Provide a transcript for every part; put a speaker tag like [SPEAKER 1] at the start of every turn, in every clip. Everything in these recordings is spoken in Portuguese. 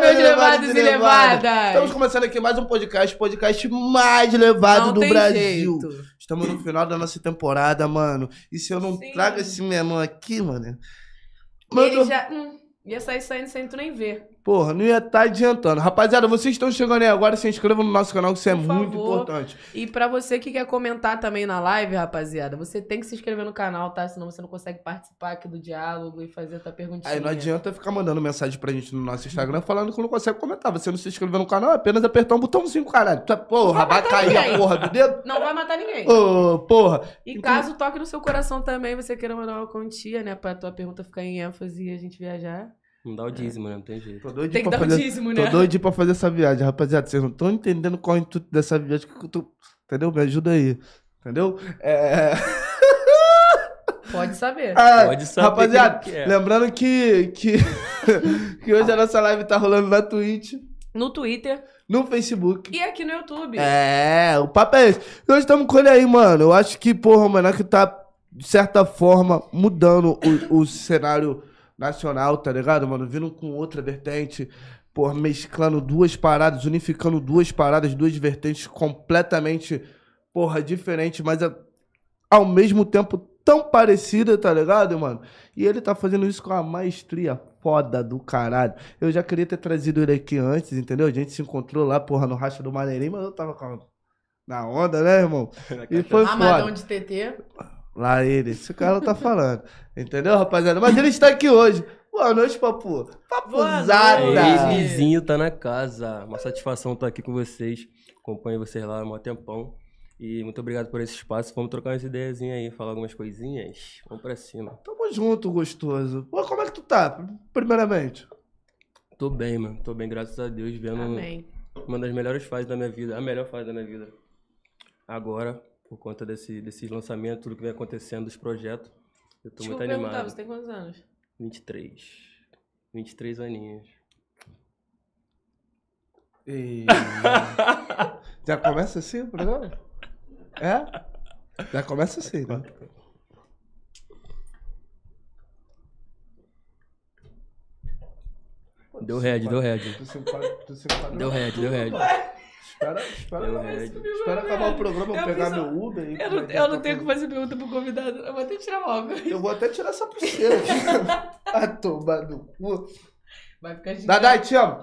[SPEAKER 1] Levados e levadas.
[SPEAKER 2] Estamos começando aqui mais um podcast, podcast mais levado
[SPEAKER 1] Não
[SPEAKER 2] do
[SPEAKER 1] tem
[SPEAKER 2] Brasil.
[SPEAKER 1] jeito.
[SPEAKER 2] Estamos no final da nossa temporada, mano. E se eu não
[SPEAKER 1] Sim.
[SPEAKER 2] trago esse meu irmão aqui, mano.
[SPEAKER 1] Ele
[SPEAKER 2] Mano,
[SPEAKER 1] já. hum, ia sair saindo sem tu nem ver.
[SPEAKER 2] porra, não ia estar tá adiantando. Rapaziada, vocês estão chegando aí agora, se inscrevam no nosso canal, que isso é
[SPEAKER 1] Por
[SPEAKER 2] muito
[SPEAKER 1] favor.
[SPEAKER 2] importante.
[SPEAKER 1] E pra você que quer comentar também na live, rapaziada, você tem que se inscrever no canal, tá? Senão você não consegue participar aqui do diálogo e fazer a tua perguntinha.
[SPEAKER 2] Aí não adianta ficar mandando mensagem pra gente no nosso Instagram falando que não consegue comentar. Você não se inscreveu no canal, é apenas apertar um botãozinho, caralho. Tá- Porra, vai cair a
[SPEAKER 1] ninguém.
[SPEAKER 2] porra do dedo?
[SPEAKER 1] Não vai matar ninguém.
[SPEAKER 2] Ô, então- porra.
[SPEAKER 1] E caso toque no seu coração também, você queira mandar uma quantia, né? Pra tua pergunta ficar em ênfase e a gente viajar.
[SPEAKER 3] Não
[SPEAKER 2] É.
[SPEAKER 3] dá o dízimo, né? Não tem jeito.
[SPEAKER 2] Tô doido
[SPEAKER 1] Tem que
[SPEAKER 2] pra
[SPEAKER 1] dar um
[SPEAKER 2] fazer
[SPEAKER 1] dízimo, né?
[SPEAKER 2] Tô doido pra fazer essa viagem, rapaziada. Vocês não estão entendendo qual é o intuito dessa viagem que eu tô. Entendeu? Me ajuda aí. Entendeu? É...
[SPEAKER 1] Pode saber.
[SPEAKER 2] Ah,
[SPEAKER 3] Pode saber
[SPEAKER 2] rapaziada,
[SPEAKER 3] quem que é.
[SPEAKER 2] lembrando que, que, que hoje a nossa live tá rolando na Twitch,
[SPEAKER 1] No Twitter
[SPEAKER 2] no Facebook.
[SPEAKER 1] e aqui no YouTube.
[SPEAKER 2] É, o papo é esse. E Hoje estamos com ele aí, mano. Eu acho que, porra, mano, é que tá, de certa forma, mudando o, o cenário nacional, tá ligado, mano? Vindo com outra vertente, porra, mesclando duas paradas, unificando duas paradas, duas vertentes completamente, porra, diferentes, mas a- ao mesmo tempo tão parecida, tá ligado, mano? E ele tá fazendo isso com a maestria foda do caralho. Eu já queria ter trazido ele aqui antes, entendeu? A gente se encontrou lá, porra, no racha do Maneirinho, mas eu tava com a- na onda, né, irmão? E foi
[SPEAKER 1] Amadão
[SPEAKER 2] foda.
[SPEAKER 1] de TT.
[SPEAKER 2] Lá ele, esse cara tá falando. entendeu, rapaziada? Mas ele está aqui hoje. Boa noite, papu.
[SPEAKER 1] Boa
[SPEAKER 2] Papuzada.
[SPEAKER 1] noite.
[SPEAKER 3] Ei, vizinho tá na casa. Uma satisfação estar aqui com vocês. Acompanho vocês lá há um tempão. E muito obrigado por esse espaço. Vamos trocar umas ideiazinhas aí, falar algumas coisinhas. Vamos pra cima.
[SPEAKER 2] Tamo junto, gostoso. Pô, como é que tu tá, primeiramente?
[SPEAKER 3] Tô bem, mano. Tô bem, graças a Deus. Vendo
[SPEAKER 1] Amém.
[SPEAKER 3] uma das melhores fases da minha vida. A melhor fase da minha vida. Agora, por conta desse, desses lançamentos, tudo que vem acontecendo, dos projetos. Eu tô
[SPEAKER 1] Desculpa
[SPEAKER 3] muito
[SPEAKER 1] perguntar,
[SPEAKER 3] animado.
[SPEAKER 1] você tem quantos anos?
[SPEAKER 3] 23. 23 aninhos.
[SPEAKER 2] E- Já começa assim o programa? É? Já começa assim, né?
[SPEAKER 3] Deu red, deu red.
[SPEAKER 2] Tu se enquadra- tu se enquadra-
[SPEAKER 3] Deu red, deu red.
[SPEAKER 2] Espera, espera,
[SPEAKER 3] Deu
[SPEAKER 2] É, espera,
[SPEAKER 3] red.
[SPEAKER 2] acabar o programa, eu
[SPEAKER 1] Eu
[SPEAKER 2] vou pegar
[SPEAKER 1] fiz um-
[SPEAKER 2] meu Uber é e.
[SPEAKER 1] Eu não, eu não tenho que fazer pergunta pro convidado. Eu vou até tirar logo.
[SPEAKER 2] tá Eu vou até tirar essa pulseira aqui. A tomar no cu.
[SPEAKER 1] Vai ficar gigante.
[SPEAKER 2] Dadai, te amo.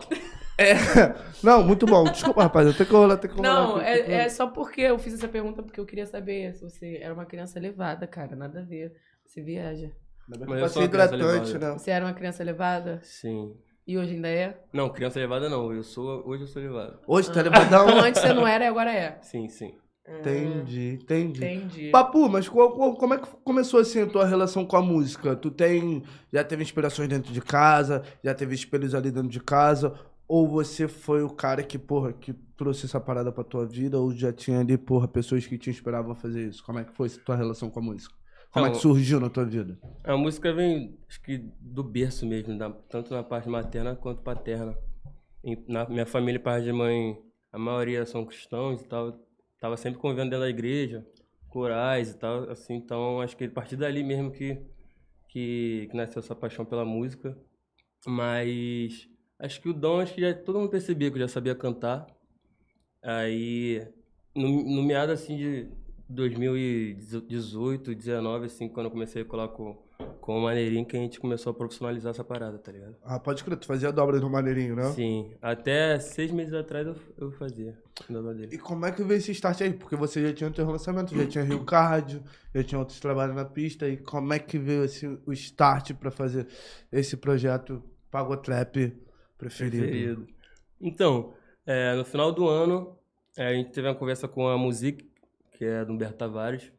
[SPEAKER 2] É. Não, muito bom. Desculpa, rapaz. Eu tenho que rolar, tenho que rolar.
[SPEAKER 1] Não,
[SPEAKER 2] aqui,
[SPEAKER 1] é,
[SPEAKER 2] tenho que rolar.
[SPEAKER 1] é só porque eu fiz essa pergunta porque eu queria saber se você era uma criança levada, cara. Nada a ver. Você viaja.
[SPEAKER 2] Ainda bem que
[SPEAKER 3] Mas
[SPEAKER 2] eu
[SPEAKER 3] eu sou
[SPEAKER 2] passei
[SPEAKER 3] uma criança
[SPEAKER 2] hidratante,
[SPEAKER 3] levada.
[SPEAKER 2] né?
[SPEAKER 1] Você era uma criança levada
[SPEAKER 3] Sim.
[SPEAKER 1] e hoje ainda é?
[SPEAKER 3] Não, criança levada não. Eu sou. Hoje eu sou levado.
[SPEAKER 2] Hoje tá levadão.
[SPEAKER 1] Então antes você não era e agora é.
[SPEAKER 3] Sim, sim.
[SPEAKER 2] Ah, Entendi, entendi.
[SPEAKER 1] Entendi.
[SPEAKER 2] Papu, mas qual- qual- como é que começou assim a tua relação com a música? Tu tem. Já teve inspirações dentro de casa, já teve espelhos ali dentro de casa? Ou você foi o cara que, porra, que trouxe essa parada pra tua vida? Ou já tinha ali, porra, pessoas que te inspiravam a fazer isso? Como é que foi a tua relação com a música? Como é
[SPEAKER 3] Então,
[SPEAKER 2] que surgiu na tua vida?
[SPEAKER 3] A música vem, acho que, do berço mesmo, da- tanto na parte materna quanto paterna. Em- na minha família, parte de mãe, a maioria são cristãos e tal. Tava sempre convivendo dentro da igreja, corais e tal, assim. Então, acho que a partir dali mesmo que, que, que nasceu essa paixão pela música. Mas acho que o dom, acho que já, todo mundo percebia que eu já sabia cantar. Aí, no, no meado assim de 2018, 19, assim, quando eu comecei a colar com, com o Maneirinho, que a gente começou a profissionalizar essa parada, tá ligado?
[SPEAKER 2] Ah, pode crer, tu fazia dobra no maneirinho, né?
[SPEAKER 3] Sim, até seis meses atrás eu, eu fazia a dobra dele.
[SPEAKER 2] E como é que veio esse start aí? Porque você já tinha o teu lançamento, já tinha Rio Card, já tinha outros trabalhos na pista. E como é que veio esse, o start pra fazer esse projeto Pagotrap preferido?
[SPEAKER 3] Preferido. Então, é, no final do ano, é, a gente teve uma conversa com a Music, que é do Humberto Tavares,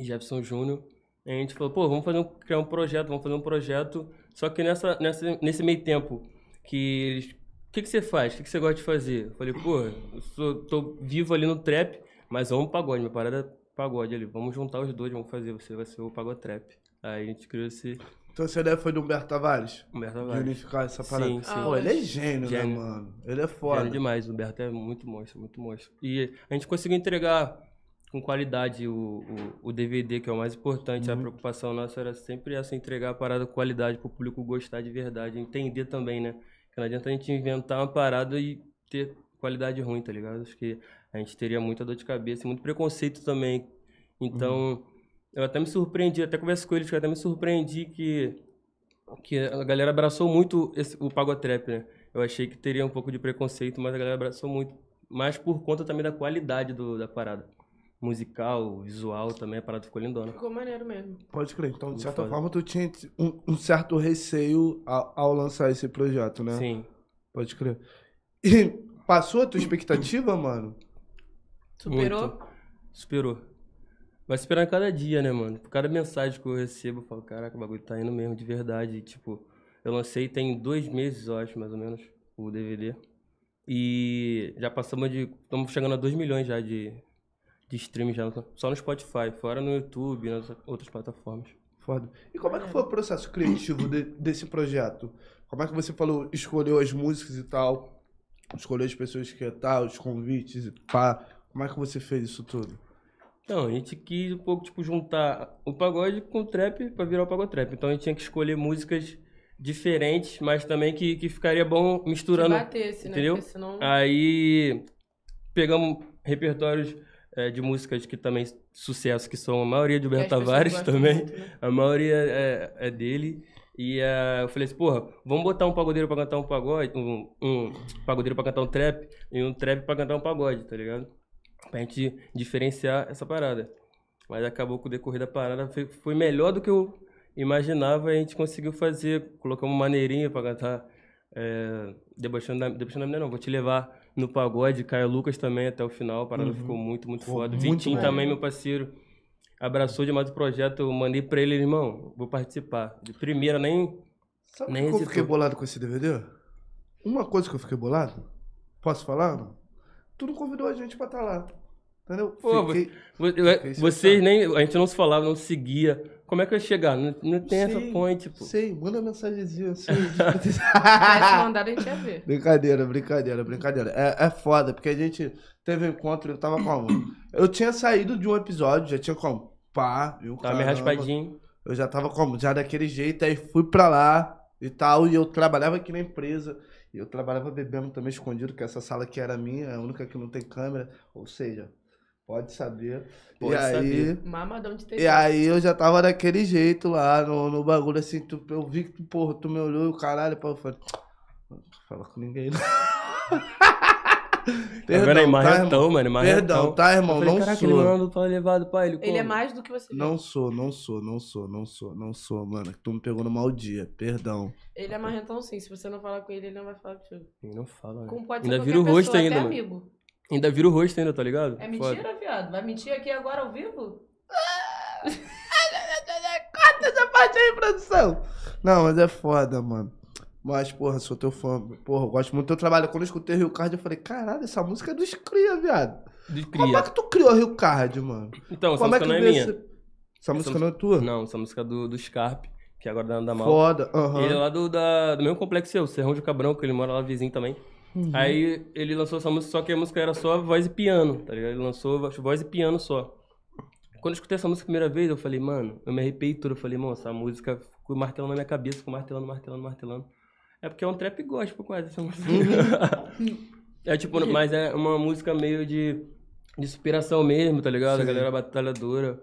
[SPEAKER 3] e Jefferson Júnior. E A gente falou, pô, vamos fazer um, criar um projeto, vamos fazer um projeto. Só que nessa, nessa- nesse meio tempo que eles. O que, que você faz? O que, que você gosta de fazer? Eu falei, pô, eu sou- tô vivo ali no trap, mas vamos pagode, minha parada é pagode ali. Vamos juntar os dois, vamos fazer, você vai ser o pagode trap. Aí a gente criou esse
[SPEAKER 2] Então essa ideia foi do Humberto Tavares?
[SPEAKER 3] Humberto
[SPEAKER 2] De
[SPEAKER 3] Tavares.
[SPEAKER 2] unificar essa parada.
[SPEAKER 3] Sim, sim.
[SPEAKER 1] Ah,
[SPEAKER 2] Pô, ele é gênio,
[SPEAKER 3] Gênio.
[SPEAKER 2] né, mano? Ele é
[SPEAKER 3] Foda.
[SPEAKER 2] foda.
[SPEAKER 3] demais, o Humberto é muito monstro, muito monstro. E a gente conseguiu entregar com qualidade o, o, o DVD, que é o mais importante. A
[SPEAKER 2] Muito.
[SPEAKER 3] preocupação nossa era sempre essa, entregar a parada com qualidade pro público gostar de verdade, entender também, né? Porque não adianta a gente inventar uma parada e ter qualidade ruim, tá ligado? Acho que a gente teria muita dor de cabeça e muito preconceito também. Então, eu até me surpreendi, até converso com eles, que eu até me surpreendi que, que a galera abraçou muito esse, o Pagotrap, né? Eu achei que teria um pouco de preconceito, mas a galera abraçou muito. Mas por conta também da qualidade do, da parada. Musical, visual também, a parada ficou lindona.
[SPEAKER 1] Ficou maneiro mesmo.
[SPEAKER 2] Pode crer. Então, de
[SPEAKER 3] Muito
[SPEAKER 2] certa
[SPEAKER 3] foda.
[SPEAKER 2] forma, tu tinha um, um certo receio ao, ao lançar esse projeto, né?
[SPEAKER 3] Sim.
[SPEAKER 2] Pode crer. E passou a tua expectativa, mano?
[SPEAKER 1] Superou?
[SPEAKER 3] Muito. Superou. Vai superando cada dia, né, mano? Por cada mensagem que eu recebo, eu falo, caraca, o bagulho tá indo mesmo, de verdade. E, tipo, eu lancei tem dois meses, eu acho, mais ou menos, o DVD. E já passamos de. Estamos chegando a 2 milhões já de, de streams já, só no Spotify, fora no YouTube, nas outras plataformas.
[SPEAKER 2] Foda. E como é que foi o processo criativo de- desse projeto? Como é que você falou, escolheu as músicas e tal? Escolheu as pessoas que ia estar, os convites e pá. Como é que você fez isso tudo?
[SPEAKER 3] Não, a gente quis um pouco, tipo, juntar o pagode com o trap pra virar o pagotrap. Então a gente tinha que escolher músicas diferentes, mas também que, que ficaria bom
[SPEAKER 1] Que
[SPEAKER 3] misturando.
[SPEAKER 1] batesse, né?
[SPEAKER 3] entendeu? Ah,
[SPEAKER 1] Porque
[SPEAKER 4] Uhum.
[SPEAKER 1] senão...
[SPEAKER 3] Aí pegamos repertórios eh, de músicas que também sucesso, que são a maioria de
[SPEAKER 1] que as
[SPEAKER 3] Humberto
[SPEAKER 1] pessoas
[SPEAKER 3] Tavares
[SPEAKER 1] gostam
[SPEAKER 3] também.
[SPEAKER 1] muito, né?
[SPEAKER 3] A maioria é, é dele. E eh, eu falei assim, porra, vamos botar um pagodeiro pra cantar um pagode, um, um pagodeiro pra cantar um trap e um trap pra cantar um pagode, tá ligado? Pra gente diferenciar essa parada. Mas acabou com o decorrer da parada, foi, foi melhor do que eu imaginava e a gente conseguiu fazer. Colocamos uma maneirinha pra cantar é, Debochando da, Debochando da Mina, não, vou te levar no pagode, Caio Lucas também até o final, a parada ficou muito, muito
[SPEAKER 2] Ficou
[SPEAKER 3] foda.
[SPEAKER 2] muito
[SPEAKER 3] Vitinho
[SPEAKER 2] maneiro.
[SPEAKER 3] também, meu parceiro, abraçou demais o projeto, eu mandei pra ele, irmão, vou participar. De primeira, nem.
[SPEAKER 2] Sabe
[SPEAKER 3] Nem
[SPEAKER 2] por que eu
[SPEAKER 3] hesitou.
[SPEAKER 2] fiquei bolado com esse DVD? Uma coisa que eu fiquei bolado, posso falar? Não? Tu não convidou a gente pra estar lá. Entendeu?
[SPEAKER 3] Pô,
[SPEAKER 2] Fiquei-
[SPEAKER 3] vo-
[SPEAKER 2] Fiquei
[SPEAKER 3] Vocês nem. A gente não se falava, não se seguia. Como é que eu ia chegar? Não, não tem essa
[SPEAKER 2] Sim,
[SPEAKER 3] ponte, pô.
[SPEAKER 2] Sei, manda mensagenzinha assim.
[SPEAKER 1] Mas se mandar, a gente ia ver.
[SPEAKER 2] Brincadeira, brincadeira, brincadeira. É, é foda, porque a gente teve um encontro, eu tava como? Eu tinha saído de um episódio, já tinha como? Pá, viu?
[SPEAKER 3] Tava Tá meio
[SPEAKER 2] caramba.
[SPEAKER 3] raspadinho.
[SPEAKER 2] Eu já tava como? Já daquele jeito, aí fui pra lá e tal, e eu trabalhava aqui na empresa. E eu trabalhava bebendo também escondido, que essa sala que era minha, é a única que não tem câmera. Ou seja, pode saber.
[SPEAKER 3] Pode
[SPEAKER 2] e aí.
[SPEAKER 3] saber.
[SPEAKER 1] Mamadão de TV.
[SPEAKER 2] E aí eu já tava daquele jeito lá, no, no bagulho, assim, tu, eu vi que tu, porra, tu me olhou e o caralho, pô, eu falei, não fala com ninguém não.
[SPEAKER 3] tá vendo aí,
[SPEAKER 2] irmão?
[SPEAKER 3] marretão, mano,
[SPEAKER 2] Perdão,
[SPEAKER 3] marretão.
[SPEAKER 2] tá,
[SPEAKER 3] Eu
[SPEAKER 2] irmão,
[SPEAKER 3] falei,
[SPEAKER 2] não
[SPEAKER 3] caraca, ele
[SPEAKER 2] sou.
[SPEAKER 3] mandou pra levar do pai, ele
[SPEAKER 1] Ele é
[SPEAKER 3] como?
[SPEAKER 1] mais do que você vê.
[SPEAKER 2] Não sou, não sou, não sou, não sou, não sou, mano, tu me pegou no mau dia, perdão.
[SPEAKER 1] Ele é marrentão sim. Se você não falar com ele, ele não vai falar contigo.
[SPEAKER 3] Ele não fala, né?
[SPEAKER 1] Como pode
[SPEAKER 3] Ainda
[SPEAKER 1] ser
[SPEAKER 3] vira o
[SPEAKER 1] qualquer
[SPEAKER 3] rosto
[SPEAKER 1] pessoa,
[SPEAKER 3] ainda,
[SPEAKER 1] até
[SPEAKER 3] mano.
[SPEAKER 1] amigo.
[SPEAKER 3] Ainda vira o rosto ainda, tá ligado?
[SPEAKER 1] É
[SPEAKER 3] Foda.
[SPEAKER 1] mentira, viado? Vai mentir aqui agora ao vivo?
[SPEAKER 2] Corta essa parte aí, produção. Não, mas é foda, mano. Mas, porra, sou teu fã. Porra, eu gosto muito do teu trabalho. Quando eu escutei Rio Card, eu falei, caralho, essa música é dos cria, viado.
[SPEAKER 3] De
[SPEAKER 2] Como é
[SPEAKER 3] cria.
[SPEAKER 2] que tu criou Rio Card, mano?
[SPEAKER 3] Então, essa
[SPEAKER 2] Como é
[SPEAKER 3] música
[SPEAKER 2] que
[SPEAKER 3] não é
[SPEAKER 2] veio
[SPEAKER 3] minha.
[SPEAKER 2] essa- Essa música
[SPEAKER 3] música-
[SPEAKER 2] não é tua?
[SPEAKER 3] Não, essa música do, do Scarpe, que agora dá da mal.
[SPEAKER 2] Foda, aham.
[SPEAKER 3] Ele é lá do, da- do mesmo complexo seu, Serrão de Cabrão, que ele mora lá vizinho também.
[SPEAKER 2] Uhum.
[SPEAKER 3] Aí ele lançou essa música, só que a música era só voz e piano, tá ligado? Ele lançou vo- voz e piano só. Quando eu escutei essa música a primeira vez, eu falei, mano, eu me arrepiei tudo. Eu falei, mano, essa música ficou martelando na minha cabeça, ficou martelando, martelando, martelando. É porque é um trap gospel quase essa música. é tipo, mas é uma música meio de, de superação mesmo, tá ligado? A
[SPEAKER 2] Sim.
[SPEAKER 3] galera batalhadora.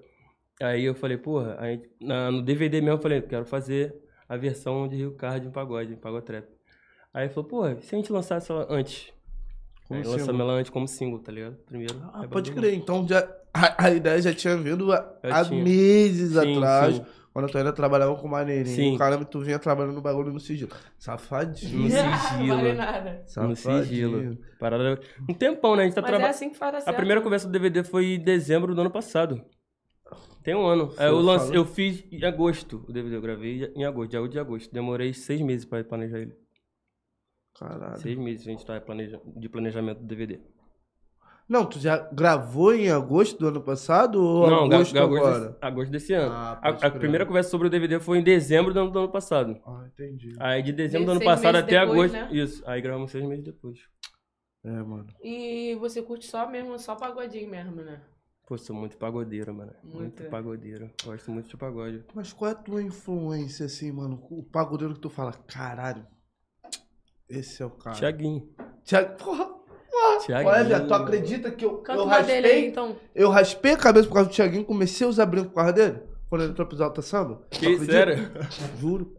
[SPEAKER 3] Aí eu falei, porra, aí, na- no DVD mesmo eu falei, eu quero fazer a versão de Rio Card em pagode, em pagotrap. Aí ele falou, porra, e se a gente lançasse ela antes?
[SPEAKER 2] Como
[SPEAKER 3] aí
[SPEAKER 2] single?
[SPEAKER 3] lançamos ela antes como single, tá ligado? Primeiro.
[SPEAKER 2] Ah,
[SPEAKER 3] aí
[SPEAKER 2] pode
[SPEAKER 3] bagulho.
[SPEAKER 2] crer, então já, a, a ideia já tinha vindo há,
[SPEAKER 3] Já
[SPEAKER 2] há
[SPEAKER 3] tinha.
[SPEAKER 2] meses
[SPEAKER 3] Sim,
[SPEAKER 2] atrás,
[SPEAKER 3] sim.
[SPEAKER 2] quando tu ainda trabalhava com maneirinho.
[SPEAKER 3] Sim.
[SPEAKER 2] O Caramba, tu vinha trabalhando no bagulho no sigilo. Safadinho.
[SPEAKER 3] No sigilo.
[SPEAKER 1] vale nada.
[SPEAKER 3] No
[SPEAKER 2] Safadinho.
[SPEAKER 3] sigilo. Parada. Um tempão, né? A gente tá
[SPEAKER 1] Mas é
[SPEAKER 3] trabalhando.
[SPEAKER 1] assim que faz
[SPEAKER 3] A
[SPEAKER 1] certo.
[SPEAKER 3] primeira conversa do DVD foi em dezembro do ano passado. Tem um ano. Aí eu,
[SPEAKER 2] Foi,
[SPEAKER 3] lance...
[SPEAKER 2] falou.
[SPEAKER 3] eu fiz em agosto o DVD. Eu gravei em agosto, dia 8 de agosto. Demorei seis meses pra planejar ele.
[SPEAKER 2] Caralho.
[SPEAKER 3] Seis meses a gente tá planeja... de planejamento do DVD.
[SPEAKER 2] Não, tu já gravou em agosto do ano passado ou
[SPEAKER 3] Não, ga-
[SPEAKER 2] agosto
[SPEAKER 3] ga- agosto,
[SPEAKER 2] agora?
[SPEAKER 3] desse... agosto desse ano.
[SPEAKER 2] Ah,
[SPEAKER 3] a,
[SPEAKER 2] pode
[SPEAKER 3] a
[SPEAKER 2] crer.
[SPEAKER 3] primeira conversa sobre o DVD foi em dezembro do ano, do ano passado.
[SPEAKER 2] Ah, entendi.
[SPEAKER 3] Aí de dezembro do
[SPEAKER 1] Seis
[SPEAKER 3] ano passado
[SPEAKER 1] meses
[SPEAKER 3] até
[SPEAKER 1] depois,
[SPEAKER 3] agosto.
[SPEAKER 1] né?
[SPEAKER 3] Isso. Aí gravamos seis meses depois.
[SPEAKER 2] É, mano.
[SPEAKER 1] E você curte só mesmo, só pagodinho mesmo, né?
[SPEAKER 3] Pô, sou muito pagodeiro, mano.
[SPEAKER 1] Muito,
[SPEAKER 3] Muito,
[SPEAKER 1] é.
[SPEAKER 3] pagodeiro. Gosto muito de pagode.
[SPEAKER 2] Mas qual é a tua influência, assim, mano? O pagodeiro que tu fala, caralho, Esse é o cara.
[SPEAKER 3] Tiaguinho.
[SPEAKER 2] Tiago. Porra, porra.
[SPEAKER 3] Tiaguinho.
[SPEAKER 2] Olha, tu acredita que eu,
[SPEAKER 4] Canta
[SPEAKER 2] eu
[SPEAKER 4] uma dele aí,
[SPEAKER 2] raspei?
[SPEAKER 4] então.
[SPEAKER 2] Eu raspei a cabeça por causa do Tiaguinho, comecei a usar brinco por causa dele? Quando ele entrou pros alta samba? Tu
[SPEAKER 3] Que
[SPEAKER 2] acredita?
[SPEAKER 3] sério?
[SPEAKER 2] Juro.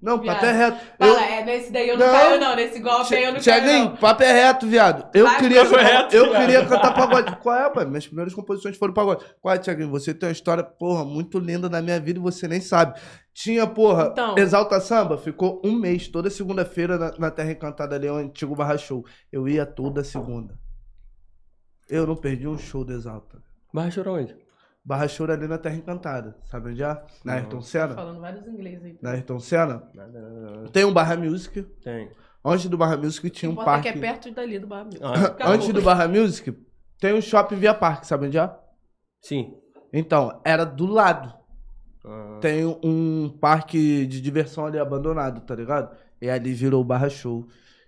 [SPEAKER 2] Não,
[SPEAKER 4] Viado.
[SPEAKER 2] papo é reto. Eu,
[SPEAKER 4] Fala, é, nesse daí eu não,
[SPEAKER 2] Não.
[SPEAKER 4] caio, não. Nesse golpe aí eu não caio,
[SPEAKER 2] Tiaguinho,
[SPEAKER 4] não.
[SPEAKER 2] papo é reto, viado. Eu
[SPEAKER 4] Vai,
[SPEAKER 2] queria,
[SPEAKER 3] papo é
[SPEAKER 2] cantar-
[SPEAKER 3] reto,
[SPEAKER 2] eu
[SPEAKER 3] viado.
[SPEAKER 2] queria cantar pagode. Qual é, pai? Minhas primeiras composições foram pagode. Qual é, Tiaguinho? Você tem uma história, porra, muito linda na minha vida e você nem sabe. Tinha, porra,
[SPEAKER 4] Então.
[SPEAKER 2] Exalta Samba ficou um mês, toda segunda-feira na, na Terra Encantada ali, o antigo Barra Show. Eu ia toda segunda. Eu não perdi um show do Exalta.
[SPEAKER 3] Barra chorou onde?
[SPEAKER 2] Barra Show era ali na Terra Encantada. Sabe onde é? Na
[SPEAKER 3] Não.
[SPEAKER 2] Ayrton Senna?
[SPEAKER 4] Falando vários inglês aí.
[SPEAKER 2] Na Ayrton Senna?
[SPEAKER 3] Nada, nada, nada.
[SPEAKER 2] Tem um Barra Music.
[SPEAKER 3] Tem.
[SPEAKER 2] Antes do Barra Music tinha um
[SPEAKER 4] Bota
[SPEAKER 2] parque.
[SPEAKER 4] que é perto dali do bar. mesmo.
[SPEAKER 3] Ah,
[SPEAKER 4] Acabou.
[SPEAKER 2] Antes do Barra Music, tem um shopping Via Parque, sabe onde é?
[SPEAKER 3] sim.
[SPEAKER 2] Então, era do lado.
[SPEAKER 3] Ah,
[SPEAKER 2] Tem um parque de diversão ali abandonado, tá ligado? E ali virou o Barra Show.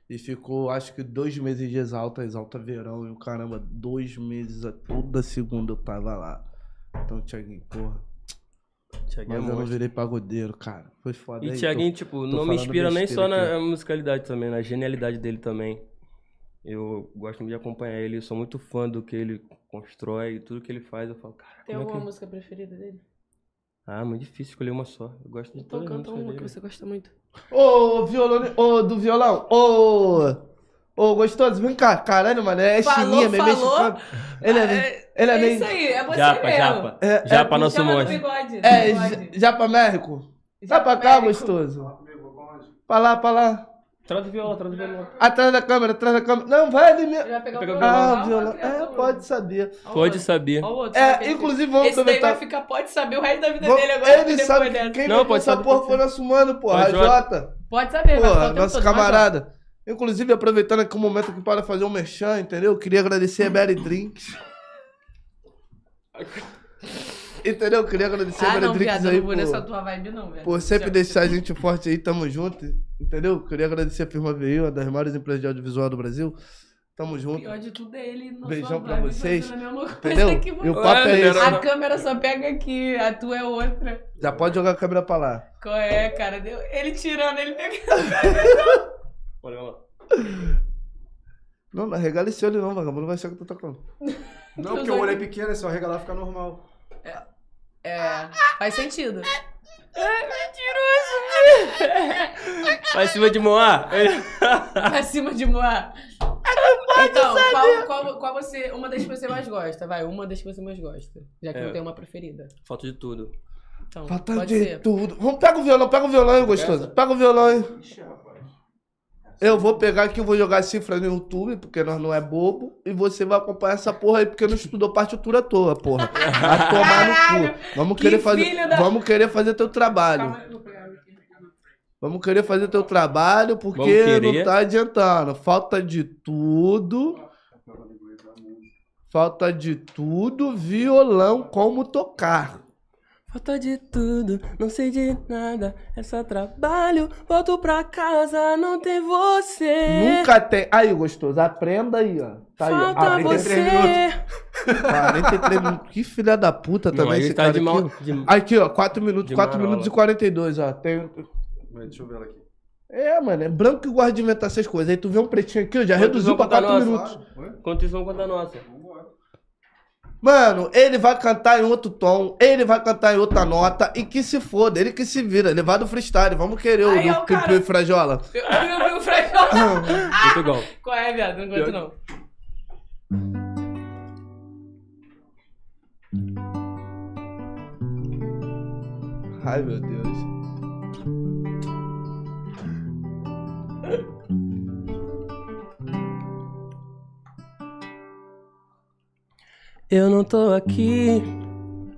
[SPEAKER 2] E ficou, acho que, dois meses de exalta, exalta verão. E o caramba, dois meses, a- toda segunda eu tava lá. Então, Tiaguinho, porra.
[SPEAKER 3] Tiaguinho é
[SPEAKER 2] Mas eu não
[SPEAKER 3] monstro.
[SPEAKER 2] virei pagodeiro, cara. Foi foda
[SPEAKER 3] E
[SPEAKER 2] aí,
[SPEAKER 3] Tiaguinho, tipo, não
[SPEAKER 2] falando
[SPEAKER 3] me inspira nem só
[SPEAKER 2] besteira
[SPEAKER 3] na musicalidade também, na genialidade dele também. Eu gosto muito de acompanhar ele, eu sou muito fã do que ele constrói, tudo que ele faz, eu falo, cara,
[SPEAKER 4] Tem
[SPEAKER 3] como é
[SPEAKER 4] alguma
[SPEAKER 3] que...
[SPEAKER 4] música preferida dele?
[SPEAKER 3] Ah, muito difícil escolher uma só. Eu gosto de
[SPEAKER 4] Então
[SPEAKER 3] todas as
[SPEAKER 4] canta
[SPEAKER 3] músicas
[SPEAKER 4] uma que
[SPEAKER 3] dele.
[SPEAKER 4] você gosta muito.
[SPEAKER 2] tô- Ô, violão, ô, do violão, ô... Ô, gostoso, vem cá. Caralho, mano, é
[SPEAKER 4] Falou,
[SPEAKER 2] chininha, meio
[SPEAKER 4] falou.
[SPEAKER 2] mexicano. Ele é, meio- ele é
[SPEAKER 4] é
[SPEAKER 2] meio...
[SPEAKER 4] isso aí, é você
[SPEAKER 3] Japa,
[SPEAKER 4] mesmo.
[SPEAKER 3] japa.
[SPEAKER 2] É, é-
[SPEAKER 3] japa, nosso
[SPEAKER 4] Chama do
[SPEAKER 3] monstro.
[SPEAKER 4] bigode. do
[SPEAKER 2] É,
[SPEAKER 4] bigode.
[SPEAKER 2] j- Japa México. Vai pra cá,
[SPEAKER 4] Japa,
[SPEAKER 2] gostoso. Pra lá, pra lá.
[SPEAKER 3] Traz o viola, traz o viola.
[SPEAKER 2] Atrás da câmera, atrás da câmera. Não, vai ali
[SPEAKER 4] Ele
[SPEAKER 2] mesmo.
[SPEAKER 4] vai pegar o
[SPEAKER 3] Pega o
[SPEAKER 2] Ah,
[SPEAKER 4] violão.
[SPEAKER 2] violão. É, pode saber.
[SPEAKER 3] Pode saber.
[SPEAKER 2] É, inclusive, vamos
[SPEAKER 4] Esse daí vai
[SPEAKER 2] aproveitar.
[SPEAKER 4] ficar, pode saber o resto da vida
[SPEAKER 2] Vamos-
[SPEAKER 4] dele agora.
[SPEAKER 2] Ele
[SPEAKER 4] depois
[SPEAKER 2] sabe
[SPEAKER 4] dessa.
[SPEAKER 2] que quem
[SPEAKER 3] Não,
[SPEAKER 2] não,
[SPEAKER 3] pode
[SPEAKER 2] essa
[SPEAKER 3] saber,
[SPEAKER 2] porra
[SPEAKER 3] pode
[SPEAKER 2] foi nosso mano, porra. A
[SPEAKER 3] Pode,
[SPEAKER 2] Jota.
[SPEAKER 4] Pode saber, vai ficar
[SPEAKER 2] Porra,
[SPEAKER 4] o tempo
[SPEAKER 2] nosso
[SPEAKER 4] todo, vai,
[SPEAKER 2] camarada. Inclusive, aproveitando aqui o momento aqui para fazer um merchan, entendeu? Eu queria agradecer a Berry Drinks. Entendeu? Eu queria agradecer a
[SPEAKER 4] Ah,
[SPEAKER 2] Berry
[SPEAKER 4] não,
[SPEAKER 2] Drinks
[SPEAKER 4] viado, eu
[SPEAKER 2] aí
[SPEAKER 4] não vou
[SPEAKER 2] por-
[SPEAKER 4] nessa tua vibe, não, velho.
[SPEAKER 2] por sempre
[SPEAKER 4] É, Já-
[SPEAKER 2] deixar a gente forte aí, tamo junto, entendeu? Queria agradecer a Firma VI, uma das maiores empresas de audiovisual do Brasil. Tamo
[SPEAKER 4] O
[SPEAKER 2] junto,
[SPEAKER 4] pior de tudo é ele. na
[SPEAKER 2] Beijão
[SPEAKER 4] sua
[SPEAKER 2] pra
[SPEAKER 4] vibe,
[SPEAKER 2] vocês,
[SPEAKER 4] fazendo a mesma coisa
[SPEAKER 2] entendeu?
[SPEAKER 4] que
[SPEAKER 2] E o
[SPEAKER 4] você.
[SPEAKER 2] papo é
[SPEAKER 3] Olha,
[SPEAKER 2] esse.
[SPEAKER 4] A câmera só pega aqui, a tua é outra.
[SPEAKER 2] Já pode jogar a câmera pra lá.
[SPEAKER 4] Qual é, cara? Deu- Ele tirando, ele pegando.
[SPEAKER 3] Olha lá.
[SPEAKER 2] Não, não regala esse olho não, vagabundo, não vai achar que eu tô tocando.
[SPEAKER 5] Não, porque o olho é pequeno, é só regalar fica normal.
[SPEAKER 4] É, faz sentido.
[SPEAKER 2] É,
[SPEAKER 3] Vai em cima de ah. Moá.
[SPEAKER 4] Acima de Moá. Então, qual, qual, qual você. Uma das que você mais gosta, vai. Uma das que você mais gosta. Já que
[SPEAKER 3] É.
[SPEAKER 4] não tem uma preferida.
[SPEAKER 3] Falta de tudo.
[SPEAKER 4] Então,
[SPEAKER 2] Falta
[SPEAKER 4] pode
[SPEAKER 2] tá de
[SPEAKER 4] ser.
[SPEAKER 2] tudo. Vamos, pega o violão, pega o violão aí, gostoso. Pega o violão aí. Eu vou pegar aqui, eu vou jogar a cifra no YouTube, porque nós não é bobo. E você vai acompanhar essa porra aí, porque não estudou partitura à toa, porra. Vai tomar no cu. Vamos
[SPEAKER 4] que
[SPEAKER 2] querer fazer,
[SPEAKER 4] filho da-
[SPEAKER 2] vamos querer fazer teu trabalho.
[SPEAKER 4] Calma aí, eu vou pegar aqui.
[SPEAKER 2] Vamos querer fazer teu trabalho
[SPEAKER 3] Vamos
[SPEAKER 2] porque
[SPEAKER 3] querer.
[SPEAKER 2] não tá adiantando. Falta de tudo. Falta de tudo, violão, como tocar.
[SPEAKER 3] Falta de tudo, não sei de nada, é só trabalho. Volto pra casa, não tem você.
[SPEAKER 2] Nunca tem. Aí, gostoso, aprenda aí, ó. Tá aí, ó.
[SPEAKER 3] É. Falta
[SPEAKER 2] Aprenda.
[SPEAKER 3] você.
[SPEAKER 5] 43
[SPEAKER 2] 43 minutos. Que filha da puta
[SPEAKER 3] Não,
[SPEAKER 2] também
[SPEAKER 3] aí
[SPEAKER 2] esse
[SPEAKER 3] tá
[SPEAKER 2] cara
[SPEAKER 3] de mal.
[SPEAKER 2] aqui.
[SPEAKER 3] de-
[SPEAKER 2] Aqui, ó, 4 minutos,
[SPEAKER 3] De
[SPEAKER 2] 4
[SPEAKER 3] marola.
[SPEAKER 2] minutos e 42, ó. Tem...
[SPEAKER 5] Mas Deixa eu ver ela aqui.
[SPEAKER 2] É, mano, é branco e gosta de inventar essas coisas. Aí tu vê um pretinho aqui, ó, já
[SPEAKER 3] Quantos
[SPEAKER 2] reduziu
[SPEAKER 3] vão
[SPEAKER 2] pra
[SPEAKER 3] botar
[SPEAKER 2] 4
[SPEAKER 3] nós?
[SPEAKER 2] minutos.
[SPEAKER 5] Oi?
[SPEAKER 3] Enquanto isso, vamos contar a nossa.
[SPEAKER 5] Vambora.
[SPEAKER 2] Mano, ele vai cantar em outro tom, ele vai cantar em outra nota e que se foda, ele que se vira, levado freestyle, vamos querer
[SPEAKER 4] Aí, ó,
[SPEAKER 2] o
[SPEAKER 4] o
[SPEAKER 2] Pipi
[SPEAKER 4] cara-
[SPEAKER 2] e Frajola.
[SPEAKER 4] Eu, eu, eu, eu,
[SPEAKER 3] Muito igual.
[SPEAKER 4] qual é, viado? Não aguento, não.
[SPEAKER 2] Ai meu Deus.
[SPEAKER 3] Eu não tô aqui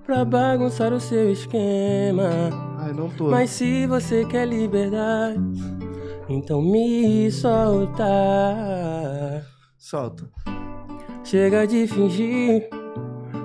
[SPEAKER 3] pra bagunçar o seu esquema.
[SPEAKER 2] Ai, não tô.
[SPEAKER 3] Mas se você quer liberdade, então me solta.
[SPEAKER 2] Solta.
[SPEAKER 3] Chega de fingir,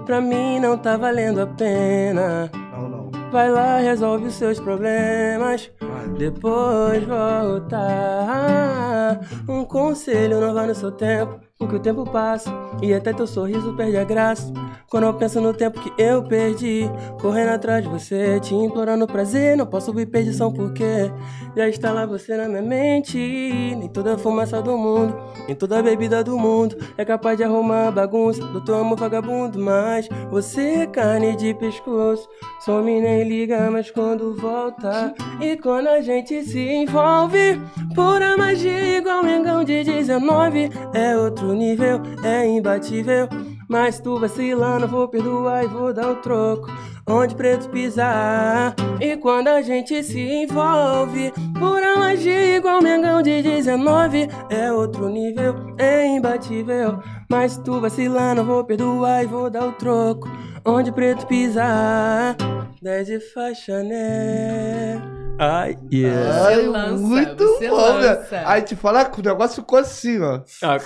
[SPEAKER 3] pra mim não tá valendo a pena.
[SPEAKER 2] Não, não.
[SPEAKER 3] Vai lá, resolve os seus problemas.
[SPEAKER 2] Ai.
[SPEAKER 3] Depois volta. Um conselho não vai no seu tempo. o que o tempo passa e até teu sorriso perde a graça. Quando eu penso no tempo que eu perdi, correndo atrás de você, te implorando prazer, não posso vir perdição porque já está lá você na minha mente. Nem toda fumaça do mundo, nem toda bebida do mundo é capaz de arrumar a bagunça do teu amor vagabundo. Mas você é carne de pescoço, some nem liga, mas quando volta e quando a gente se envolve, pura magia igual Mengão de 19 é outro nível, é imbatível. Mas tu vacilando, vou perdoar e vou dar o troco. Onde preto pisar. E quando a gente se envolve, pura magia igual Mengão de 19. É outro nível, é imbatível. Mas tu vacilando, vou perdoar e vou dar o troco. Onde preto pisar. 10 de faixa, né? Ai, yes.
[SPEAKER 1] Você
[SPEAKER 2] Ai,
[SPEAKER 1] lança,
[SPEAKER 2] muito
[SPEAKER 1] você
[SPEAKER 2] bom,
[SPEAKER 1] lança.
[SPEAKER 2] velho. Aí te falar que o negócio ficou assim, ó.
[SPEAKER 3] Ah,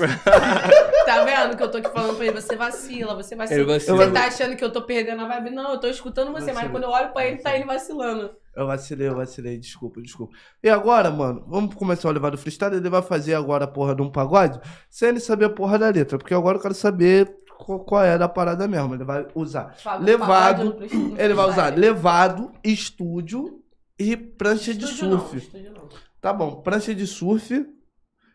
[SPEAKER 1] Tá vendo que eu tô te falando pra ele? Você vacila, você vacila.
[SPEAKER 3] Eu vacilo.
[SPEAKER 1] Você tá achando que eu tô perdendo a vibe? Não, eu tô escutando você, mas
[SPEAKER 2] Vacilo.
[SPEAKER 1] quando eu olho pra ele, tá ele vacilando.
[SPEAKER 2] Eu vacilei, eu vacilei, desculpa, desculpa. E agora, mano, vamos começar o Levado Freestyle. Ele vai fazer agora a porra de um pagode sem ele saber a porra da letra, porque agora eu quero saber qual, qual é da parada mesmo. Ele vai usar.
[SPEAKER 1] Fala,
[SPEAKER 2] Levado,
[SPEAKER 1] pagode no pre- no
[SPEAKER 2] Ele vai usar
[SPEAKER 1] freestyle.
[SPEAKER 2] levado, estúdio e prancha de
[SPEAKER 1] Estúdio não,
[SPEAKER 2] surf.
[SPEAKER 1] estúdio não.
[SPEAKER 2] Tá bom, prancha de surf,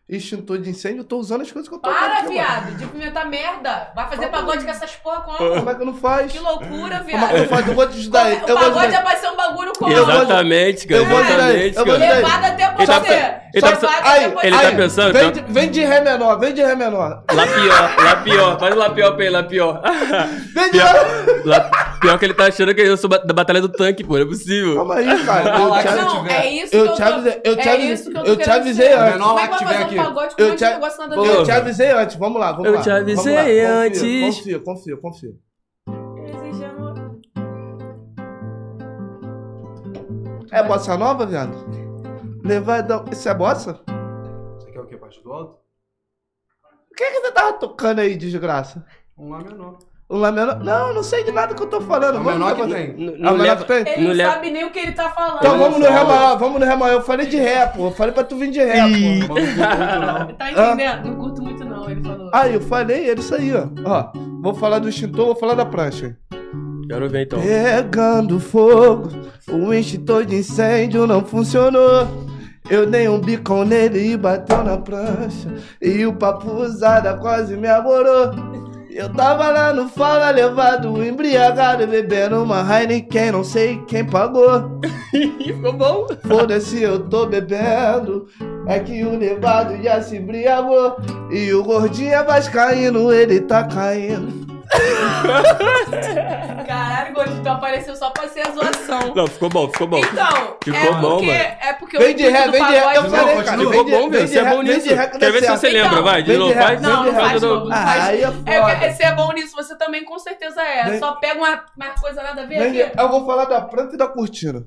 [SPEAKER 2] extintor de incêndio. Eu tô usando as coisas que eu tô usando
[SPEAKER 1] Para,
[SPEAKER 2] aqui,
[SPEAKER 1] viado, de pimentar merda. Vai fazer pagode com essas porra
[SPEAKER 2] mano.
[SPEAKER 1] como?
[SPEAKER 2] Como é que não faz?
[SPEAKER 1] Que loucura,
[SPEAKER 2] Como é que não
[SPEAKER 1] viado.
[SPEAKER 2] faz? Eu vou te ajudar aí.
[SPEAKER 1] o
[SPEAKER 2] Eu vou te
[SPEAKER 1] pagode
[SPEAKER 2] ajudar.
[SPEAKER 1] já vai ser um bagulho como?
[SPEAKER 2] Eu vou-
[SPEAKER 3] Exatamente, cara.
[SPEAKER 2] eu vou ajudar ele,
[SPEAKER 3] Exatamente,
[SPEAKER 2] eu vou
[SPEAKER 3] cara.
[SPEAKER 2] ajudar
[SPEAKER 1] Levado até
[SPEAKER 3] Ele tá
[SPEAKER 1] você.
[SPEAKER 3] pe- ele tá
[SPEAKER 1] Levado
[SPEAKER 3] pe-
[SPEAKER 1] até
[SPEAKER 2] Aí,
[SPEAKER 1] você.
[SPEAKER 3] Ele tá
[SPEAKER 2] aí,
[SPEAKER 3] pensando,
[SPEAKER 2] Vem,
[SPEAKER 3] tá-
[SPEAKER 2] de, vem de ré menor, vem de ré menor.
[SPEAKER 3] Lá pior, lá pior. Faz lá pior pra ele, lá pior.
[SPEAKER 2] Vem de ré menor.
[SPEAKER 3] pior, lá- pior que ele tá achando que eu sou ba- da batalha do tanque, pô. Não é possível.
[SPEAKER 2] Calma aí, cara. Eu
[SPEAKER 5] Olha lá,
[SPEAKER 2] te,
[SPEAKER 5] cara.
[SPEAKER 2] avi-
[SPEAKER 1] Não, é isso
[SPEAKER 2] eu
[SPEAKER 1] que
[SPEAKER 2] te
[SPEAKER 1] eu tô-
[SPEAKER 2] avisei. Eu te,
[SPEAKER 1] é
[SPEAKER 2] avi-
[SPEAKER 1] isso que eu tô
[SPEAKER 2] eu te
[SPEAKER 1] querendo
[SPEAKER 2] avisei
[SPEAKER 1] dizer.
[SPEAKER 2] antes.
[SPEAKER 5] Menor
[SPEAKER 1] Como é que vai
[SPEAKER 5] lá que tiver
[SPEAKER 1] fazer um
[SPEAKER 5] aqui.
[SPEAKER 1] pagode com
[SPEAKER 2] Eu
[SPEAKER 1] um
[SPEAKER 2] te-
[SPEAKER 1] negócio nada a
[SPEAKER 2] Eu
[SPEAKER 1] ver?
[SPEAKER 2] te avisei antes. Vamos lá, vamos
[SPEAKER 3] Eu
[SPEAKER 2] lá.
[SPEAKER 3] te
[SPEAKER 2] vamos lá.
[SPEAKER 3] avisei
[SPEAKER 2] Confia,
[SPEAKER 3] antes.
[SPEAKER 2] Confia, confia, confia. É bossa nova, viado? Levadão. Isso é bossa?
[SPEAKER 5] Você quer o quê? Parte do alto?
[SPEAKER 2] O que, que você tava tocando aí, desgraça?
[SPEAKER 5] Um lá menor.
[SPEAKER 2] O Lá menor. Não, eu não sei de nada que eu tô falando.
[SPEAKER 5] É o
[SPEAKER 2] Vamos
[SPEAKER 5] menor
[SPEAKER 2] lá,
[SPEAKER 5] que
[SPEAKER 2] você-
[SPEAKER 5] tem.
[SPEAKER 3] Ah,
[SPEAKER 2] É o menor que tem?
[SPEAKER 1] Ele não
[SPEAKER 3] Não leva-
[SPEAKER 1] sabe nem o que ele tá falando.
[SPEAKER 2] Então vamos no
[SPEAKER 5] Não.
[SPEAKER 2] Ré maior, vamos no Ré maior. Eu falei de ré, pô. Eu falei pra tu vir de ré, pô.
[SPEAKER 5] Tomando muito, muito,
[SPEAKER 2] Ah.
[SPEAKER 1] Tá entendendo? Não curto muito não, ele falou.
[SPEAKER 2] Aí eu falei, era isso aí, ó. Ó, vou falar do extintor, vou falar da prancha. hein.
[SPEAKER 3] Quero ver então.
[SPEAKER 2] Pegando fogo, o extintor de incêndio não funcionou. Eu dei um bicão nele e bateu na prancha. E o papuzada quase me agorou. Eu tava lá no fala, levado, embriagado, bebendo uma Heineken, não sei quem pagou.
[SPEAKER 3] Ficou bom?
[SPEAKER 2] Foda-se, eu tô bebendo. É que o levado já se embriagou. E o gordinho é vascaíno, ele tá caindo.
[SPEAKER 1] Caralho, Gordito apareceu só pra ser zoação.
[SPEAKER 3] Não, ficou bom, ficou bom.
[SPEAKER 1] Então,
[SPEAKER 3] Ficou
[SPEAKER 1] é,
[SPEAKER 3] bom,
[SPEAKER 1] porque,
[SPEAKER 3] mano.
[SPEAKER 1] é porque
[SPEAKER 2] Vem de
[SPEAKER 1] o intuito
[SPEAKER 2] ré,
[SPEAKER 1] do
[SPEAKER 2] vem de ré. Eu
[SPEAKER 1] pagode-
[SPEAKER 2] falei,
[SPEAKER 5] Não,
[SPEAKER 2] cara.
[SPEAKER 5] continua.
[SPEAKER 2] vem
[SPEAKER 3] Ficou
[SPEAKER 2] de-
[SPEAKER 3] bom,
[SPEAKER 2] vem
[SPEAKER 3] velho.
[SPEAKER 2] de
[SPEAKER 3] Você é
[SPEAKER 2] ré-
[SPEAKER 3] bom
[SPEAKER 2] vem
[SPEAKER 3] nisso.
[SPEAKER 2] de ré que dá
[SPEAKER 3] Quero ver se
[SPEAKER 2] certo.
[SPEAKER 3] você lembra, vai. De
[SPEAKER 2] Vem
[SPEAKER 3] novo,
[SPEAKER 2] de ré.
[SPEAKER 3] faz.
[SPEAKER 1] Não,
[SPEAKER 2] vem de
[SPEAKER 1] não
[SPEAKER 2] ré.
[SPEAKER 1] faz de novo, não faz
[SPEAKER 2] Aí é
[SPEAKER 1] É porque
[SPEAKER 2] foda.
[SPEAKER 1] você é bom nisso, você também com certeza é.
[SPEAKER 2] Vem-
[SPEAKER 1] Só pega uma, uma coisa nada a ver
[SPEAKER 2] Vem de-
[SPEAKER 1] aqui.
[SPEAKER 2] Eu vou falar da planta e da cortina.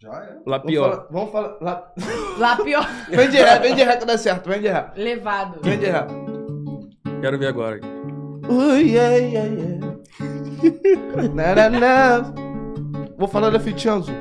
[SPEAKER 5] Já é.
[SPEAKER 3] Lá
[SPEAKER 2] Vamos
[SPEAKER 3] pior.
[SPEAKER 2] falar- Vamos falar. lá-
[SPEAKER 1] Lá pior.
[SPEAKER 2] Vem de ré, vem de ré que dá certo, vem de ré.
[SPEAKER 1] Levado.
[SPEAKER 2] Vem de ré.
[SPEAKER 3] Quero ver agora.
[SPEAKER 2] Ui, yeah, yeah, yeah. na, na, na. Vou falar da fitinha azul.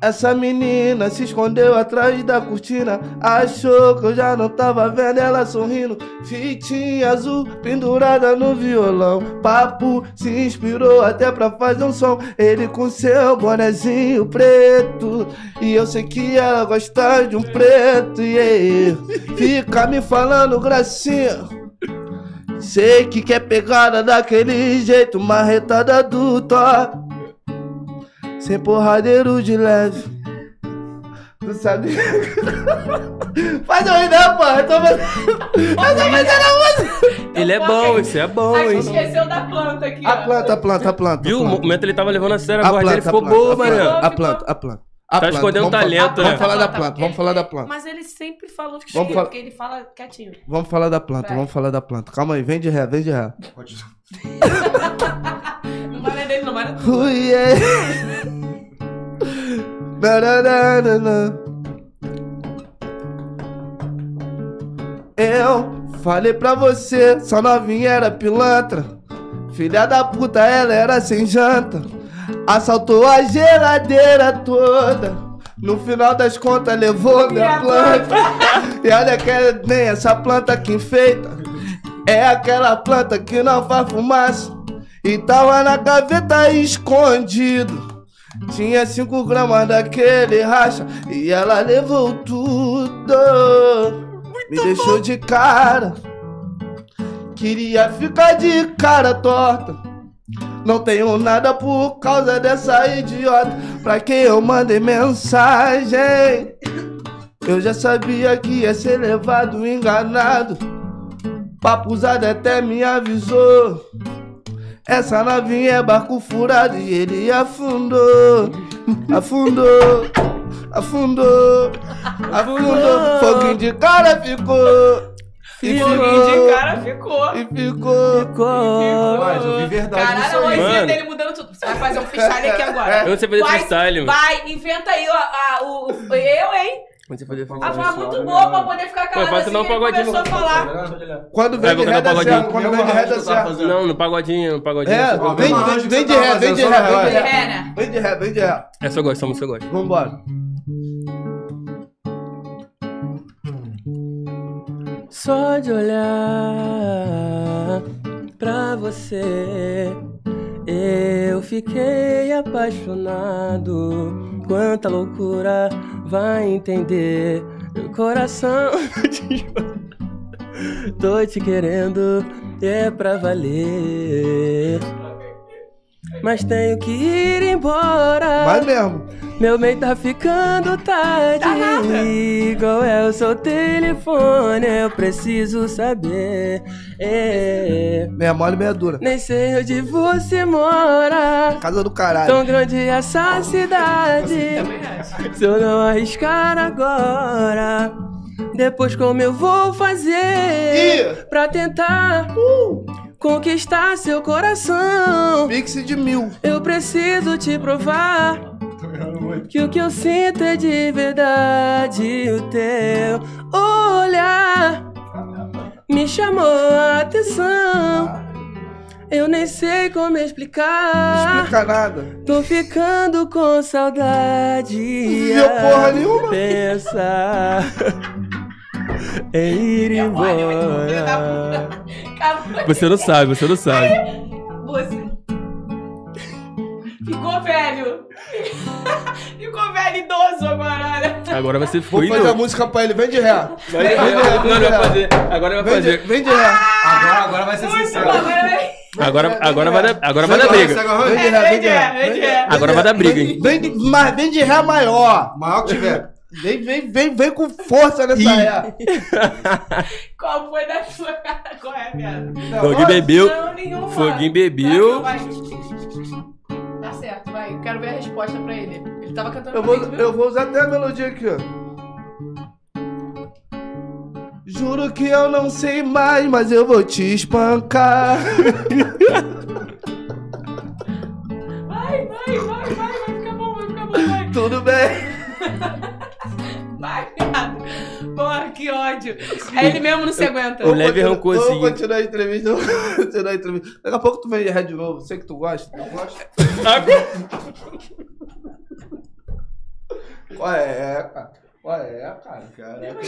[SPEAKER 2] Essa menina se escondeu atrás da cortina. Achou que eu já não tava vendo ela sorrindo. Fitinha azul pendurada no violão. Papo se inspirou até pra fazer um som. Ele com seu bonezinho preto. E eu sei que ela gosta de um preto. Yeah. Fica me falando gracinha. Sei que quer pegada daquele jeito, marretada adulta. Sem porradeiro de leve. Tu sabe? Faz eu rir, não, porra. Eu tô fazendo. Eu tô fazendo a música.
[SPEAKER 3] Ele é bom, isso é bom,
[SPEAKER 1] é A gente
[SPEAKER 3] hein?
[SPEAKER 1] esqueceu da planta aqui.
[SPEAKER 2] A
[SPEAKER 1] ó.
[SPEAKER 2] planta, a planta, a planta.
[SPEAKER 3] Viu? O
[SPEAKER 2] A planta,
[SPEAKER 3] momento ele tava levando a sério, a
[SPEAKER 2] a
[SPEAKER 3] voz dele
[SPEAKER 2] planta,
[SPEAKER 3] ficou boa, mano.
[SPEAKER 2] a planta, a planta, a planta. A
[SPEAKER 3] Tá
[SPEAKER 2] planta.
[SPEAKER 3] escondendo
[SPEAKER 2] Vamos falar-
[SPEAKER 3] talento, né?
[SPEAKER 2] Vamos falar da
[SPEAKER 1] Ele-
[SPEAKER 2] planta, vamos falar da planta.
[SPEAKER 1] é, Mas ele sempre falou que
[SPEAKER 2] Vamos falar-
[SPEAKER 1] porque ele fala quietinho.
[SPEAKER 2] Vamos falar da planta,
[SPEAKER 1] Vai.
[SPEAKER 2] vamos falar da planta. Calma aí, vem de ré, vem de ré.
[SPEAKER 5] Continua.
[SPEAKER 1] Não vale dele, não vale tudo.
[SPEAKER 2] Ui, é. Na, na, na, na, na. Eu falei pra você, só novinha era pilantra. Filha da puta, ela era sem janta. Assaltou a geladeira toda. No final das contas, levou minha planta. E olha que é nem essa planta que enfeita. É aquela planta que não faz fumaça. E tava na gaveta escondido. Tinha 5 gramas daquele racha. E ela levou tudo. Me deixou de cara. Queria ficar de cara torta. Não tenho nada por causa dessa idiota. Pra quem eu mandei mensagem? Eu já sabia que ia ser levado enganado. Papuzada até me avisou. Essa novinha é barco furado e ele afundou. Afundou. Afundou. Afundou. Foguinho de cara ficou. E
[SPEAKER 4] Foguinho de cara ficou.
[SPEAKER 2] E ficou.
[SPEAKER 1] Ah,
[SPEAKER 5] Mas eu vi verdade nisso
[SPEAKER 4] Caralho, a
[SPEAKER 5] aí.
[SPEAKER 4] vozinha
[SPEAKER 3] Mano.
[SPEAKER 4] dele mudando tudo. Você vai fazer um freestyle aqui agora.
[SPEAKER 3] Eu não sei fazer
[SPEAKER 4] Vai-
[SPEAKER 3] freestyle, mano.
[SPEAKER 4] Vai, inventa aí ó, a- o, o- Eu, hein?
[SPEAKER 3] Eu Não sei fazer freestyle.
[SPEAKER 4] A
[SPEAKER 5] Olha
[SPEAKER 4] fala
[SPEAKER 5] só,
[SPEAKER 4] muito
[SPEAKER 2] é
[SPEAKER 5] olha
[SPEAKER 4] boa pra
[SPEAKER 5] lá.
[SPEAKER 4] poder ficar
[SPEAKER 3] Pô,
[SPEAKER 4] calado
[SPEAKER 3] pode
[SPEAKER 4] assim
[SPEAKER 3] tomar um
[SPEAKER 4] ele
[SPEAKER 3] pagodinho.
[SPEAKER 4] começou a
[SPEAKER 2] Ah.
[SPEAKER 4] falar.
[SPEAKER 2] Quando
[SPEAKER 3] Vai,
[SPEAKER 2] vem de
[SPEAKER 3] vou cantar
[SPEAKER 2] ré da
[SPEAKER 3] pagodinho.
[SPEAKER 2] serra, quando vem de ré da serra.
[SPEAKER 3] Não, no pagodinho, no pagodinho.
[SPEAKER 2] É,
[SPEAKER 3] eu sou-
[SPEAKER 2] vem,
[SPEAKER 5] Ó,
[SPEAKER 2] vem,
[SPEAKER 5] vem
[SPEAKER 2] vem de
[SPEAKER 5] lá,
[SPEAKER 2] ré, vem de
[SPEAKER 5] só
[SPEAKER 2] ré,
[SPEAKER 5] na
[SPEAKER 2] vem de
[SPEAKER 4] Ele
[SPEAKER 2] ré.
[SPEAKER 4] é, né?
[SPEAKER 2] Vem de ré, vem de ré.
[SPEAKER 3] Essa eu gosto, essa música eu gosto.
[SPEAKER 2] Vambora.
[SPEAKER 3] Só de olhar pra você, eu fiquei apaixonado. Quanta loucura vai entender meu coração. Tô te querendo, é pra valer. Mas tenho que ir embora.
[SPEAKER 2] Vai mesmo.
[SPEAKER 3] Meu bem tá ficando tarde. Qual é o seu telefone? Eu preciso saber. É,
[SPEAKER 2] Meia mole, meia dura.
[SPEAKER 3] nem sei onde você mora.
[SPEAKER 2] Casa do caralho.
[SPEAKER 3] Tão grande é essa cidade. Se eu não arriscar agora, depois como eu vou fazer
[SPEAKER 2] Ih!
[SPEAKER 3] pra tentar conquistar seu coração?
[SPEAKER 2] Pix de mil.
[SPEAKER 3] Eu preciso te provar que o que eu sinto é de verdade. O teu olhar me chamou a atenção. Eu nem sei como
[SPEAKER 2] Não
[SPEAKER 3] explicar.
[SPEAKER 2] explica nada.
[SPEAKER 3] Tô ficando com saudade.
[SPEAKER 2] Viu porra nenhuma?
[SPEAKER 3] Pensar em ir
[SPEAKER 4] Olha, o filho da
[SPEAKER 3] embora.
[SPEAKER 4] puta. Acabou de-
[SPEAKER 3] Você não sabe, você não sabe.
[SPEAKER 4] Você. Ficou velho. Ficou velho idoso agora, olha.
[SPEAKER 3] Agora você
[SPEAKER 2] Vou
[SPEAKER 3] foi.
[SPEAKER 2] fazer a música pra ele. Vem de ré.
[SPEAKER 3] Vai, vai,
[SPEAKER 2] Vem de ré, vem de
[SPEAKER 3] agora vai
[SPEAKER 2] ré.
[SPEAKER 3] fazer. Agora
[SPEAKER 2] Vem
[SPEAKER 3] vai
[SPEAKER 2] de,
[SPEAKER 3] fazer.
[SPEAKER 2] vem de ré.
[SPEAKER 5] Agora, agora vai ser
[SPEAKER 4] Muito
[SPEAKER 5] sincero.
[SPEAKER 4] bom, né? agora vai.
[SPEAKER 3] Agora, agora, vai, dar, agora vai dar
[SPEAKER 5] Agora,
[SPEAKER 3] briga.
[SPEAKER 5] agora vai-
[SPEAKER 2] Vem de ré, vem de
[SPEAKER 4] É, vem de ré, vem de ré.
[SPEAKER 2] ré.
[SPEAKER 3] Agora vai dar briga, hein?
[SPEAKER 2] Vem de, mas vem de ré maior.
[SPEAKER 5] Maior que tiver.
[SPEAKER 2] Vem, vem, vem, vem com força nessa ré.
[SPEAKER 4] Qual foi da sua cara? Qual é, viado?
[SPEAKER 3] Foguinho bebeu.
[SPEAKER 4] Não, nenhuma. Tá,
[SPEAKER 3] Foguinho bebeu.
[SPEAKER 4] Vai, vai. Tá certo, vai. Eu quero ver a resposta pra ele. Ele tava cantando
[SPEAKER 2] Eu vou,
[SPEAKER 4] comigo, viu?
[SPEAKER 2] eu vou usar até a melodia aqui, ó. Juro que eu não sei mais, mas eu vou te espancar.
[SPEAKER 4] Vai, vai, vai, vai, vai ficar bom, vai ficar bom, vai.
[SPEAKER 2] Tudo bem.
[SPEAKER 4] Vai, viado. Porra, que ódio. Aí ele mesmo não se aguenta.
[SPEAKER 3] O leve
[SPEAKER 2] Continua-
[SPEAKER 3] rancorzinho.
[SPEAKER 2] Vamos continuar a entrevista. Vamos continuar a entrevista. Daqui a pouco tu vem de ré de novo. Sei que tu gosta. Eu gosto. Qual é, cara? Qual é, cara?
[SPEAKER 5] Caraca.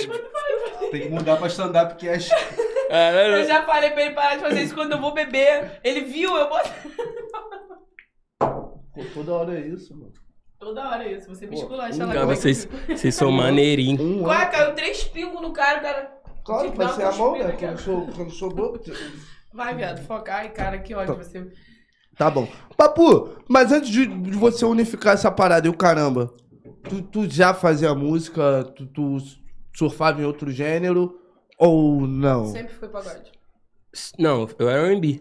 [SPEAKER 5] Tem que é mudar pra stand-up cash.
[SPEAKER 4] Eu
[SPEAKER 2] É,
[SPEAKER 3] Caralho.
[SPEAKER 4] já falei pra ele parar de fazer isso quando eu vou beber. Ele viu, eu boto.
[SPEAKER 2] Pô, toda hora é isso, mano.
[SPEAKER 4] Toda hora é isso, você me esculacha lá.
[SPEAKER 3] Cara,
[SPEAKER 4] como é que
[SPEAKER 3] vocês,
[SPEAKER 4] eu fico?
[SPEAKER 3] vocês são maneirinhos.
[SPEAKER 2] Um
[SPEAKER 4] Qual
[SPEAKER 2] ano.
[SPEAKER 4] é, caiu três pingos no cara, o cara.
[SPEAKER 2] Claro,
[SPEAKER 4] Te dá
[SPEAKER 2] passei a
[SPEAKER 4] uma
[SPEAKER 2] mão,
[SPEAKER 4] cuspida
[SPEAKER 2] né?
[SPEAKER 4] aqui,
[SPEAKER 2] Quando eu
[SPEAKER 4] ó.
[SPEAKER 2] sou, quando eu sou bobo.
[SPEAKER 4] Vai, viado, foca. Ai, cara, que ódio você.
[SPEAKER 2] Tá bom. Papu, mas antes de, de você unificar essa parada e o caramba, tu, tu já fazia música, tu, tu surfava em outro gênero ou não?
[SPEAKER 4] Sempre foi pagode.
[SPEAKER 3] Não, eu era R&B.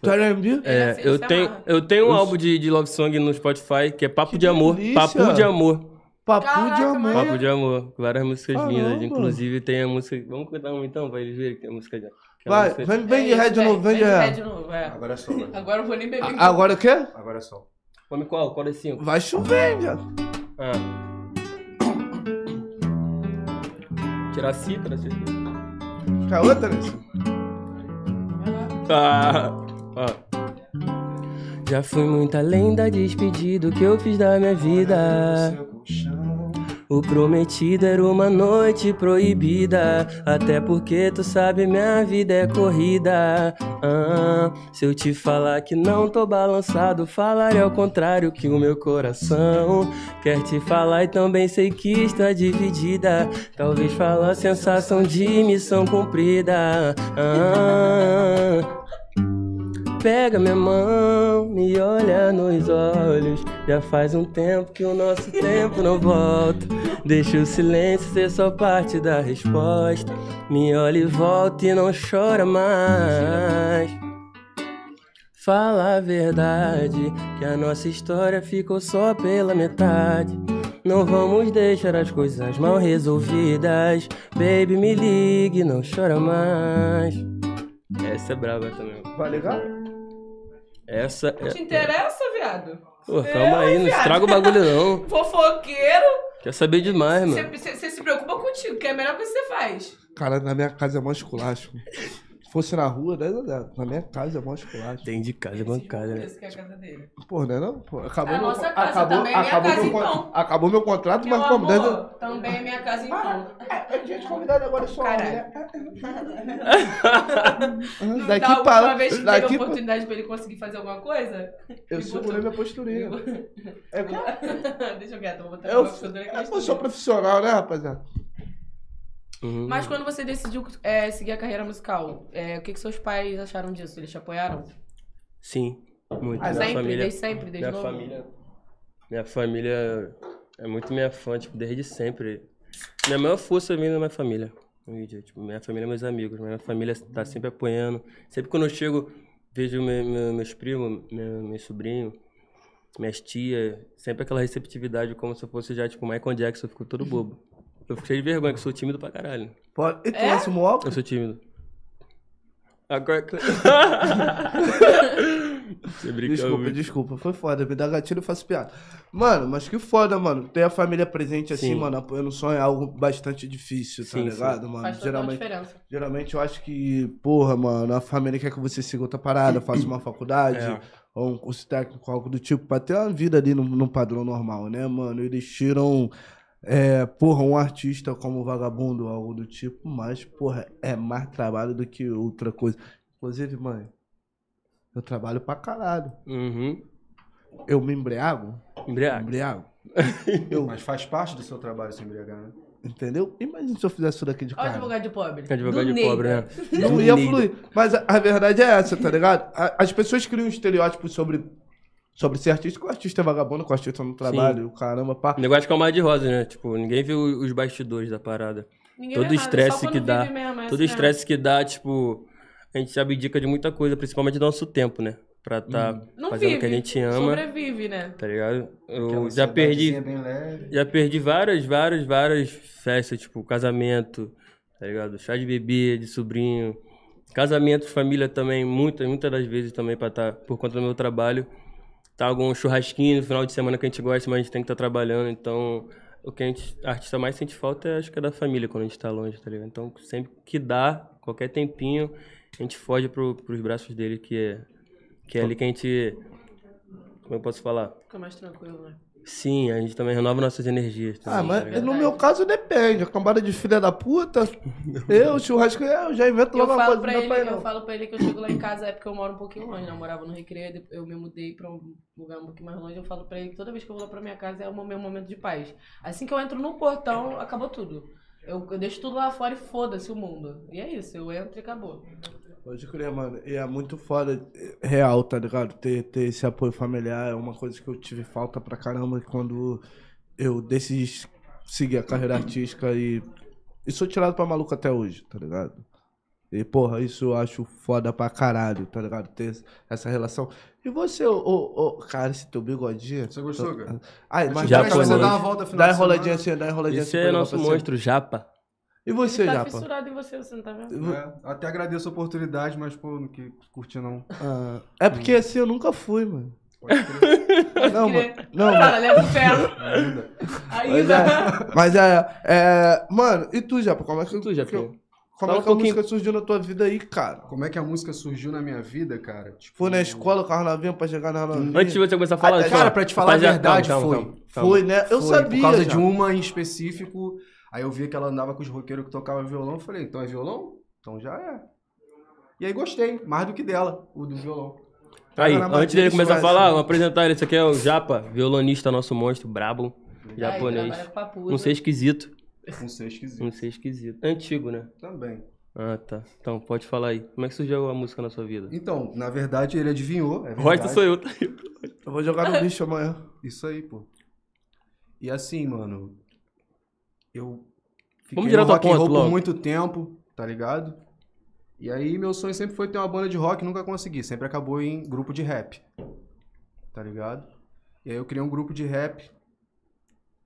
[SPEAKER 2] Tu era R&B?
[SPEAKER 3] É,
[SPEAKER 4] Ele se-
[SPEAKER 3] eu,
[SPEAKER 4] se
[SPEAKER 3] tenho,
[SPEAKER 4] amarra.
[SPEAKER 3] eu tenho um álbum de, de love song no Spotify que é Papo de Amor.
[SPEAKER 2] delícia.
[SPEAKER 3] Papo de Amor.
[SPEAKER 2] Papu de
[SPEAKER 4] Caraca,
[SPEAKER 2] amor.
[SPEAKER 4] maneiro.
[SPEAKER 3] Papo de Amor. Várias músicas
[SPEAKER 2] Caramba.
[SPEAKER 3] lindas. Inclusive tem a música... Vamos cantar uma então pra eles verem que é a música... de- que é a
[SPEAKER 2] Vai,
[SPEAKER 3] música-
[SPEAKER 2] vem, vem de
[SPEAKER 4] É
[SPEAKER 2] ré
[SPEAKER 4] isso,
[SPEAKER 2] de novo, vem de
[SPEAKER 4] ré
[SPEAKER 2] ré.
[SPEAKER 4] de novo, é.
[SPEAKER 5] Agora é só. vai.
[SPEAKER 4] Agora eu vou nem beber.
[SPEAKER 2] A- Agora o quê?
[SPEAKER 5] Agora é só.
[SPEAKER 3] Come qual? Qual é cinco?
[SPEAKER 2] Vai chover, hein, viado.
[SPEAKER 3] Ah. Tirar a cita, né?
[SPEAKER 2] Quer outra, né?
[SPEAKER 3] Ah, ah. Já fui muito além da despedida que eu fiz da minha vida.
[SPEAKER 5] Seu colchão.
[SPEAKER 3] O prometido era uma noite proibida. Até porque tu sabe, minha vida é corrida. Ah, se eu te falar que não tô balançado, falar é o contrário que o meu coração quer te falar. E também sei que está dividida. Talvez falar sensação de missão cumprida. Ah, Pega minha mão, me olha nos olhos. Já faz um tempo que o nosso tempo não volta. Deixa o silêncio ser só parte da resposta. Me olha e volta e não chora mais. Fala a verdade, que a nossa história ficou só pela metade. Não vamos deixar as coisas mal resolvidas. Baby, me ligue, não chora mais. Essa é braba também.
[SPEAKER 2] Vai ligar?
[SPEAKER 3] Essa é.
[SPEAKER 4] Te interessa, viado?
[SPEAKER 3] Pô, calma aí, não
[SPEAKER 4] viado.
[SPEAKER 3] estraga o bagulho não.
[SPEAKER 4] Fofoqueiro,
[SPEAKER 3] Quer saber demais, mano.
[SPEAKER 4] você se preocupa contigo, que é a melhor coisa que você faz.
[SPEAKER 2] Cara, na minha casa é mó esculacho. Se fosse na rua, né, Daniel? Na minha casa é mó esculacho.
[SPEAKER 3] Tem de casa, bancada, né?
[SPEAKER 4] Isso tipo que é a casa dele.
[SPEAKER 2] Pô, né, não? Pô, acabou
[SPEAKER 4] A
[SPEAKER 2] meu,
[SPEAKER 4] nossa casa
[SPEAKER 2] acabou,
[SPEAKER 4] também é minha
[SPEAKER 2] acabou
[SPEAKER 4] casa,
[SPEAKER 2] meu, con-
[SPEAKER 4] então.
[SPEAKER 2] acabou meu contrato,
[SPEAKER 4] Meu
[SPEAKER 2] mas como? né, Dentro-
[SPEAKER 4] amor, também é minha casa em pão.
[SPEAKER 2] É, é gente convidada agora só.
[SPEAKER 4] Caralho.
[SPEAKER 2] Ah,
[SPEAKER 4] Não, da
[SPEAKER 2] Daqui
[SPEAKER 4] última
[SPEAKER 2] para.
[SPEAKER 4] vez que teve
[SPEAKER 2] Daqui
[SPEAKER 4] a
[SPEAKER 2] pra-
[SPEAKER 4] oportunidade pra ele conseguir fazer alguma coisa,
[SPEAKER 2] Eu segurei minha posturinha. É, claro.
[SPEAKER 4] deixa eu quieto, vou botar
[SPEAKER 2] eu,
[SPEAKER 4] uma costura aqui.
[SPEAKER 2] eu sou profissional, né, rapaziada?
[SPEAKER 3] Uhum.
[SPEAKER 4] Mas quando você decidiu é, seguir a carreira musical, é, o que, que seus pais acharam disso? Eles te apoiaram?
[SPEAKER 3] Sim, muito.
[SPEAKER 2] Ah,
[SPEAKER 3] Minha
[SPEAKER 4] sempre,
[SPEAKER 3] família,
[SPEAKER 4] desde sempre, desde
[SPEAKER 3] minha
[SPEAKER 4] novo.
[SPEAKER 3] família. Minha família é muito minha fã, tipo, desde sempre. Minha maior força vem da minha família. no vídeo, Tipo, minha família é meus amigos, minha família tá sempre apoiando. Sempre quando eu chego, vejo me- me- meus primos, meu, meu sobrinho, minhas tias, sempre aquela receptividade como se eu fosse já, tipo, Michael Jackson, eu fico todo bobo. Eu fico cheio de vergonha, que eu sou tímido pra caralho.
[SPEAKER 2] Pode. E
[SPEAKER 4] É?
[SPEAKER 2] tu lança um óculos?
[SPEAKER 3] Eu sou tímido. Agora. Você brinca
[SPEAKER 2] Desculpa, é
[SPEAKER 3] muito.
[SPEAKER 2] desculpa, foi foda. Me dá gatilho e faço piada. Mano, mas que foda, mano. Ter a família presente assim,
[SPEAKER 3] Sim.
[SPEAKER 2] mano, apoiando o sonho é algo bastante difícil, tá
[SPEAKER 3] Sim, sim.
[SPEAKER 2] ligado, mano?
[SPEAKER 4] Faz total
[SPEAKER 2] Geralmente.
[SPEAKER 4] diferença.
[SPEAKER 2] Geralmente eu acho que, porra, mano, a família quer que você siga outra parada, faça uma faculdade,
[SPEAKER 3] É.
[SPEAKER 2] ou um curso técnico, algo do tipo, pra ter uma vida ali num num padrão normal, né, mano? Eles tiram, é, porra, um artista como vagabundo, algo do tipo, mas, porra, é mais trabalho do que outra coisa. Inclusive, mãe, eu trabalho pra caralho.
[SPEAKER 3] Uhum.
[SPEAKER 2] Eu me embriago?
[SPEAKER 4] É.
[SPEAKER 3] Embriaga.
[SPEAKER 2] Embriago.
[SPEAKER 5] Mas faz parte do seu trabalho se embriagar, né?
[SPEAKER 2] Entendeu? Imagina se eu fizesse tudo aqui de
[SPEAKER 4] Olha o
[SPEAKER 2] cara.
[SPEAKER 4] advogado de pobre.
[SPEAKER 3] é Advogado
[SPEAKER 4] Do
[SPEAKER 3] de
[SPEAKER 4] Ney.
[SPEAKER 3] pobre, né?
[SPEAKER 2] Não ia fluir. Mas a, a verdade é essa, tá ligado? A- as pessoas criam um estereótipo sobre, sobre ser artista, que o artista é vagabundo, que o artista não trabalha, o caramba, pá.
[SPEAKER 3] O negócio de calmar de rosa, né? Tipo, ninguém viu os bastidores da parada.
[SPEAKER 4] Ninguém
[SPEAKER 3] Todo
[SPEAKER 4] vê nada,
[SPEAKER 3] estresse
[SPEAKER 4] só quando
[SPEAKER 3] que dá,
[SPEAKER 4] vive mesmo, é
[SPEAKER 3] Todo
[SPEAKER 4] assim
[SPEAKER 3] estresse que dá, tipo, a gente se abdica de muita coisa, principalmente do nosso tempo, né? Pra tá
[SPEAKER 2] Uhum.
[SPEAKER 4] Não
[SPEAKER 3] fazendo o
[SPEAKER 4] vive,
[SPEAKER 3] que a gente ama,
[SPEAKER 4] Sobrevive, né?
[SPEAKER 3] tá ligado? Eu
[SPEAKER 5] Aquela
[SPEAKER 3] já perdi
[SPEAKER 5] ansiedadezinha bem leve.
[SPEAKER 3] Já perdi várias, várias, várias festas, tipo casamento, tá ligado? Chá de bebê, de sobrinho. Casamento, família também, muitas, muitas das vezes também pra tá, por conta do meu trabalho. Tá algum churrasquinho no final de semana que a gente gosta, mas a gente tem que estar trabalhando, então o que a gente, a artista mais sente falta é, acho que é da família quando a gente tá longe, tá ligado? Então sempre que dá, qualquer tempinho, a gente foge pro, pros braços dele, que é, que é ali que a gente. Como eu posso falar?
[SPEAKER 4] Fica mais tranquilo, né?
[SPEAKER 3] Sim, a gente também renova nossas energias. Também,
[SPEAKER 2] Ah,
[SPEAKER 3] tá
[SPEAKER 2] mas
[SPEAKER 3] ligado?
[SPEAKER 2] no meu caso depende. Acabada de filha da puta, eu, churrasco, eu já invento
[SPEAKER 4] Eu
[SPEAKER 2] logo é uma coisa.
[SPEAKER 4] falo, pra
[SPEAKER 2] Meu
[SPEAKER 4] ele,
[SPEAKER 2] pai
[SPEAKER 4] eu
[SPEAKER 2] não.
[SPEAKER 4] falo pra ele que eu chego lá em casa, é porque eu moro um pouquinho longe, né? Eu morava no Recreio, eu me mudei pra um lugar um pouquinho mais longe. Eu falo pra ele que toda vez que eu vou lá pra minha casa é o meu momento de paz. Assim que eu entro no portão, acabou tudo. Eu, eu deixo tudo lá fora e foda-se o mundo. E é isso, eu entro e acabou.
[SPEAKER 2] Pode crer, mano. E é muito foda, é, real, tá ligado? Ter, ter esse apoio familiar é uma coisa que eu tive falta pra caramba quando eu decidi seguir a carreira artística e, e sou tirado pra maluco até hoje, tá ligado? E, porra, isso eu acho foda pra caralho, tá ligado? Ter essa relação. E você, ô, ô, ô, cara, esse teu bigodinho. Ah,
[SPEAKER 5] Você gostou, cara?
[SPEAKER 2] Ai, mas
[SPEAKER 3] Já
[SPEAKER 2] dá
[SPEAKER 3] foi
[SPEAKER 2] uma
[SPEAKER 5] você
[SPEAKER 3] longe.
[SPEAKER 5] dá uma
[SPEAKER 2] enroladinha.
[SPEAKER 5] volta final
[SPEAKER 2] Dá
[SPEAKER 5] de semana.
[SPEAKER 2] enroladinha assim, dá enroladinha assim.
[SPEAKER 3] Esse
[SPEAKER 2] pra
[SPEAKER 3] é
[SPEAKER 2] ele,
[SPEAKER 3] nosso
[SPEAKER 2] rapaziada.
[SPEAKER 3] monstro, Japa.
[SPEAKER 2] E
[SPEAKER 4] ele
[SPEAKER 2] você,
[SPEAKER 4] tá
[SPEAKER 2] Japa?
[SPEAKER 4] fissurado em você, você não tá vendo?
[SPEAKER 3] assim.
[SPEAKER 5] É, até agradeço a oportunidade, mas, pô, não que curti não.
[SPEAKER 2] Ah, é porque assim eu nunca fui, mano.
[SPEAKER 5] Pode crer.
[SPEAKER 2] Não, mano.
[SPEAKER 4] é.
[SPEAKER 2] Não, mano.
[SPEAKER 4] Cara, leva o ferro.
[SPEAKER 5] Ajuda.
[SPEAKER 4] Ainda. né?
[SPEAKER 2] Mas é, mas é, é, Mano, e tu, Japa? Como é que
[SPEAKER 3] Tu, Japinha?
[SPEAKER 2] que- Como é
[SPEAKER 3] Fala
[SPEAKER 2] que a
[SPEAKER 3] um pouquinho.
[SPEAKER 2] música surgiu na tua vida aí, cara?
[SPEAKER 5] Como é que a música surgiu na minha vida, cara? Tipo,
[SPEAKER 2] Foi na escola com a Arnavinha pra chegar na Arnavinha?
[SPEAKER 3] Hum. Antes de você começar a falar,
[SPEAKER 5] Ah, Cara, pra te falar a
[SPEAKER 3] rapaziada,
[SPEAKER 5] verdade,
[SPEAKER 3] calma,
[SPEAKER 5] foi.
[SPEAKER 3] calma, calma, calma.
[SPEAKER 2] Foi, né? Eu
[SPEAKER 5] Foi,
[SPEAKER 2] sabia.
[SPEAKER 5] Por causa
[SPEAKER 2] já.
[SPEAKER 5] de
[SPEAKER 3] um.
[SPEAKER 5] uma em específico. Aí eu vi que ela andava com os roqueiros que tocavam violão. Eu falei, então é violão? Então já é. E aí gostei, mais do que dela, o do violão.
[SPEAKER 3] Aí,
[SPEAKER 2] Traga na
[SPEAKER 3] antes dele
[SPEAKER 2] matriz,
[SPEAKER 3] começar a
[SPEAKER 2] vai,
[SPEAKER 3] falar,
[SPEAKER 2] assim.
[SPEAKER 3] vamos apresentar ele. Esse aqui é o Japa, violonista, nosso monstro, brabo,
[SPEAKER 4] Aí,
[SPEAKER 3] japonês.
[SPEAKER 4] trabalha com papuda.
[SPEAKER 3] Não sei esquisito.
[SPEAKER 5] Não sei, esquisito.
[SPEAKER 3] Não sei esquisito. Antigo, né?
[SPEAKER 5] Também.
[SPEAKER 3] Ah, tá. Então, pode falar aí. Como é que surgiu a música na sua vida?
[SPEAKER 5] Então, na verdade, ele adivinhou. É
[SPEAKER 3] Royce
[SPEAKER 5] verdade.
[SPEAKER 3] sou eu.
[SPEAKER 2] Eu vou jogar no bicho amanhã.
[SPEAKER 5] Isso aí, pô. E assim, mano, eu fiquei
[SPEAKER 3] Vamos direto
[SPEAKER 5] no
[SPEAKER 3] ao
[SPEAKER 5] rock and
[SPEAKER 3] ponto
[SPEAKER 5] roll por
[SPEAKER 3] logo.
[SPEAKER 5] muito tempo, tá ligado? E aí meu sonho sempre foi ter uma banda de rock, nunca consegui, sempre acabou em grupo de rap. Tá ligado? E aí eu criei um grupo de rap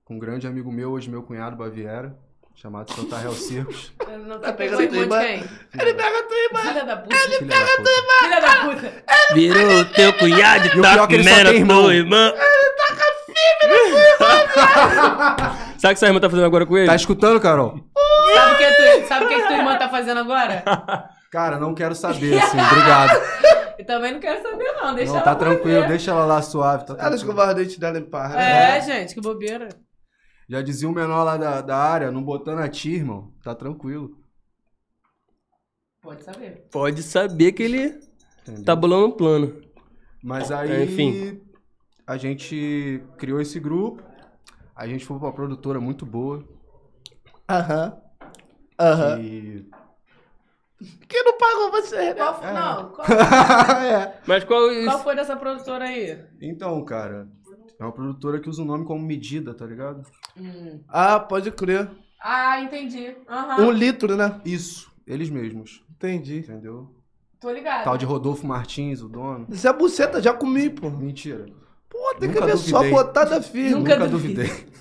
[SPEAKER 5] com um grande amigo meu, hoje meu cunhado Baviera, chamado Santarrel Circos.
[SPEAKER 4] Ele Não tá
[SPEAKER 2] pegando
[SPEAKER 4] pegando irmão de
[SPEAKER 2] tua
[SPEAKER 4] quem?
[SPEAKER 2] Ele pega tu e
[SPEAKER 4] Filha da puta.
[SPEAKER 5] Filha da puta.
[SPEAKER 4] Filha da puta.
[SPEAKER 3] Virou o teu cunhado,
[SPEAKER 5] E o pior é que ele só
[SPEAKER 3] mera
[SPEAKER 5] tem irmão.
[SPEAKER 3] tua irmã. Ele tá com a filha Sabe o que sua irmã tá fazendo agora com ele?
[SPEAKER 5] né? Tá escutando, Carol?
[SPEAKER 4] Sabe o que, tu, sabe o que que tua irmã tá fazendo agora?
[SPEAKER 5] Cara, não quero saber, assim, obrigado.
[SPEAKER 4] Eu também não quero saber, não. Deixa
[SPEAKER 5] Não,
[SPEAKER 4] ela
[SPEAKER 5] tá tranquilo,
[SPEAKER 4] fazer.
[SPEAKER 5] deixa ela lá suave. Tá
[SPEAKER 2] Ela
[SPEAKER 5] tranquilo.
[SPEAKER 2] escovava o dente dela em né? paz.
[SPEAKER 4] É, gente, que bobeira.
[SPEAKER 5] Já dizia o menor lá da, da área, não botando a ti, irmão, tá tranquilo.
[SPEAKER 4] Pode saber.
[SPEAKER 3] Pode saber que ele
[SPEAKER 5] entendeu?
[SPEAKER 3] tá bolando um plano.
[SPEAKER 5] Mas aí,
[SPEAKER 3] Enfim.
[SPEAKER 5] a gente criou esse grupo, a gente foi pra uma produtora muito boa,
[SPEAKER 2] Aham. Aham.
[SPEAKER 5] e...
[SPEAKER 2] Que não pagou você, né?
[SPEAKER 4] Qual, foi- não, qual,
[SPEAKER 5] É.
[SPEAKER 3] Mas qual...
[SPEAKER 4] qual foi dessa produtora aí?
[SPEAKER 5] Então, cara, é uma produtora que usa o nome como medida, tá ligado?
[SPEAKER 4] Hum.
[SPEAKER 2] Ah, pode crer.
[SPEAKER 4] Ah, entendi. Aham.
[SPEAKER 2] Um litro, né?
[SPEAKER 5] Isso, eles mesmos,
[SPEAKER 2] Entendi.
[SPEAKER 5] entendeu?
[SPEAKER 4] Tô ligado.
[SPEAKER 5] Tal de Rodolfo Martins, o dono.
[SPEAKER 2] Isso é buceta, já comi, pô.
[SPEAKER 5] Mentira,
[SPEAKER 2] Pô, tem que
[SPEAKER 5] Nunca
[SPEAKER 2] ver só
[SPEAKER 5] duvidei.
[SPEAKER 2] botada firme.
[SPEAKER 4] Nunca
[SPEAKER 5] nunca,
[SPEAKER 4] duvidei.
[SPEAKER 5] duvidei.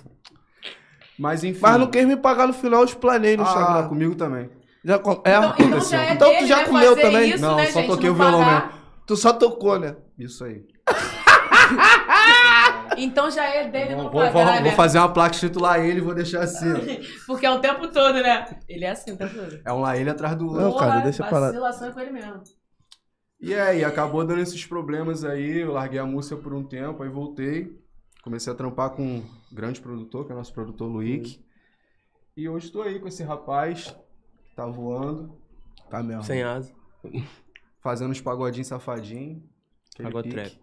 [SPEAKER 5] Mas enfim...
[SPEAKER 2] Mas não quis me pagar no final, eu explanei no
[SPEAKER 5] Ah,
[SPEAKER 2] Instagram.
[SPEAKER 5] comigo também.
[SPEAKER 2] Já com... É,
[SPEAKER 4] Então, então
[SPEAKER 5] aconteceu.
[SPEAKER 4] já é
[SPEAKER 2] Então tu
[SPEAKER 4] dele,
[SPEAKER 2] já
[SPEAKER 4] né,
[SPEAKER 2] comeu
[SPEAKER 4] fazer
[SPEAKER 2] também?
[SPEAKER 4] Isso,
[SPEAKER 5] Não,
[SPEAKER 4] né,
[SPEAKER 5] só
[SPEAKER 4] gente?
[SPEAKER 5] toquei
[SPEAKER 4] Não
[SPEAKER 5] o violão
[SPEAKER 4] pagar.
[SPEAKER 2] tu só tocou, né?
[SPEAKER 5] Isso aí.
[SPEAKER 4] Então já é dele
[SPEAKER 5] Vou,
[SPEAKER 4] não
[SPEAKER 5] vou-
[SPEAKER 4] pagar,
[SPEAKER 5] vou
[SPEAKER 4] né?
[SPEAKER 5] fazer uma placa escrito lá ele e vou deixar assim. ó.
[SPEAKER 4] Porque é o tempo todo, né? Ele é assim o tempo todo.
[SPEAKER 5] É um lá ele atrás do outro.
[SPEAKER 2] Não, cara, deixa pra lá.
[SPEAKER 4] Vacilação é com ele mesmo.
[SPEAKER 5] E aí, acabou dando esses problemas aí. Eu larguei a música por um tempo, aí voltei. Comecei a trampar com um grande produtor, que é o nosso produtor Luiz. E hoje estou aí com esse rapaz, que tá voando,
[SPEAKER 2] Tá mesmo.
[SPEAKER 3] Sem asa.
[SPEAKER 5] fazendo uns pagodinhos safadinho. aquele
[SPEAKER 3] Pagou
[SPEAKER 5] pique.
[SPEAKER 3] trap.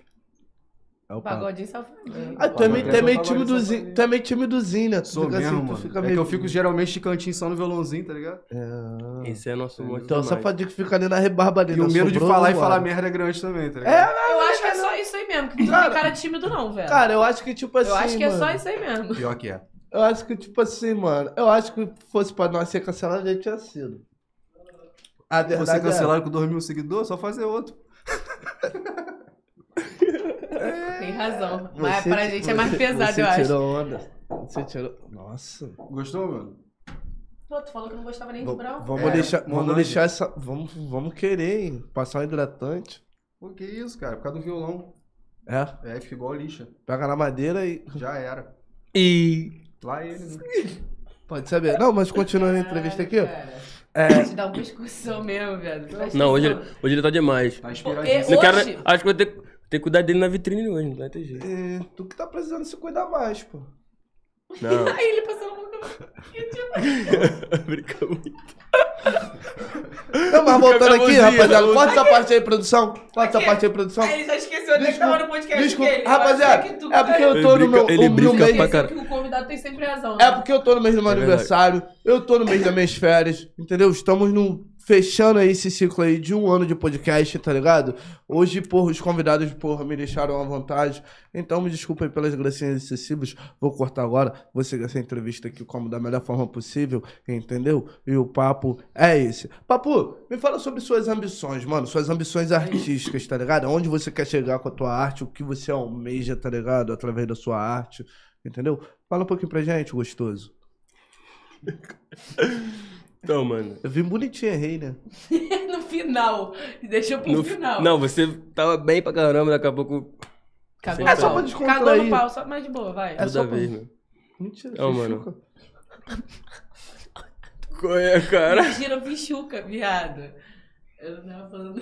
[SPEAKER 2] É o pago.
[SPEAKER 4] Pagodinho safadinho.
[SPEAKER 2] Ah, tu é meio, tu é meio
[SPEAKER 5] Pagodinho
[SPEAKER 2] timidozinho,
[SPEAKER 5] safadinho.
[SPEAKER 2] tu é meio timidozinho, né? Tu
[SPEAKER 5] Sou
[SPEAKER 2] fica
[SPEAKER 5] mesmo,
[SPEAKER 2] assim, tu
[SPEAKER 5] mano.
[SPEAKER 2] fica
[SPEAKER 5] é
[SPEAKER 2] meio...
[SPEAKER 5] que eu fico geralmente de cantinho só no violãozinho, tá ligado?
[SPEAKER 3] Esse é nosso monstro.
[SPEAKER 2] Então,
[SPEAKER 3] mais.
[SPEAKER 2] safadinho que fica ali na rebarba
[SPEAKER 5] E
[SPEAKER 2] dele.
[SPEAKER 5] o
[SPEAKER 2] eu
[SPEAKER 5] medo de
[SPEAKER 2] sou
[SPEAKER 5] falar e
[SPEAKER 2] Bruno,
[SPEAKER 5] falar
[SPEAKER 2] mano.
[SPEAKER 5] merda é grande também, tá ligado?
[SPEAKER 2] É,
[SPEAKER 4] Eu acho que é só isso aí mesmo. Que tu não
[SPEAKER 2] Cara-
[SPEAKER 4] tem cara de tímido, não, velho.
[SPEAKER 2] cara, eu acho que tipo assim,
[SPEAKER 4] eu acho que é
[SPEAKER 2] mano,
[SPEAKER 4] só isso aí mesmo.
[SPEAKER 5] Pior que é.
[SPEAKER 2] Eu acho que tipo assim, mano, eu acho que fosse pra nós ser cancelado, já tinha sido. A verdade
[SPEAKER 5] Você
[SPEAKER 2] é-
[SPEAKER 5] cancelaram com 2 mil seguidores, só fazer outro.
[SPEAKER 4] Tem razão. Mas
[SPEAKER 2] Você
[SPEAKER 4] pra
[SPEAKER 2] ti-
[SPEAKER 4] gente é mais
[SPEAKER 2] você-
[SPEAKER 4] pesado,
[SPEAKER 2] você
[SPEAKER 4] eu acho.
[SPEAKER 2] tirou onda. Você tirou... Nossa.
[SPEAKER 5] Gostou, mano?
[SPEAKER 4] Pô, tu falou que não gostava nem de
[SPEAKER 2] Vam-
[SPEAKER 4] branco.
[SPEAKER 2] Vamos,
[SPEAKER 5] É,
[SPEAKER 2] deixar, vamos
[SPEAKER 5] Monange.
[SPEAKER 2] deixar essa... Vamos, vamos querer, hein? Passar um hidratante.
[SPEAKER 5] Pô, que isso, cara? Por causa do violão.
[SPEAKER 2] É,
[SPEAKER 5] É, fica igual lixa.
[SPEAKER 2] pega na madeira e...
[SPEAKER 5] Já era.
[SPEAKER 3] E...
[SPEAKER 5] Lá ele, né?
[SPEAKER 2] Pode saber. Não, mas continuando a entrevista aqui,
[SPEAKER 4] É. Te dá uma excursão mesmo, velho. Presta
[SPEAKER 3] Não, hoje,
[SPEAKER 4] atenção.
[SPEAKER 3] ele- hoje ele tá demais.
[SPEAKER 5] Tá
[SPEAKER 4] Porque
[SPEAKER 5] inspiradíssimo.
[SPEAKER 3] Não quero,
[SPEAKER 4] é hoje-
[SPEAKER 3] acho que vou ter, ter que cuidar dele na vitrine hoje, não vai ter jeito.
[SPEAKER 2] é, tu que tá precisando se cuidar mais, pô.
[SPEAKER 3] Não,
[SPEAKER 4] um Aí ele passou no boca.
[SPEAKER 3] brinca muito.
[SPEAKER 2] Não, mas voltando aqui,
[SPEAKER 3] Acabouzinho,
[SPEAKER 2] rapaziada,
[SPEAKER 3] acabouzinho.
[SPEAKER 2] corta essa parte aí, produção. Corta essa
[SPEAKER 4] Aqui.
[SPEAKER 2] parte aí, produção.
[SPEAKER 4] Aí ele já esqueceu até que tava no podcast
[SPEAKER 2] desculpa.
[SPEAKER 4] dele. Eu
[SPEAKER 2] Rapaziada,
[SPEAKER 4] acho que tu- tá
[SPEAKER 2] é porque eu
[SPEAKER 3] Ele
[SPEAKER 2] tô no
[SPEAKER 3] brinca-
[SPEAKER 2] meu,
[SPEAKER 3] ele
[SPEAKER 2] no
[SPEAKER 3] brinca
[SPEAKER 2] mês-
[SPEAKER 3] pra
[SPEAKER 4] Esqueceu
[SPEAKER 3] cara.
[SPEAKER 4] que o convidado tem sempre razão, né?
[SPEAKER 2] É porque eu tô no mês do meu
[SPEAKER 3] É verdade.
[SPEAKER 2] aniversário, eu tô no mês das minhas férias, entendeu? Estamos no, fechando aí esse ciclo aí de um ano de podcast, tá ligado? Hoje, porra, os convidados, porra, me deixaram à vontade. Então, me desculpa aí pelas gracinhas excessivas. Vou cortar agora, vou seguir essa entrevista aqui como da melhor forma possível, entendeu? E o papo é esse. Papo, me fala sobre suas ambições, mano. Suas ambições artísticas, tá ligado? Onde você quer chegar com a tua arte, o que você almeja, tá ligado? Através da sua arte, entendeu? Fala um pouquinho pra gente, gostoso.
[SPEAKER 3] Então, mano.
[SPEAKER 2] Eu vim bonitinho, errei, né?
[SPEAKER 4] no final. Deixou pro
[SPEAKER 3] no-
[SPEAKER 4] final.
[SPEAKER 3] não, você tava bem pra caramba, daqui a pouco.
[SPEAKER 4] Cagou
[SPEAKER 3] É
[SPEAKER 4] no
[SPEAKER 3] só
[SPEAKER 4] pau.
[SPEAKER 2] pra descontrair.
[SPEAKER 4] Cagou no pau, só mais de boa, vai.
[SPEAKER 2] É
[SPEAKER 3] toda
[SPEAKER 2] só pra-
[SPEAKER 3] vez, mano.
[SPEAKER 2] Mentira,
[SPEAKER 3] Não,
[SPEAKER 2] você
[SPEAKER 3] mano.
[SPEAKER 2] chuca.
[SPEAKER 3] Coia, cara.
[SPEAKER 4] Mentira, pichuca, viado. Eu não tava falando.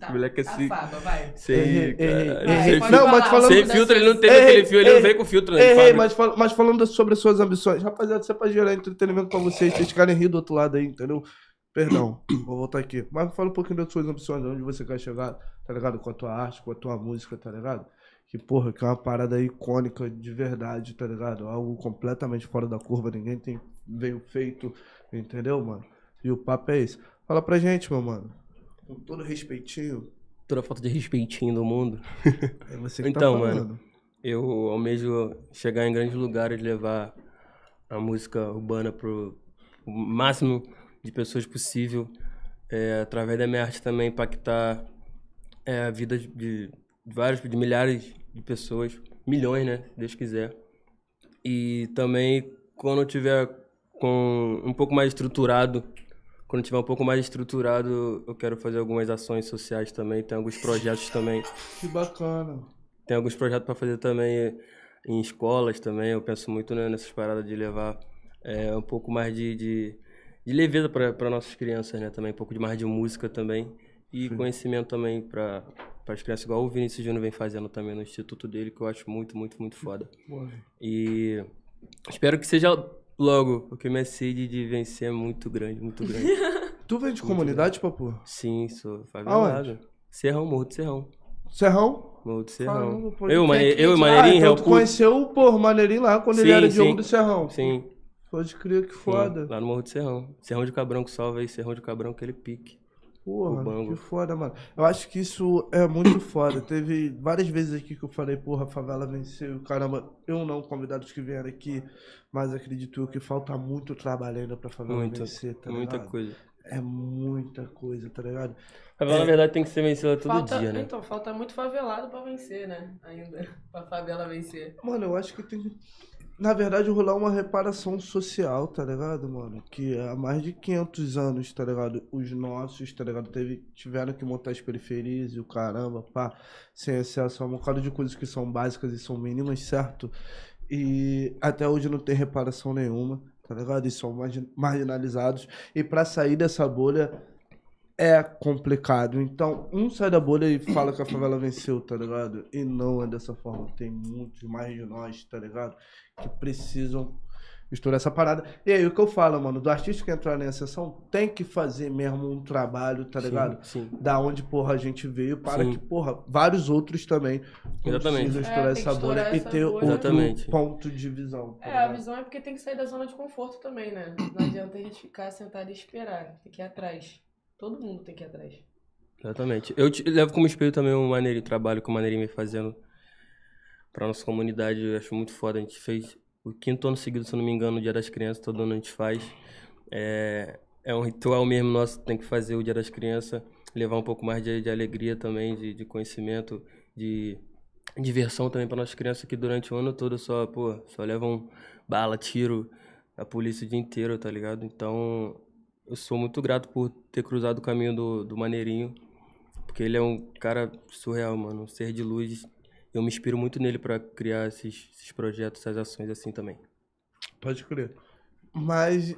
[SPEAKER 4] Tá,
[SPEAKER 3] Moleque,
[SPEAKER 4] a
[SPEAKER 3] assim-
[SPEAKER 4] Faba, vai.
[SPEAKER 3] Sei,
[SPEAKER 2] Errei, errei,
[SPEAKER 3] cara.
[SPEAKER 2] errei.
[SPEAKER 3] Sem
[SPEAKER 4] Vai,
[SPEAKER 3] filtro,
[SPEAKER 2] Não, mas
[SPEAKER 4] falar.
[SPEAKER 2] falando-
[SPEAKER 3] sem filtro, ele não teve
[SPEAKER 2] Errei,
[SPEAKER 3] aquele filtio, ele não
[SPEAKER 2] errei.
[SPEAKER 3] veio com filtro, né? ele
[SPEAKER 2] Errei,
[SPEAKER 3] fala.
[SPEAKER 2] mas, fal- mas falando sobre as suas ambições. Rapaziada, isso é pra gerar entretenimento pra vocês. Vocês ficarem rindo do outro lado aí, entendeu? Perdão, vou voltar aqui. Mas fala um pouquinho das suas ambições, de onde você quer chegar, tá ligado? Com a tua arte, com a tua música, tá ligado? Que, porra, que é uma parada icônica de verdade, tá ligado? Algo completamente fora da curva, ninguém tem, veio feito, entendeu, mano? E o papo é esse. Fala pra gente, meu mano. Com todo respeitinho,
[SPEAKER 3] Toda falta de respeitinho do mundo.
[SPEAKER 2] é você que
[SPEAKER 3] Então,
[SPEAKER 2] tá
[SPEAKER 3] mano.
[SPEAKER 2] falando.
[SPEAKER 3] Eu almejo chegar em grandes lugares, levar a música urbana pro máximo de pessoas possível, é, através da minha arte também impactar é, a vida de- de vários, de milhares de pessoas, milhões, né, se Deus quiser. E também quando eu tiver com um pouco mais estruturado, quando eu tiver um pouco mais estruturado, eu quero fazer algumas ações sociais também, tem alguns projetos também
[SPEAKER 2] Que bacana.
[SPEAKER 3] tem alguns projetos para fazer também em escolas também. Eu penso muito né, nessas paradas de levar é, um pouco mais de, de, de leveza para nossas crianças, né? Também um pouco de mais de música também e conhecimento também para as crianças, igual o Vinícius Júnior vem fazendo também no instituto dele, que eu acho muito, muito, muito foda. E espero que seja logo, porque minha sede de vencer é muito grande, muito grande.
[SPEAKER 2] Tu vem de comunidade, papo?
[SPEAKER 3] Sim, sou
[SPEAKER 2] Aonde?
[SPEAKER 3] favelado. Serrão, Morro do Serrão.
[SPEAKER 2] Serrão?
[SPEAKER 3] Morro do
[SPEAKER 2] Caramba,
[SPEAKER 3] Serrão.
[SPEAKER 2] pô,
[SPEAKER 3] eu,
[SPEAKER 2] tem
[SPEAKER 3] mane-
[SPEAKER 2] que-
[SPEAKER 3] eu e
[SPEAKER 2] Ah,
[SPEAKER 3] Maneirinho,
[SPEAKER 2] então
[SPEAKER 3] Real
[SPEAKER 2] tu
[SPEAKER 3] Puto.
[SPEAKER 2] conheceu, porra, Maneirinho lá, quando ele
[SPEAKER 3] Sim,
[SPEAKER 2] era Diogo
[SPEAKER 3] sim.
[SPEAKER 2] do Serrão.
[SPEAKER 3] Sim.
[SPEAKER 2] Pode crer, que
[SPEAKER 3] Sim,
[SPEAKER 2] foda.
[SPEAKER 3] Lá no Morro do Serrão. Serrão de Cabrão que salva aí, Serrão de Cabrão que ele pique.
[SPEAKER 2] Porra,
[SPEAKER 3] O Bango.
[SPEAKER 2] que foda, mano. Eu acho que isso é muito foda. Teve várias vezes aqui que eu falei, porra, a favela venceu, caramba, eu não, convidados que vieram aqui, mas acredito eu que falta muito trabalho ainda pra favela
[SPEAKER 3] Muito,
[SPEAKER 2] vencer, tá
[SPEAKER 3] muita
[SPEAKER 2] ligado?
[SPEAKER 3] coisa.
[SPEAKER 2] É muita coisa, tá ligado?
[SPEAKER 3] Favela, na verdade, tem que ser vencida todo
[SPEAKER 4] Falta,
[SPEAKER 3] dia, né?
[SPEAKER 4] Então, falta muito favelado pra vencer, né? Ainda. Pra favela vencer.
[SPEAKER 2] Mano, eu acho que tem que, na verdade, rolar uma reparação social, tá ligado, mano? Que há mais de 500 anos, tá ligado? Os nossos, tá ligado? Teve, tiveram que montar as periferias e o caramba, pá, sem acesso a um bocado de coisas que são básicas e são mínimas, certo? E até hoje não tem reparação nenhuma, tá ligado? E são margin- marginalizados. E pra sair dessa bolha é complicado. Então, um sai da bolha e fala que a favela venceu, tá ligado? E não é dessa forma. Tem muitos mais de nós, tá ligado? Que precisam estourar essa parada. E aí, o que eu falo, mano, do artista que entrar nessa sessão tem que fazer mesmo um trabalho, tá ligado?
[SPEAKER 3] Sim, sim.
[SPEAKER 2] Da onde, porra, a gente veio, para
[SPEAKER 3] Sim.
[SPEAKER 2] que, porra, vários outros também
[SPEAKER 3] Exatamente.
[SPEAKER 2] precisam
[SPEAKER 4] É,
[SPEAKER 2] estourar
[SPEAKER 4] tem que
[SPEAKER 2] essa bolha
[SPEAKER 4] estourar
[SPEAKER 2] e
[SPEAKER 4] essa
[SPEAKER 2] ter
[SPEAKER 4] bolha.
[SPEAKER 2] outro
[SPEAKER 3] Exatamente.
[SPEAKER 2] ponto de visão. tá
[SPEAKER 4] É, a
[SPEAKER 2] ligado?
[SPEAKER 4] visão é porque tem que sair da zona de conforto também, né? Não adianta a gente ficar sentado e esperar. né? Tem que ir atrás. Todo mundo tem que ir atrás.
[SPEAKER 3] Exatamente. Eu te- levo como espelho também o maneirinho, o trabalho que o maneirinho vem fazendo pra nossa comunidade. Eu acho muito foda. A gente fez o quinto ano seguido, se eu não me engano, o Dia das Crianças, todo ano a gente faz. É, é um ritual mesmo nosso, tem que fazer o Dia das Crianças, levar um pouco mais de, de alegria também, de, de conhecimento, de diversão também para nossas crianças que durante o ano todo só, pô, só levam bala, tiro, a polícia o dia inteiro, tá ligado? Então, eu sou muito grato por ter cruzado o caminho do, do Maneirinho, porque ele é um cara surreal, mano, um ser de luz. Eu me inspiro muito nele para criar esses, esses projetos, essas ações assim também.
[SPEAKER 2] Pode crer. Mas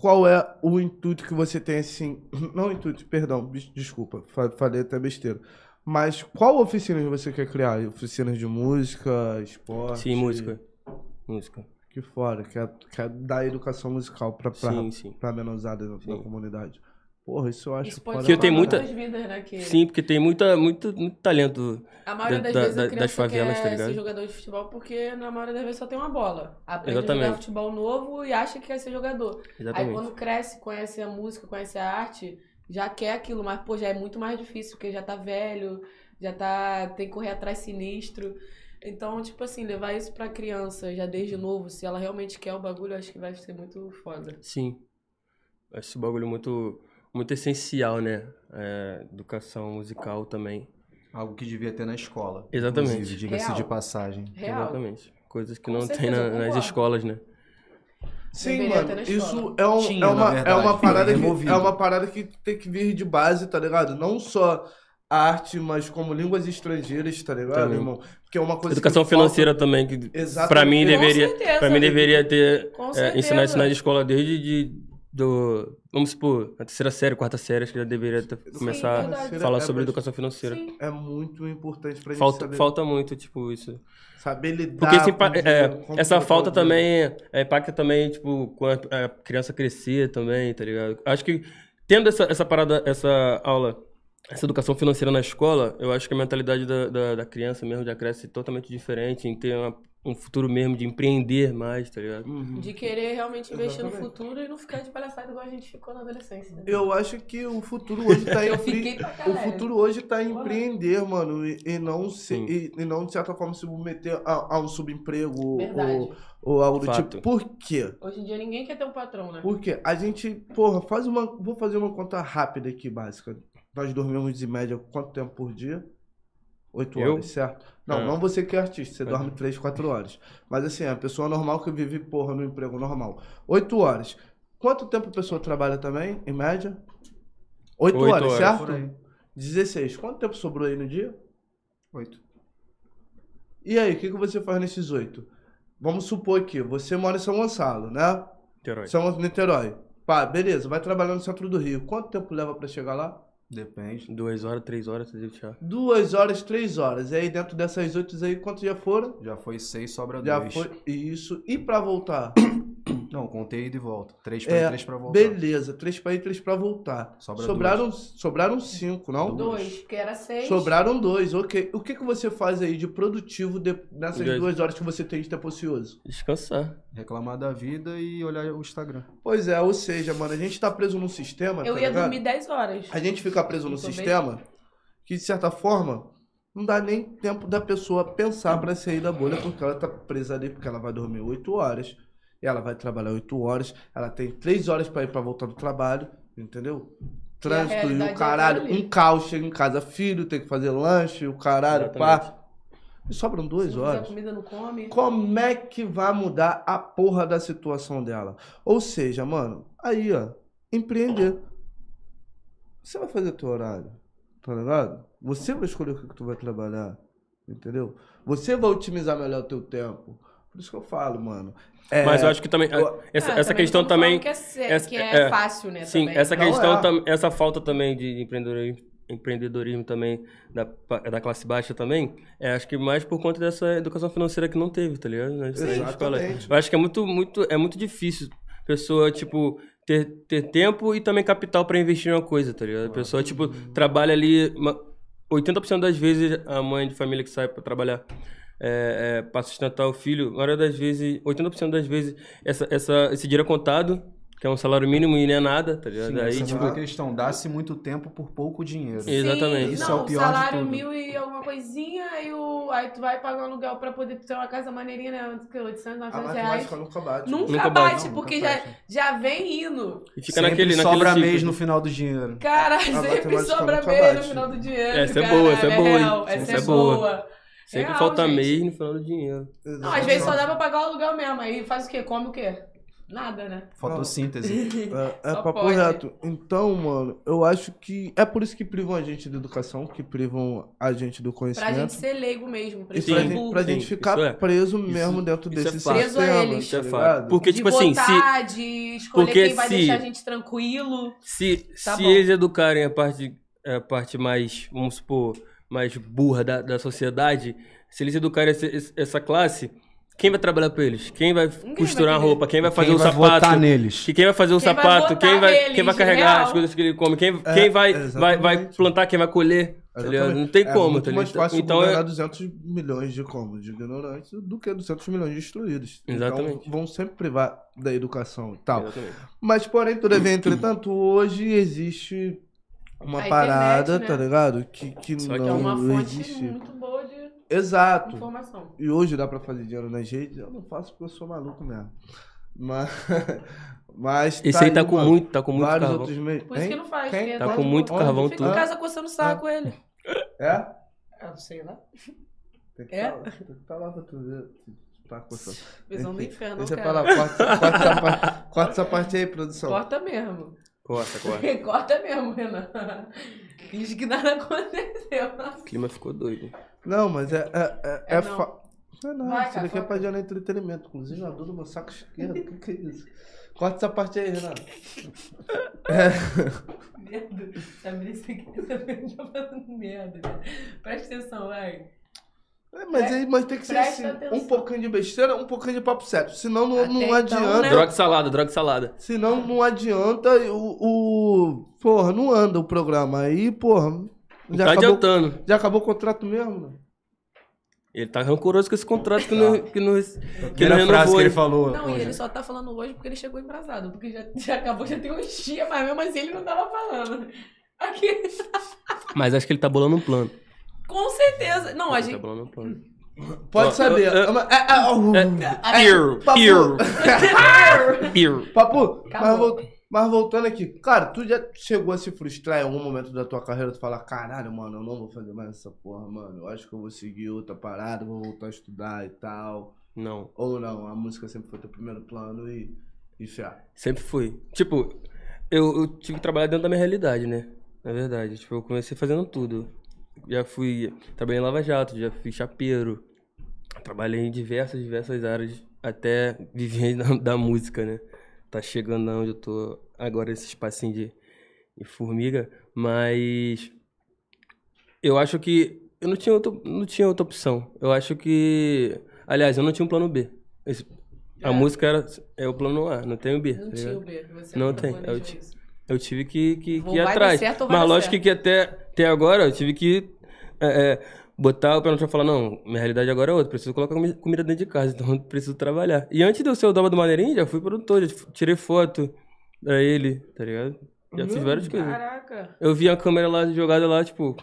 [SPEAKER 2] qual é o intuito que você tem assim? Não o intuito, perdão, des- desculpa, fa- falei até besteira. Mas qual oficina que você quer criar? Oficinas de música, esporte?
[SPEAKER 3] Sim, música. Música.
[SPEAKER 2] Que fora, quer, quer dar educação musical pra, pra,
[SPEAKER 3] Sim, sim.
[SPEAKER 2] pra menosada da, da
[SPEAKER 3] Sim.
[SPEAKER 2] comunidade. Porra, isso eu acho
[SPEAKER 4] Isso
[SPEAKER 2] foda
[SPEAKER 4] pode
[SPEAKER 3] Que eu tenho
[SPEAKER 2] pra
[SPEAKER 3] muita-
[SPEAKER 4] salvar muitas vidas, né? Que
[SPEAKER 3] Sim, porque tem muita, muito, muito talento.
[SPEAKER 4] A maioria das
[SPEAKER 3] da-
[SPEAKER 4] vezes
[SPEAKER 3] da-
[SPEAKER 4] a
[SPEAKER 3] das
[SPEAKER 4] criança
[SPEAKER 3] favelas, tá
[SPEAKER 4] quer
[SPEAKER 3] ligado?
[SPEAKER 4] ser jogador de futebol porque na maioria das vezes só tem uma bola. Aprende a
[SPEAKER 3] Exatamente.
[SPEAKER 4] jogar futebol novo e acha que quer ser jogador. Aí
[SPEAKER 3] Exatamente.
[SPEAKER 4] quando cresce, conhece a música, conhece a arte, já quer aquilo, mas pô, já é muito mais difícil porque já tá velho, já tá tem que correr atrás sinistro. Então, tipo assim, levar isso pra criança já desde
[SPEAKER 3] Uhum.
[SPEAKER 4] novo, se ela realmente quer o bagulho, eu acho que vai ser muito foda.
[SPEAKER 3] Sim. Acho esse bagulho muito, muito essencial, né? É, educação musical também.
[SPEAKER 5] Algo que devia ter na escola.
[SPEAKER 3] Exatamente.
[SPEAKER 5] inclusive, Diga-se
[SPEAKER 4] Real.
[SPEAKER 5] de passagem.
[SPEAKER 4] Real.
[SPEAKER 3] Exatamente. Coisas que
[SPEAKER 4] Com
[SPEAKER 3] não tem
[SPEAKER 4] certeza,
[SPEAKER 3] na-
[SPEAKER 4] eu
[SPEAKER 3] nas
[SPEAKER 4] concordo.
[SPEAKER 3] escolas, né?
[SPEAKER 2] Sim,
[SPEAKER 4] Deveria
[SPEAKER 2] mano,
[SPEAKER 4] ter na
[SPEAKER 2] isso
[SPEAKER 4] escola.
[SPEAKER 2] é, um-
[SPEAKER 5] Tinha,
[SPEAKER 2] é
[SPEAKER 5] na
[SPEAKER 2] uma, é,
[SPEAKER 5] verdade,
[SPEAKER 2] uma
[SPEAKER 5] foi
[SPEAKER 2] parada que,
[SPEAKER 5] removido.
[SPEAKER 2] é uma parada que tem que vir de base, tá ligado? Não só a arte, mas como línguas estrangeiras, tá ligado,
[SPEAKER 3] Também.
[SPEAKER 2] irmão? Porque é uma coisa
[SPEAKER 3] Educação
[SPEAKER 2] que falta-
[SPEAKER 3] financeira também, que
[SPEAKER 2] Exatamente.
[SPEAKER 3] pra mim
[SPEAKER 4] Com
[SPEAKER 3] deveria,
[SPEAKER 4] certeza,
[SPEAKER 3] pra mim
[SPEAKER 4] amigo.
[SPEAKER 3] deveria ter
[SPEAKER 4] Com
[SPEAKER 3] é,
[SPEAKER 4] certeza.
[SPEAKER 3] ensinar isso na escola desde de do. Vamos supor, na terceira série, quarta série, acho que já deveria ter- começar
[SPEAKER 4] verdade.
[SPEAKER 3] a falar
[SPEAKER 2] É,
[SPEAKER 3] sobre educação financeira.
[SPEAKER 4] Sim.
[SPEAKER 2] É muito importante pra gente
[SPEAKER 3] Falta,
[SPEAKER 2] saber,
[SPEAKER 3] falta muito, tipo, isso.
[SPEAKER 2] saber lidar
[SPEAKER 3] Porque esse
[SPEAKER 2] com
[SPEAKER 3] impa-
[SPEAKER 2] o
[SPEAKER 3] é,
[SPEAKER 2] dinheiro, como
[SPEAKER 3] essa
[SPEAKER 2] que eu
[SPEAKER 3] falta
[SPEAKER 2] tô-
[SPEAKER 3] também é, impacta também, tipo, quando a criança crescer também, tá ligado? Acho que tendo essa, essa parada, essa aula, essa educação financeira na escola, eu acho que a mentalidade da, da, da criança mesmo já cresce totalmente diferente, em ter uma- um futuro mesmo de empreender mais, tá ligado?
[SPEAKER 2] Uhum.
[SPEAKER 4] De querer realmente investir no
[SPEAKER 2] Exatamente.
[SPEAKER 4] futuro e não ficar de palhaçada igual a gente ficou na adolescência. né?
[SPEAKER 2] Eu acho que o futuro hoje tá em
[SPEAKER 4] Eu
[SPEAKER 2] empre-
[SPEAKER 4] fiquei pra
[SPEAKER 2] O
[SPEAKER 4] caralho.
[SPEAKER 2] futuro hoje tá em empreender, mano, e, e não se,
[SPEAKER 3] Sim.
[SPEAKER 2] e, e não de certa forma se submeter a, a um subemprego
[SPEAKER 4] Verdade.
[SPEAKER 2] ou, ou algo do
[SPEAKER 3] Fato.
[SPEAKER 2] tipo. Por quê?
[SPEAKER 4] Hoje em dia ninguém quer ter um patrão, né?
[SPEAKER 2] Por quê? A gente, porra, faz uma, vou fazer uma conta rápida aqui básica. Nós dormimos em média quanto tempo por dia? Oito
[SPEAKER 3] Eu?
[SPEAKER 2] horas, certo? Não,
[SPEAKER 3] É.
[SPEAKER 2] não você que é artista, você
[SPEAKER 3] É.
[SPEAKER 2] dorme três, quatro horas. Mas assim, a pessoa normal que vive, porra, no emprego normal. Oito horas. Quanto tempo a pessoa trabalha também, em média? Oito
[SPEAKER 3] Oito
[SPEAKER 2] horas,
[SPEAKER 3] horas,
[SPEAKER 2] certo?
[SPEAKER 5] Por aí.
[SPEAKER 2] 16. Quanto tempo sobrou aí no dia?
[SPEAKER 5] Oito.
[SPEAKER 2] E aí, o que, que você faz nesses oito? Vamos supor que você mora em São Gonçalo, né?
[SPEAKER 3] Terói.
[SPEAKER 2] São Gonçalo, Niterói. Pá, beleza, vai trabalhar no centro do Rio. Quanto tempo leva pra chegar lá?
[SPEAKER 5] Depende.
[SPEAKER 3] Duas horas, três horas, você já.
[SPEAKER 2] Duas horas, três horas. E aí, dentro dessas oito aí, quantos já foram?
[SPEAKER 5] Já foi seis, sobra
[SPEAKER 2] Já
[SPEAKER 5] dois.
[SPEAKER 2] foi. Isso. E pra voltar?
[SPEAKER 5] Não, contei ida e volta. Três pra
[SPEAKER 2] É,
[SPEAKER 5] ir, três pra voltar.
[SPEAKER 2] Beleza, três pra ir, três pra voltar.
[SPEAKER 5] Sobra
[SPEAKER 2] sobraram, sobraram cinco, não?
[SPEAKER 5] Duas.
[SPEAKER 4] Dois, porque era seis.
[SPEAKER 2] Sobraram dois, ok. O que, que você faz aí de produtivo de- nessas
[SPEAKER 3] Dois.
[SPEAKER 2] duas horas que você tem de tempo ocioso?
[SPEAKER 3] Descansar.
[SPEAKER 5] Reclamar da vida e olhar o Instagram.
[SPEAKER 2] Pois é, ou seja, mano, a gente tá preso num sistema,
[SPEAKER 4] Eu
[SPEAKER 2] tá
[SPEAKER 4] ia
[SPEAKER 2] ligado?
[SPEAKER 4] dormir 10 horas.
[SPEAKER 2] A gente fica preso
[SPEAKER 4] Eu
[SPEAKER 2] no
[SPEAKER 4] tô bem-
[SPEAKER 2] sistema que, de certa forma, não dá nem tempo da pessoa pensar pra sair da bolha, porque ela tá presa ali, porque ela vai dormir 8 horas, e ela vai trabalhar 8 horas, ela tem 3 horas pra ir pra voltar do trabalho, entendeu? Trânsito e
[SPEAKER 4] realidade é
[SPEAKER 2] o caralho,
[SPEAKER 4] aquela ali.
[SPEAKER 2] um caos, chega em casa, filho, tem que fazer lanche, o caralho, pá. E sobram
[SPEAKER 4] Se
[SPEAKER 2] 2
[SPEAKER 4] não fizer
[SPEAKER 2] horas.
[SPEAKER 4] comida não come.
[SPEAKER 2] Como é que vai mudar a porra da situação dela? Ou seja, mano, aí, ó, empreender. Você vai fazer teu horário, tá ligado? Você vai escolher o que, que tu vai trabalhar, entendeu? Você vai otimizar melhor o teu tempo. Por isso que eu falo, mano. É,
[SPEAKER 3] Mas eu acho que também.
[SPEAKER 2] eu-
[SPEAKER 3] Essa,
[SPEAKER 4] Ah,
[SPEAKER 3] essa questão
[SPEAKER 4] não tamo falando
[SPEAKER 3] também.
[SPEAKER 4] Que é, sé-
[SPEAKER 3] essa-
[SPEAKER 4] que é,
[SPEAKER 3] é.
[SPEAKER 4] fácil, né?
[SPEAKER 3] Sim,
[SPEAKER 4] também.
[SPEAKER 3] essa
[SPEAKER 2] Não,
[SPEAKER 3] questão,
[SPEAKER 2] é.
[SPEAKER 3] tam- essa falta também de empreendedorismo, empreendedorismo também da, pa- da classe baixa também, é, acho que mais por conta dessa educação financeira que não teve, tá ligado? Nas- nas
[SPEAKER 2] Exatamente.
[SPEAKER 3] escolas. Eu acho que é muito, muito, é muito difícil a pessoa, tipo, ter, ter tempo e também capital pra investir em uma coisa, tá ligado? A pessoa, tipo, trabalha ali, uma- 80% das vezes a mãe de família que sai pra trabalhar é, é, para sustentar o filho, a maioria das vezes, 80% das vezes, essa, essa, esse dinheiro é contado, que é um salário mínimo e não é nada, tá ligado? Aí,
[SPEAKER 5] essa
[SPEAKER 3] tipo,
[SPEAKER 5] é a questão. Dá-se muito tempo por pouco dinheiro.
[SPEAKER 3] Sim. Exatamente.
[SPEAKER 4] Sim,
[SPEAKER 5] Isso
[SPEAKER 4] não,
[SPEAKER 5] é o pior de
[SPEAKER 4] salário
[SPEAKER 5] tudo.
[SPEAKER 4] mil e alguma coisinha, aí, o, aí tu vai pagar um aluguel pra poder ter uma casa maneirinha, né? uns que 800,
[SPEAKER 2] A
[SPEAKER 4] 900 reais.
[SPEAKER 2] matemática nunca bate.
[SPEAKER 4] Nunca,
[SPEAKER 3] Nunca
[SPEAKER 4] bate,
[SPEAKER 5] bate,
[SPEAKER 4] porque
[SPEAKER 5] nunca
[SPEAKER 4] já,
[SPEAKER 5] bate.
[SPEAKER 4] já vem indo.
[SPEAKER 3] e fica
[SPEAKER 5] Sempre
[SPEAKER 3] naquele, naquele
[SPEAKER 5] sobra
[SPEAKER 3] ciclo.
[SPEAKER 5] mês no final do dinheiro.
[SPEAKER 4] Cara, sempre
[SPEAKER 2] matemática
[SPEAKER 4] sobra
[SPEAKER 2] nunca
[SPEAKER 4] meio no
[SPEAKER 2] bate.
[SPEAKER 4] final do dinheiro.
[SPEAKER 3] Essa é
[SPEAKER 4] cara,
[SPEAKER 3] boa, essa é boa, hein?
[SPEAKER 4] real,
[SPEAKER 3] Essa
[SPEAKER 4] Essa
[SPEAKER 3] é
[SPEAKER 4] é boa.
[SPEAKER 3] boa. Sempre
[SPEAKER 4] Real,
[SPEAKER 3] falta
[SPEAKER 4] gente.
[SPEAKER 3] mês no final do dinheiro.
[SPEAKER 5] Tá
[SPEAKER 4] Não, às vezes só dá pra pagar o aluguel mesmo. Aí faz o quê? Come o quê? Nada, né?
[SPEAKER 5] Fotossíntese.
[SPEAKER 2] É, é
[SPEAKER 4] Só
[SPEAKER 2] papo
[SPEAKER 4] pode.
[SPEAKER 2] reto. Então, mano, eu acho que. É por isso que privam a gente da educação, que privam a gente do
[SPEAKER 4] Pra
[SPEAKER 2] conhecimento.
[SPEAKER 4] gente ser leigo mesmo. Pra
[SPEAKER 2] E
[SPEAKER 4] gente
[SPEAKER 2] pra
[SPEAKER 3] Sim,
[SPEAKER 4] ser
[SPEAKER 2] gente,
[SPEAKER 4] burro.
[SPEAKER 2] pra gente
[SPEAKER 3] sim,
[SPEAKER 2] ficar
[SPEAKER 3] isso é.
[SPEAKER 2] preso mesmo
[SPEAKER 3] Isso-
[SPEAKER 2] dentro
[SPEAKER 3] isso é
[SPEAKER 2] desse sistema,
[SPEAKER 3] fato.
[SPEAKER 4] Preso a eles.
[SPEAKER 2] tá
[SPEAKER 3] Isso é fato.
[SPEAKER 2] ligado?
[SPEAKER 3] Porque,
[SPEAKER 4] de
[SPEAKER 3] tipo assim, se,
[SPEAKER 4] votar, de escolher
[SPEAKER 3] Porque
[SPEAKER 4] quem vai
[SPEAKER 3] se-
[SPEAKER 4] deixar a gente tranquilo.
[SPEAKER 3] Se,
[SPEAKER 4] Tá
[SPEAKER 3] se
[SPEAKER 4] bom.
[SPEAKER 3] eles educarem a parte, a parte mais, vamos supor, mais burra da, da sociedade, se eles educarem esse- esse- essa classe, quem vai trabalhar pra eles? Quem vai
[SPEAKER 4] vai
[SPEAKER 3] costurar a roupa? Quem vai fazer
[SPEAKER 5] Quem
[SPEAKER 3] o
[SPEAKER 5] vai
[SPEAKER 3] sapato?
[SPEAKER 5] votar neles.
[SPEAKER 3] Que quem vai fazer o
[SPEAKER 4] Quem vai
[SPEAKER 3] sapato?
[SPEAKER 4] botar
[SPEAKER 3] quem, vai,
[SPEAKER 4] neles,
[SPEAKER 3] quem vai
[SPEAKER 4] de
[SPEAKER 3] carregar
[SPEAKER 4] real.
[SPEAKER 3] as coisas que ele come? Quem,
[SPEAKER 2] É,
[SPEAKER 3] quem vai, vai, vai
[SPEAKER 2] exatamente.
[SPEAKER 3] plantar? Quem vai colher? Tá ligado? Não tem
[SPEAKER 2] É
[SPEAKER 3] como,
[SPEAKER 2] muito
[SPEAKER 3] tá
[SPEAKER 2] mais
[SPEAKER 3] ligado?
[SPEAKER 2] fácil
[SPEAKER 3] então
[SPEAKER 2] governar
[SPEAKER 3] é.
[SPEAKER 2] 200 milhões de como? De ignorantes do que 200 milhões de instruídos.
[SPEAKER 3] Exatamente.
[SPEAKER 2] Então, vão sempre privar da educação e tal.
[SPEAKER 3] Exatamente.
[SPEAKER 2] Mas, porém, todavia, entretanto, hoje existe uma
[SPEAKER 4] A internet,
[SPEAKER 2] parada,
[SPEAKER 4] né?
[SPEAKER 2] tá ligado? Que, que
[SPEAKER 3] Só
[SPEAKER 2] não
[SPEAKER 3] que
[SPEAKER 4] Que é uma fonte
[SPEAKER 2] existe.
[SPEAKER 4] muito boa de
[SPEAKER 2] Exato.
[SPEAKER 4] informação.
[SPEAKER 2] E hoje dá pra fazer dinheiro nas redes, eu não faço porque eu sou maluco mesmo. Mas. Mas
[SPEAKER 3] Esse aí tá com
[SPEAKER 2] mano.
[SPEAKER 3] muito, tá com muito
[SPEAKER 2] Vários
[SPEAKER 3] carvão.
[SPEAKER 2] outros meios.
[SPEAKER 4] Por isso que
[SPEAKER 2] Hein?
[SPEAKER 4] não faz.
[SPEAKER 2] Quem? Ah.
[SPEAKER 4] porque
[SPEAKER 3] Tá
[SPEAKER 4] todo
[SPEAKER 3] com
[SPEAKER 4] mundo
[SPEAKER 3] muito
[SPEAKER 2] Onde
[SPEAKER 3] carvão
[SPEAKER 4] Fica
[SPEAKER 3] tudo.
[SPEAKER 4] em casa coçando o saco ele.
[SPEAKER 2] É?
[SPEAKER 4] Ah, não sei lá.
[SPEAKER 2] Tem que
[SPEAKER 4] É?
[SPEAKER 2] tá lá, tem que tá lá pra tu ver. Tá coçando.
[SPEAKER 4] Visão do
[SPEAKER 2] Enfim,
[SPEAKER 4] inferno,
[SPEAKER 2] Deixa pra
[SPEAKER 4] cara.
[SPEAKER 2] lá, corta, corta essa parte, corta essa parte aí, produção.
[SPEAKER 4] Corta mesmo.
[SPEAKER 3] Corta, corta.
[SPEAKER 4] Corta mesmo, Renan. Finge que nada aconteceu.
[SPEAKER 3] O clima ficou doido.
[SPEAKER 2] Não, mas é. É, é, é,
[SPEAKER 4] É não.
[SPEAKER 2] fa... Não, é nada,
[SPEAKER 4] Vai,
[SPEAKER 2] isso daqui é
[SPEAKER 4] cara,
[SPEAKER 2] pra gerar entretenimento. Inclusive, eu adoro meu saco esquerdo. O que, que é isso? Corta essa parte aí, Renato.
[SPEAKER 4] Merda. Sabe, isso aqui também tá falando merda. né? Presta atenção, vai.
[SPEAKER 2] É, mas, aí, mas tem que ser assim,
[SPEAKER 4] Presta
[SPEAKER 2] um
[SPEAKER 4] atenção.
[SPEAKER 2] pouquinho de besteira, um pouquinho de papo certo. Senão não,
[SPEAKER 4] Até
[SPEAKER 2] não
[SPEAKER 4] então,
[SPEAKER 2] adianta.
[SPEAKER 4] né?
[SPEAKER 3] Droga e salada, droga e salada.
[SPEAKER 2] Senão não adianta e o, o. Porra, não anda o programa. Aí, porra. Já,
[SPEAKER 3] tá
[SPEAKER 2] acabou,
[SPEAKER 3] adiantando.
[SPEAKER 2] já acabou o contrato mesmo? né?
[SPEAKER 3] Ele tá rancoroso com esse contrato que não, que não, que não
[SPEAKER 5] Primeira frase
[SPEAKER 3] renovou.
[SPEAKER 5] que ele
[SPEAKER 3] hein?
[SPEAKER 5] falou
[SPEAKER 4] Não, e
[SPEAKER 5] hoje.
[SPEAKER 4] ele só tá falando hoje porque ele chegou embrasado. Porque já, já acabou, já tem uns dias, mas mesmo assim ele não tava falando. Aqui,
[SPEAKER 3] Mas acho que ele tá bolando um plano.
[SPEAKER 4] com certeza. Não, a
[SPEAKER 3] Ele tá
[SPEAKER 4] gente.
[SPEAKER 3] bolando um plano.
[SPEAKER 2] Pode
[SPEAKER 3] Ó,
[SPEAKER 2] saber.
[SPEAKER 3] eu- eu-
[SPEAKER 2] É, mas- é, é, uh, é,
[SPEAKER 3] Peer,
[SPEAKER 2] papo-
[SPEAKER 3] peer.
[SPEAKER 2] Papo, mas,
[SPEAKER 4] Acabou.
[SPEAKER 2] vol- mas voltando aqui. Cara, tu já chegou a se frustrar em algum momento da tua carreira? Tu falar, caralho, mano, eu não vou fazer mais essa porra, mano. Eu acho que eu vou seguir outra parada, vou voltar a estudar e tal.
[SPEAKER 3] Não.
[SPEAKER 2] Ou não, a música sempre foi teu primeiro plano e... E fé.
[SPEAKER 3] Sempre fui. Tipo, eu, eu tive que trabalhar dentro da minha realidade, né? Na verdade. Tipo, eu comecei fazendo tudo. Já fui. Trabalhei em Lava Jato, já fui chapeiro. Trabalhei em diversas, diversas áreas. Até vivi da, da música, né? Tá chegando onde eu tô agora, esse espacinho de, de formiga. Mas. Eu acho que. Eu não tinha, outra, não tinha outra opção. Eu acho que. Aliás, eu não tinha um plano B. Esse- a
[SPEAKER 4] É.
[SPEAKER 3] música era, é o plano A, não tem o B.
[SPEAKER 4] Não
[SPEAKER 3] tá
[SPEAKER 4] tinha
[SPEAKER 3] ligado?
[SPEAKER 4] o B. Você
[SPEAKER 3] Não tem,
[SPEAKER 4] planejou
[SPEAKER 3] eu ti-
[SPEAKER 4] isso.
[SPEAKER 3] Eu tive que, que,
[SPEAKER 4] Ou
[SPEAKER 3] que
[SPEAKER 4] vai
[SPEAKER 3] ir
[SPEAKER 4] dar
[SPEAKER 3] atrás.
[SPEAKER 4] certo ou vai
[SPEAKER 3] Mas
[SPEAKER 4] dar
[SPEAKER 3] lógico
[SPEAKER 4] certo.
[SPEAKER 3] que até, até agora eu tive que é, é, botar o pé no chão e falar, não, minha realidade agora é outra, preciso colocar comi- comida dentro de casa, então eu preciso trabalhar. E antes de eu ser o Doba do Maneirinho, já fui produtor, já f- tirei foto pra ele, tá ligado? Já fiz várias coisas.
[SPEAKER 4] Caraca.
[SPEAKER 3] Eu vi a câmera lá jogada lá, tipo,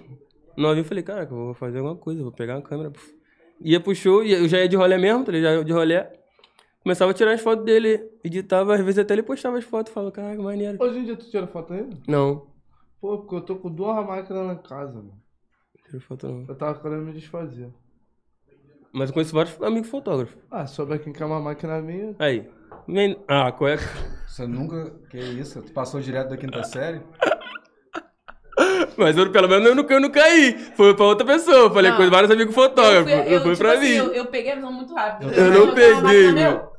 [SPEAKER 3] novinho, eu falei, caraca, eu vou fazer alguma coisa, vou pegar uma câmera. puf. Ia pro show, ia- eu já ia de rolê mesmo, tá ligado? Já ia de rolê. Começava a tirar as fotos dele, editava, às vezes até ele postava as fotos, falava, caraca, maneiro.
[SPEAKER 2] Hoje em dia tu tira foto ainda?
[SPEAKER 3] Não,
[SPEAKER 2] Pô, porque eu tô com duas máquinas na casa, mano.
[SPEAKER 3] não tiro foto não.
[SPEAKER 2] Eu tava querendo me desfazer.
[SPEAKER 3] Mas eu conheço vários amigos fotógrafos.
[SPEAKER 2] Ah, soube aqui que é uma máquina minha.
[SPEAKER 3] Aí. men- Ah, qual é?
[SPEAKER 5] Você nunca. Que isso? Tu passou direto da quinta série?
[SPEAKER 3] Mas eu, pelo menos eu não, eu não caí. Foi pra outra pessoa. Eu Falei
[SPEAKER 4] Não.
[SPEAKER 3] com vários amigos fotógrafos. Eu, fui
[SPEAKER 4] tipo
[SPEAKER 3] pra
[SPEAKER 4] assim,
[SPEAKER 3] mim.
[SPEAKER 4] Eu, eu peguei a visão muito rápido.
[SPEAKER 5] Eu
[SPEAKER 3] não
[SPEAKER 4] joguei uma
[SPEAKER 3] peguei,
[SPEAKER 4] máquina,
[SPEAKER 3] meu.
[SPEAKER 4] meu.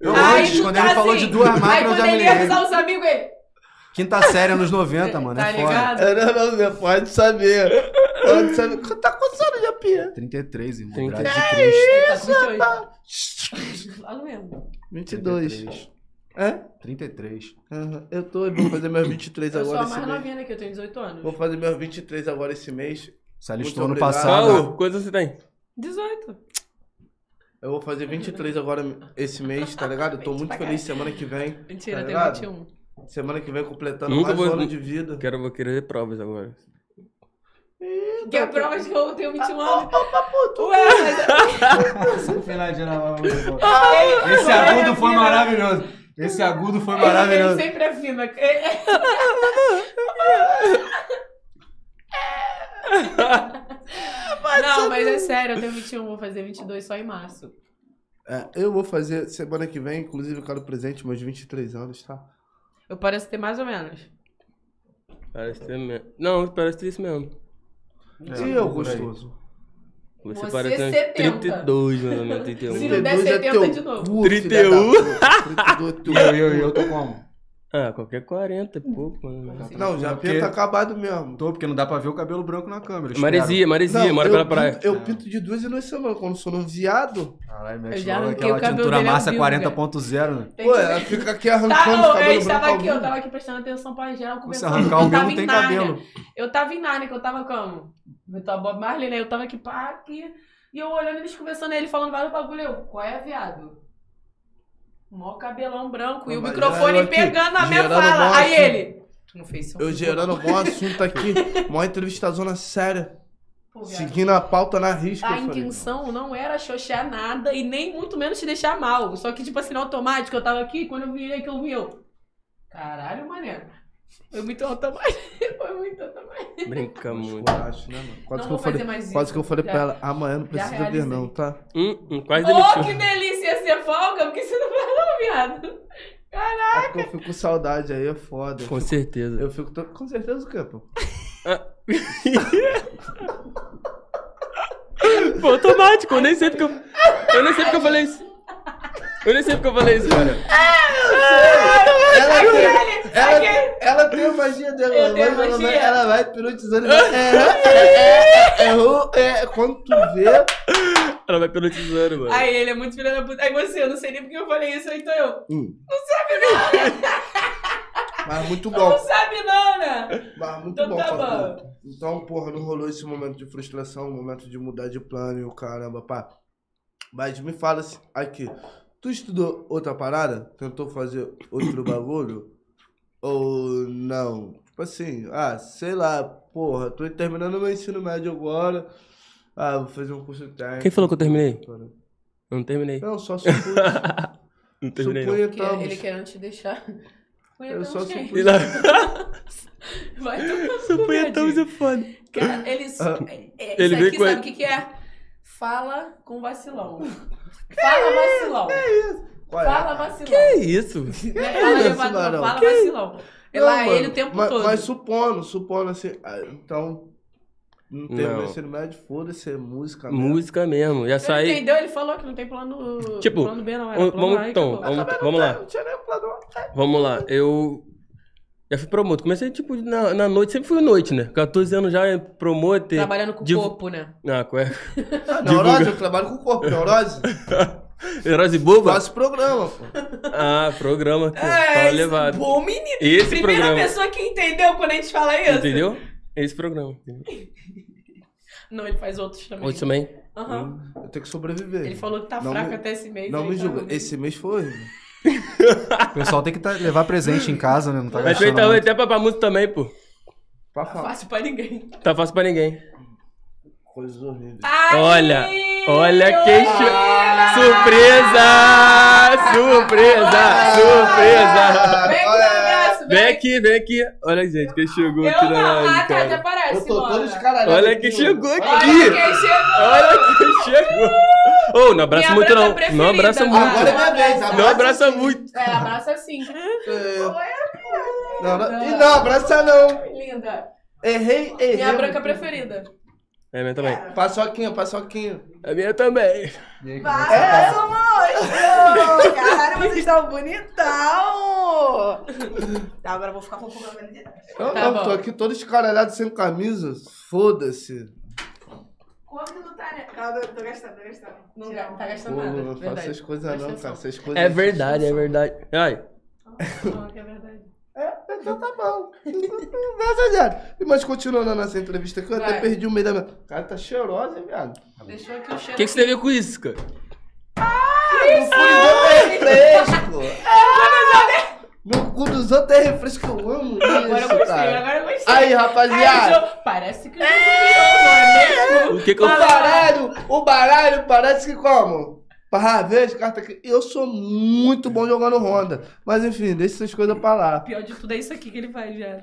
[SPEAKER 5] Eu
[SPEAKER 4] Aí,
[SPEAKER 5] antes, quando
[SPEAKER 4] tá
[SPEAKER 5] ele falou
[SPEAKER 4] assim.
[SPEAKER 5] de duas
[SPEAKER 4] Aí
[SPEAKER 5] máquinas, eu
[SPEAKER 4] quando
[SPEAKER 5] já me
[SPEAKER 4] ele ia
[SPEAKER 5] liguei.
[SPEAKER 4] avisar os amigos, ele.
[SPEAKER 5] Quinta série, anos 90, mano.
[SPEAKER 4] tá
[SPEAKER 5] é foda.
[SPEAKER 4] ligado?
[SPEAKER 2] É, não, não, não, pode saber. Pode saber. Qu- Tá quantos anos já, Pia?
[SPEAKER 5] 33, irmão.
[SPEAKER 3] 33.
[SPEAKER 5] Grade de Cristo.
[SPEAKER 4] Tá com
[SPEAKER 3] tá.
[SPEAKER 4] 28. Logo mesmo.
[SPEAKER 2] 22. Hã?
[SPEAKER 5] 33.
[SPEAKER 2] É? Aham. Eu tô, eu vou fazer meus 23
[SPEAKER 4] Eu sou
[SPEAKER 2] agora
[SPEAKER 4] a
[SPEAKER 2] esse
[SPEAKER 4] mais
[SPEAKER 2] mês.
[SPEAKER 4] novinha daqui, eu tenho 18
[SPEAKER 2] Vou
[SPEAKER 4] anos.
[SPEAKER 2] fazer meus 23 agora esse mês.
[SPEAKER 5] Se alistou
[SPEAKER 2] Muito
[SPEAKER 5] ano
[SPEAKER 2] obrigado.
[SPEAKER 5] passado.
[SPEAKER 3] Saul, quantos você tem?
[SPEAKER 4] 18.
[SPEAKER 2] Eu vou fazer 23 agora esse mês, tá ligado? Eu tô muito feliz semana que vem.
[SPEAKER 4] Mentira,
[SPEAKER 2] Tá
[SPEAKER 4] eu
[SPEAKER 2] ligado?
[SPEAKER 4] tenho 21.
[SPEAKER 2] Semana que vem completando
[SPEAKER 3] Nunca
[SPEAKER 2] mais um
[SPEAKER 3] vou-
[SPEAKER 2] ano de vida.
[SPEAKER 3] Quero, vou querer provas agora.
[SPEAKER 4] Que é prova de que eu tenho 21
[SPEAKER 2] Ô, ô,
[SPEAKER 4] anos.
[SPEAKER 2] papo, tu-
[SPEAKER 4] Ué, mas
[SPEAKER 5] é Esse agudo foi maravilhoso. Esse agudo foi
[SPEAKER 4] ele, é ele
[SPEAKER 5] maravilhoso.
[SPEAKER 4] sempre afina. Ele- Não, mas é sério, eu tenho 21, vou fazer 22 só em março.
[SPEAKER 2] É, eu vou fazer semana que vem, inclusive eu quero presente meus 23 anos, tá?
[SPEAKER 4] Eu pareço ter mais ou menos.
[SPEAKER 3] Parece ter mesmo. Não, parece ter isso mesmo.
[SPEAKER 5] É,
[SPEAKER 2] e eu,
[SPEAKER 5] por aí.
[SPEAKER 2] gostoso?
[SPEAKER 3] Você,
[SPEAKER 4] Você
[SPEAKER 3] parece uns
[SPEAKER 4] 70.
[SPEAKER 3] 32, mais ou menos, 31.
[SPEAKER 4] Se não der 70
[SPEAKER 2] é teu
[SPEAKER 4] de novo.
[SPEAKER 2] cu, filha
[SPEAKER 3] 31.
[SPEAKER 2] da puta. 32 é teu
[SPEAKER 5] E eu, eu, eu tô como?
[SPEAKER 3] Ah, qualquer 40 e pouco, mano.
[SPEAKER 4] Sim.
[SPEAKER 2] Não, já
[SPEAKER 5] Porque-
[SPEAKER 2] pinta acabado mesmo.
[SPEAKER 5] Tô, porque não dá pra ver o cabelo branco na câmera. espero.
[SPEAKER 3] Maresia, maresia,
[SPEAKER 2] Não,
[SPEAKER 3] mora
[SPEAKER 2] eu
[SPEAKER 3] pela praia.
[SPEAKER 2] pinto- eu pinto de duas e duas semanas, quando sou um viado.
[SPEAKER 5] Caralho,
[SPEAKER 4] Eu
[SPEAKER 5] mete
[SPEAKER 4] já
[SPEAKER 5] logo
[SPEAKER 4] arranquei
[SPEAKER 5] aquela
[SPEAKER 4] o cabelo
[SPEAKER 5] tintura
[SPEAKER 4] dele, é Tá um
[SPEAKER 5] massa
[SPEAKER 4] bilga.
[SPEAKER 5] 40.0, né?
[SPEAKER 4] Tem
[SPEAKER 2] Pô,
[SPEAKER 4] que-
[SPEAKER 2] ela fica aqui
[SPEAKER 4] Tá,
[SPEAKER 2] arrancando
[SPEAKER 4] não,
[SPEAKER 2] os
[SPEAKER 4] eu
[SPEAKER 2] cabelos
[SPEAKER 4] estava
[SPEAKER 2] brancos
[SPEAKER 4] aqui, eu
[SPEAKER 2] ao
[SPEAKER 4] tava aqui prestando atenção pra geral
[SPEAKER 5] Se
[SPEAKER 4] conversando.
[SPEAKER 5] arrancar o
[SPEAKER 4] eu
[SPEAKER 5] meu,
[SPEAKER 4] tava
[SPEAKER 5] não
[SPEAKER 4] em
[SPEAKER 5] tem
[SPEAKER 4] Nárnia.
[SPEAKER 5] cabelo.
[SPEAKER 4] Eu tava em Nárnia, que eu tava como? Eu tava Bob Marley, né? Eu tava aqui, pá, aqui. E eu olhando eles conversando, ele falando vários bagulho. Eu, qual é, viado? Mó cabelão branco. e
[SPEAKER 2] Não,
[SPEAKER 4] o
[SPEAKER 2] mas
[SPEAKER 4] microfone
[SPEAKER 2] gerando aqui,
[SPEAKER 4] pegando a minha
[SPEAKER 2] gerando
[SPEAKER 4] fala.
[SPEAKER 2] mó
[SPEAKER 4] Aí
[SPEAKER 2] assunto.
[SPEAKER 4] ele. Tu não fez isso.
[SPEAKER 2] vivo. Eu gerando um bom assunto aqui, mó entrevista zona
[SPEAKER 4] Tá
[SPEAKER 2] séria,
[SPEAKER 4] Pô, viado.
[SPEAKER 2] seguindo a pauta na risca.
[SPEAKER 4] A
[SPEAKER 2] eu falei.
[SPEAKER 4] intenção não era xoxar nada e nem muito menos te deixar mal. Só que, tipo assim, no automático, eu tava aqui, quando eu virei que eu vi, eu. Caralho, mané. Foi muito automático. Foi muito automático.
[SPEAKER 3] Brinca
[SPEAKER 2] Mas
[SPEAKER 3] muito.
[SPEAKER 2] Coragem, né, mano? Quase
[SPEAKER 4] não
[SPEAKER 2] que eu
[SPEAKER 4] vou
[SPEAKER 2] falei,
[SPEAKER 4] fazer mais isso.
[SPEAKER 2] quase que eu falei
[SPEAKER 4] Já-
[SPEAKER 2] pra ela, amanhã não precisa vir
[SPEAKER 4] realizei.
[SPEAKER 2] não, tá?
[SPEAKER 3] Hum, hum, quase
[SPEAKER 4] Oh, que
[SPEAKER 3] deletiu.
[SPEAKER 4] delícia ia ser folga, porque você não falou, viado.
[SPEAKER 2] É porque eu fico com saudade aí, é foda.
[SPEAKER 3] Com certeza.
[SPEAKER 2] Eu fico todo... com certeza o quê, pô?
[SPEAKER 3] Foi automático, eu nem sei porque eu. Eu nem sei porque eu falei isso. Eu nem sei porque eu falei isso, cara.
[SPEAKER 2] Ela tem,
[SPEAKER 4] Aquele,
[SPEAKER 2] ela,
[SPEAKER 4] aquele.
[SPEAKER 2] ela tem a magia dela,
[SPEAKER 4] Eu tenho
[SPEAKER 2] mas ela vai,
[SPEAKER 4] magia.
[SPEAKER 2] ela vai hipnotizando. e vai- É, é, é, é, errou, é, quando tu vê.
[SPEAKER 3] Ela vai hipnotizando, mano.
[SPEAKER 4] Aí ele é muito filho da puta. Aí você, eu não sei nem porque eu falei isso, então eu.
[SPEAKER 2] Hum. Mas muito
[SPEAKER 4] Não
[SPEAKER 2] bom,
[SPEAKER 4] sabe não, né?
[SPEAKER 2] mas muito
[SPEAKER 4] Então
[SPEAKER 2] bom,
[SPEAKER 4] tá
[SPEAKER 2] papo.
[SPEAKER 4] bom.
[SPEAKER 2] Então, porra, não rolou esse momento de frustração, um momento de mudar de plano e o caramba, pá. Mas me fala assim, aqui, tu estudou outra parada? Tentou fazer outro bagulho? Ou não? Tipo assim, ah, sei lá, porra, tô terminando meu ensino médio agora. Ah, vou fazer um curso técnico.
[SPEAKER 3] Quem falou que eu terminei? Eu não terminei.
[SPEAKER 2] Não, só supus.
[SPEAKER 3] Não terminei, não.
[SPEAKER 4] Porque ele
[SPEAKER 2] Supunhetamos.
[SPEAKER 4] querendo te deixar.
[SPEAKER 2] Eu só
[SPEAKER 4] Punhetão, gente.
[SPEAKER 2] supus.
[SPEAKER 4] Vai tomar
[SPEAKER 3] Seu
[SPEAKER 2] um
[SPEAKER 3] punhetão,
[SPEAKER 4] comédia.
[SPEAKER 3] é foda.
[SPEAKER 4] Cara, Ele,
[SPEAKER 2] Ah.
[SPEAKER 4] é,
[SPEAKER 3] Ele
[SPEAKER 4] isso
[SPEAKER 3] vem
[SPEAKER 4] aqui
[SPEAKER 3] com
[SPEAKER 4] sabe
[SPEAKER 3] a-
[SPEAKER 4] o que, que é? Fala com vacilão. Fala vacilão.
[SPEAKER 2] Qual é?
[SPEAKER 4] Fala vacilão.
[SPEAKER 3] É isso.
[SPEAKER 4] Né? Ela
[SPEAKER 2] isso,
[SPEAKER 4] levanta,
[SPEAKER 2] Barão?
[SPEAKER 4] Fala vacilão. Ela
[SPEAKER 2] Não,
[SPEAKER 4] é ele
[SPEAKER 2] mano,
[SPEAKER 4] o tempo
[SPEAKER 2] mas,
[SPEAKER 4] todo.
[SPEAKER 2] Mas supondo, supondo assim. ah, Então, não tem
[SPEAKER 3] Não.
[SPEAKER 2] o ensino médio, foda-se, é música. mesmo.
[SPEAKER 3] Música mesmo. Já
[SPEAKER 4] Ele
[SPEAKER 3] saí.
[SPEAKER 4] entendeu? Ele falou que não tem plano.
[SPEAKER 3] Tipo,
[SPEAKER 4] plano B, não era.
[SPEAKER 3] vamos-
[SPEAKER 4] Plano
[SPEAKER 3] vamos-
[SPEAKER 4] A e
[SPEAKER 3] então,
[SPEAKER 4] acabou.
[SPEAKER 3] vamos- vamos lá.
[SPEAKER 2] Não tinha nem plano.
[SPEAKER 3] Vamos lá, eu. Já fui promotor. Comecei, tipo, na, na noite. Sempre fui noite, né? 14 anos já, é promoter.
[SPEAKER 4] Trabalhando com o
[SPEAKER 3] div-
[SPEAKER 4] corpo, né?
[SPEAKER 3] Ah, qual é?
[SPEAKER 2] Ah, Neurose,
[SPEAKER 3] né?
[SPEAKER 2] eu trabalho com o corpo, neurose.
[SPEAKER 3] Heróis e boba?
[SPEAKER 2] Faço programa, pô.
[SPEAKER 3] Ah, programa. Pô,
[SPEAKER 4] É,
[SPEAKER 3] fala
[SPEAKER 4] esse
[SPEAKER 3] levado.
[SPEAKER 4] Bom menino.
[SPEAKER 3] Esse
[SPEAKER 4] Primeira
[SPEAKER 3] programa.
[SPEAKER 4] pessoa que entendeu quando a gente fala isso.
[SPEAKER 3] Entendeu? Esse programa.
[SPEAKER 4] Não, ele faz outros também.
[SPEAKER 3] Outro também.
[SPEAKER 4] Aham.
[SPEAKER 3] Hum.
[SPEAKER 2] Eu tenho que sobreviver.
[SPEAKER 4] Ele falou que tá
[SPEAKER 2] Não
[SPEAKER 4] fraco
[SPEAKER 2] me-
[SPEAKER 4] até esse mês.
[SPEAKER 2] Não
[SPEAKER 4] aí
[SPEAKER 2] me
[SPEAKER 4] tá
[SPEAKER 2] julga.
[SPEAKER 4] ruim.
[SPEAKER 2] Esse mês foi horrível.
[SPEAKER 5] O pessoal tem que tá- levar presente em casa, né? Não tá
[SPEAKER 3] Mas feito
[SPEAKER 5] gastando. muito.
[SPEAKER 3] até pra música também, pô.
[SPEAKER 2] Pra
[SPEAKER 4] Não é
[SPEAKER 2] falar.
[SPEAKER 4] fácil pra ninguém.
[SPEAKER 3] Tá fácil pra ninguém.
[SPEAKER 2] Coisas horríveis.
[SPEAKER 3] Olha,
[SPEAKER 4] Ai,
[SPEAKER 3] olha quem
[SPEAKER 4] olha!
[SPEAKER 3] chegou. Surpresa! Surpresa! Surpresa!
[SPEAKER 4] Vem com o meu braço,
[SPEAKER 3] Vem
[SPEAKER 4] vem.
[SPEAKER 3] aqui, vem aqui. Olha, gente, quem chegou aqui
[SPEAKER 4] Eu não,
[SPEAKER 3] na
[SPEAKER 4] a
[SPEAKER 3] live,
[SPEAKER 4] Tati
[SPEAKER 3] cara.
[SPEAKER 4] aparece,
[SPEAKER 2] Eu tô todo
[SPEAKER 4] Luana.
[SPEAKER 2] escaralhado.
[SPEAKER 3] Olha
[SPEAKER 2] aqui,
[SPEAKER 3] quem
[SPEAKER 2] mano.
[SPEAKER 3] chegou
[SPEAKER 4] Olha
[SPEAKER 3] aqui.
[SPEAKER 4] quem chegou.
[SPEAKER 3] Olha quem chegou. Ô, não abraça
[SPEAKER 4] Minha
[SPEAKER 3] muito, não.
[SPEAKER 4] brasa
[SPEAKER 3] Não abraça
[SPEAKER 4] preferida.
[SPEAKER 3] muito.
[SPEAKER 2] Agora é minha vez.
[SPEAKER 4] Não
[SPEAKER 3] Não abraça muito.
[SPEAKER 4] É, abraça sim.
[SPEAKER 2] É. Não, não, e
[SPEAKER 4] é, Não.
[SPEAKER 2] não, abraça não.
[SPEAKER 4] Linda.
[SPEAKER 2] Errei, errei.
[SPEAKER 4] Minha branca preferida.
[SPEAKER 3] É a minha também.
[SPEAKER 2] Paçoquinha, paçoquinha.
[SPEAKER 3] É a minha também.
[SPEAKER 5] E aí, como é que você
[SPEAKER 6] Para,
[SPEAKER 5] tá?
[SPEAKER 6] sou monstro! Caralho, vocês estão bonitão! Tá, agora eu vou ficar com o programa de
[SPEAKER 2] Eu
[SPEAKER 4] Tá
[SPEAKER 2] não,
[SPEAKER 4] bom.
[SPEAKER 2] tô aqui todo escaralhado sem camisa. Foda-se.
[SPEAKER 6] Quanto não tá, né? Calma, eu tô gastando, tô gastando.
[SPEAKER 4] Não, ga- não tá
[SPEAKER 2] Pô,
[SPEAKER 4] gastando nada.
[SPEAKER 2] não faço
[SPEAKER 4] verdade.
[SPEAKER 2] essas coisas
[SPEAKER 4] Presta
[SPEAKER 2] não,
[SPEAKER 4] atenção.
[SPEAKER 2] cara. Essas coisas
[SPEAKER 3] É verdade, é verdade. Ai,
[SPEAKER 4] Não, que é verdade.
[SPEAKER 2] Então tá bom. Nossa, viado. Mas continuando a nossa entrevista aqui, eu até
[SPEAKER 4] Vai.
[SPEAKER 2] perdi o meio da minha. O cara tá cheirosa, hein, viado.
[SPEAKER 4] Deixou aqui o
[SPEAKER 3] o
[SPEAKER 4] cheiro.
[SPEAKER 3] que, que você tem a ver com isso, cara?
[SPEAKER 2] No cu dos outros é refresco.
[SPEAKER 4] É,
[SPEAKER 2] No cu dos outros é refresco. Eu amo
[SPEAKER 4] Agora eu
[SPEAKER 2] isso,
[SPEAKER 4] gostei,
[SPEAKER 2] cara.
[SPEAKER 4] agora eu gostei.
[SPEAKER 2] Aí,
[SPEAKER 4] Ai,
[SPEAKER 2] rapaziada.
[SPEAKER 4] jo- Parece que o jogo virou, não é mesmo?
[SPEAKER 3] O que que
[SPEAKER 2] O
[SPEAKER 3] eu faço?
[SPEAKER 2] baralho, o baralho parece que como? Pra ver as cartas aqui. Eu sou muito bom jogando Honda. Mas enfim, deixa essas coisas pra lá.
[SPEAKER 4] Pior de tudo é isso aqui que ele faz já.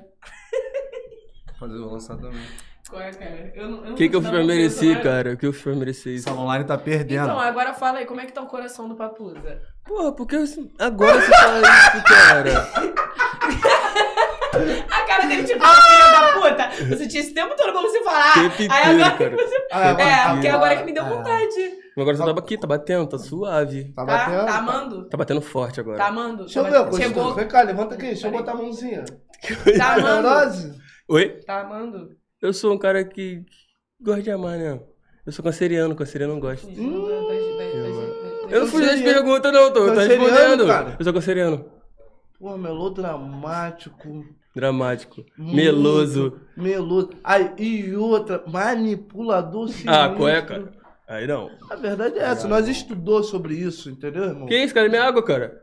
[SPEAKER 5] Fazer o lançar também.
[SPEAKER 4] Qual é, cara? Eu não-
[SPEAKER 3] O
[SPEAKER 4] não
[SPEAKER 3] que, que eu fiz
[SPEAKER 4] tava
[SPEAKER 3] pra
[SPEAKER 4] pensando
[SPEAKER 3] merecer,
[SPEAKER 4] agora.
[SPEAKER 3] cara? O que eu fiz pra merecer isso?
[SPEAKER 5] Essa online tá perdendo.
[SPEAKER 4] Então, agora fala aí, como é que tá o coração do Papusa?
[SPEAKER 3] Porra, por que você- agora você fala isso, cara?
[SPEAKER 4] A cara dele tipo, filha da puta! Você tinha esse tempo todo pra você falar.
[SPEAKER 3] Tempo inteiro,
[SPEAKER 4] aí agora
[SPEAKER 3] cara.
[SPEAKER 4] que você...
[SPEAKER 2] Ah,
[SPEAKER 4] É, porque
[SPEAKER 2] ah,
[SPEAKER 4] agora que me deu
[SPEAKER 5] ah.
[SPEAKER 4] vontade.
[SPEAKER 3] Agora você tava aqui, tá batendo, tá suave.
[SPEAKER 2] Tá
[SPEAKER 4] Tá,
[SPEAKER 2] batendo?
[SPEAKER 4] tá amando?
[SPEAKER 3] Tá batendo forte agora.
[SPEAKER 4] Tá amando?
[SPEAKER 2] Deixa eu
[SPEAKER 4] Tá
[SPEAKER 2] ver,
[SPEAKER 4] batendo.
[SPEAKER 2] Costinha.
[SPEAKER 4] Chegou.
[SPEAKER 2] Vem cá, levanta aqui. Deixa eu botar a mãozinha.
[SPEAKER 4] Tá
[SPEAKER 2] Tá
[SPEAKER 4] amando?
[SPEAKER 2] neurose?
[SPEAKER 3] Oi?
[SPEAKER 4] Tá amando?
[SPEAKER 3] Eu sou um cara que gosta de amar, né? Eu sou canceriano, canceriano não gosta.
[SPEAKER 2] Hum.
[SPEAKER 3] Eu não fui das
[SPEAKER 2] Canceriano.
[SPEAKER 3] perguntas, não, tô, tô
[SPEAKER 2] Canceriano,
[SPEAKER 3] respondendo.
[SPEAKER 2] cara.
[SPEAKER 3] Eu sou canceriano.
[SPEAKER 2] Pô, melodramático.
[SPEAKER 3] Dramático.
[SPEAKER 2] Muito
[SPEAKER 3] Meloso.
[SPEAKER 2] Meloso. Aí, e outra, manipulador sinistro.
[SPEAKER 3] Ah, qual é, cara? Aí não.
[SPEAKER 2] A verdade é essa, nós estudou sobre isso, entendeu, irmão?
[SPEAKER 3] Que isso, cara? Minha água, cara.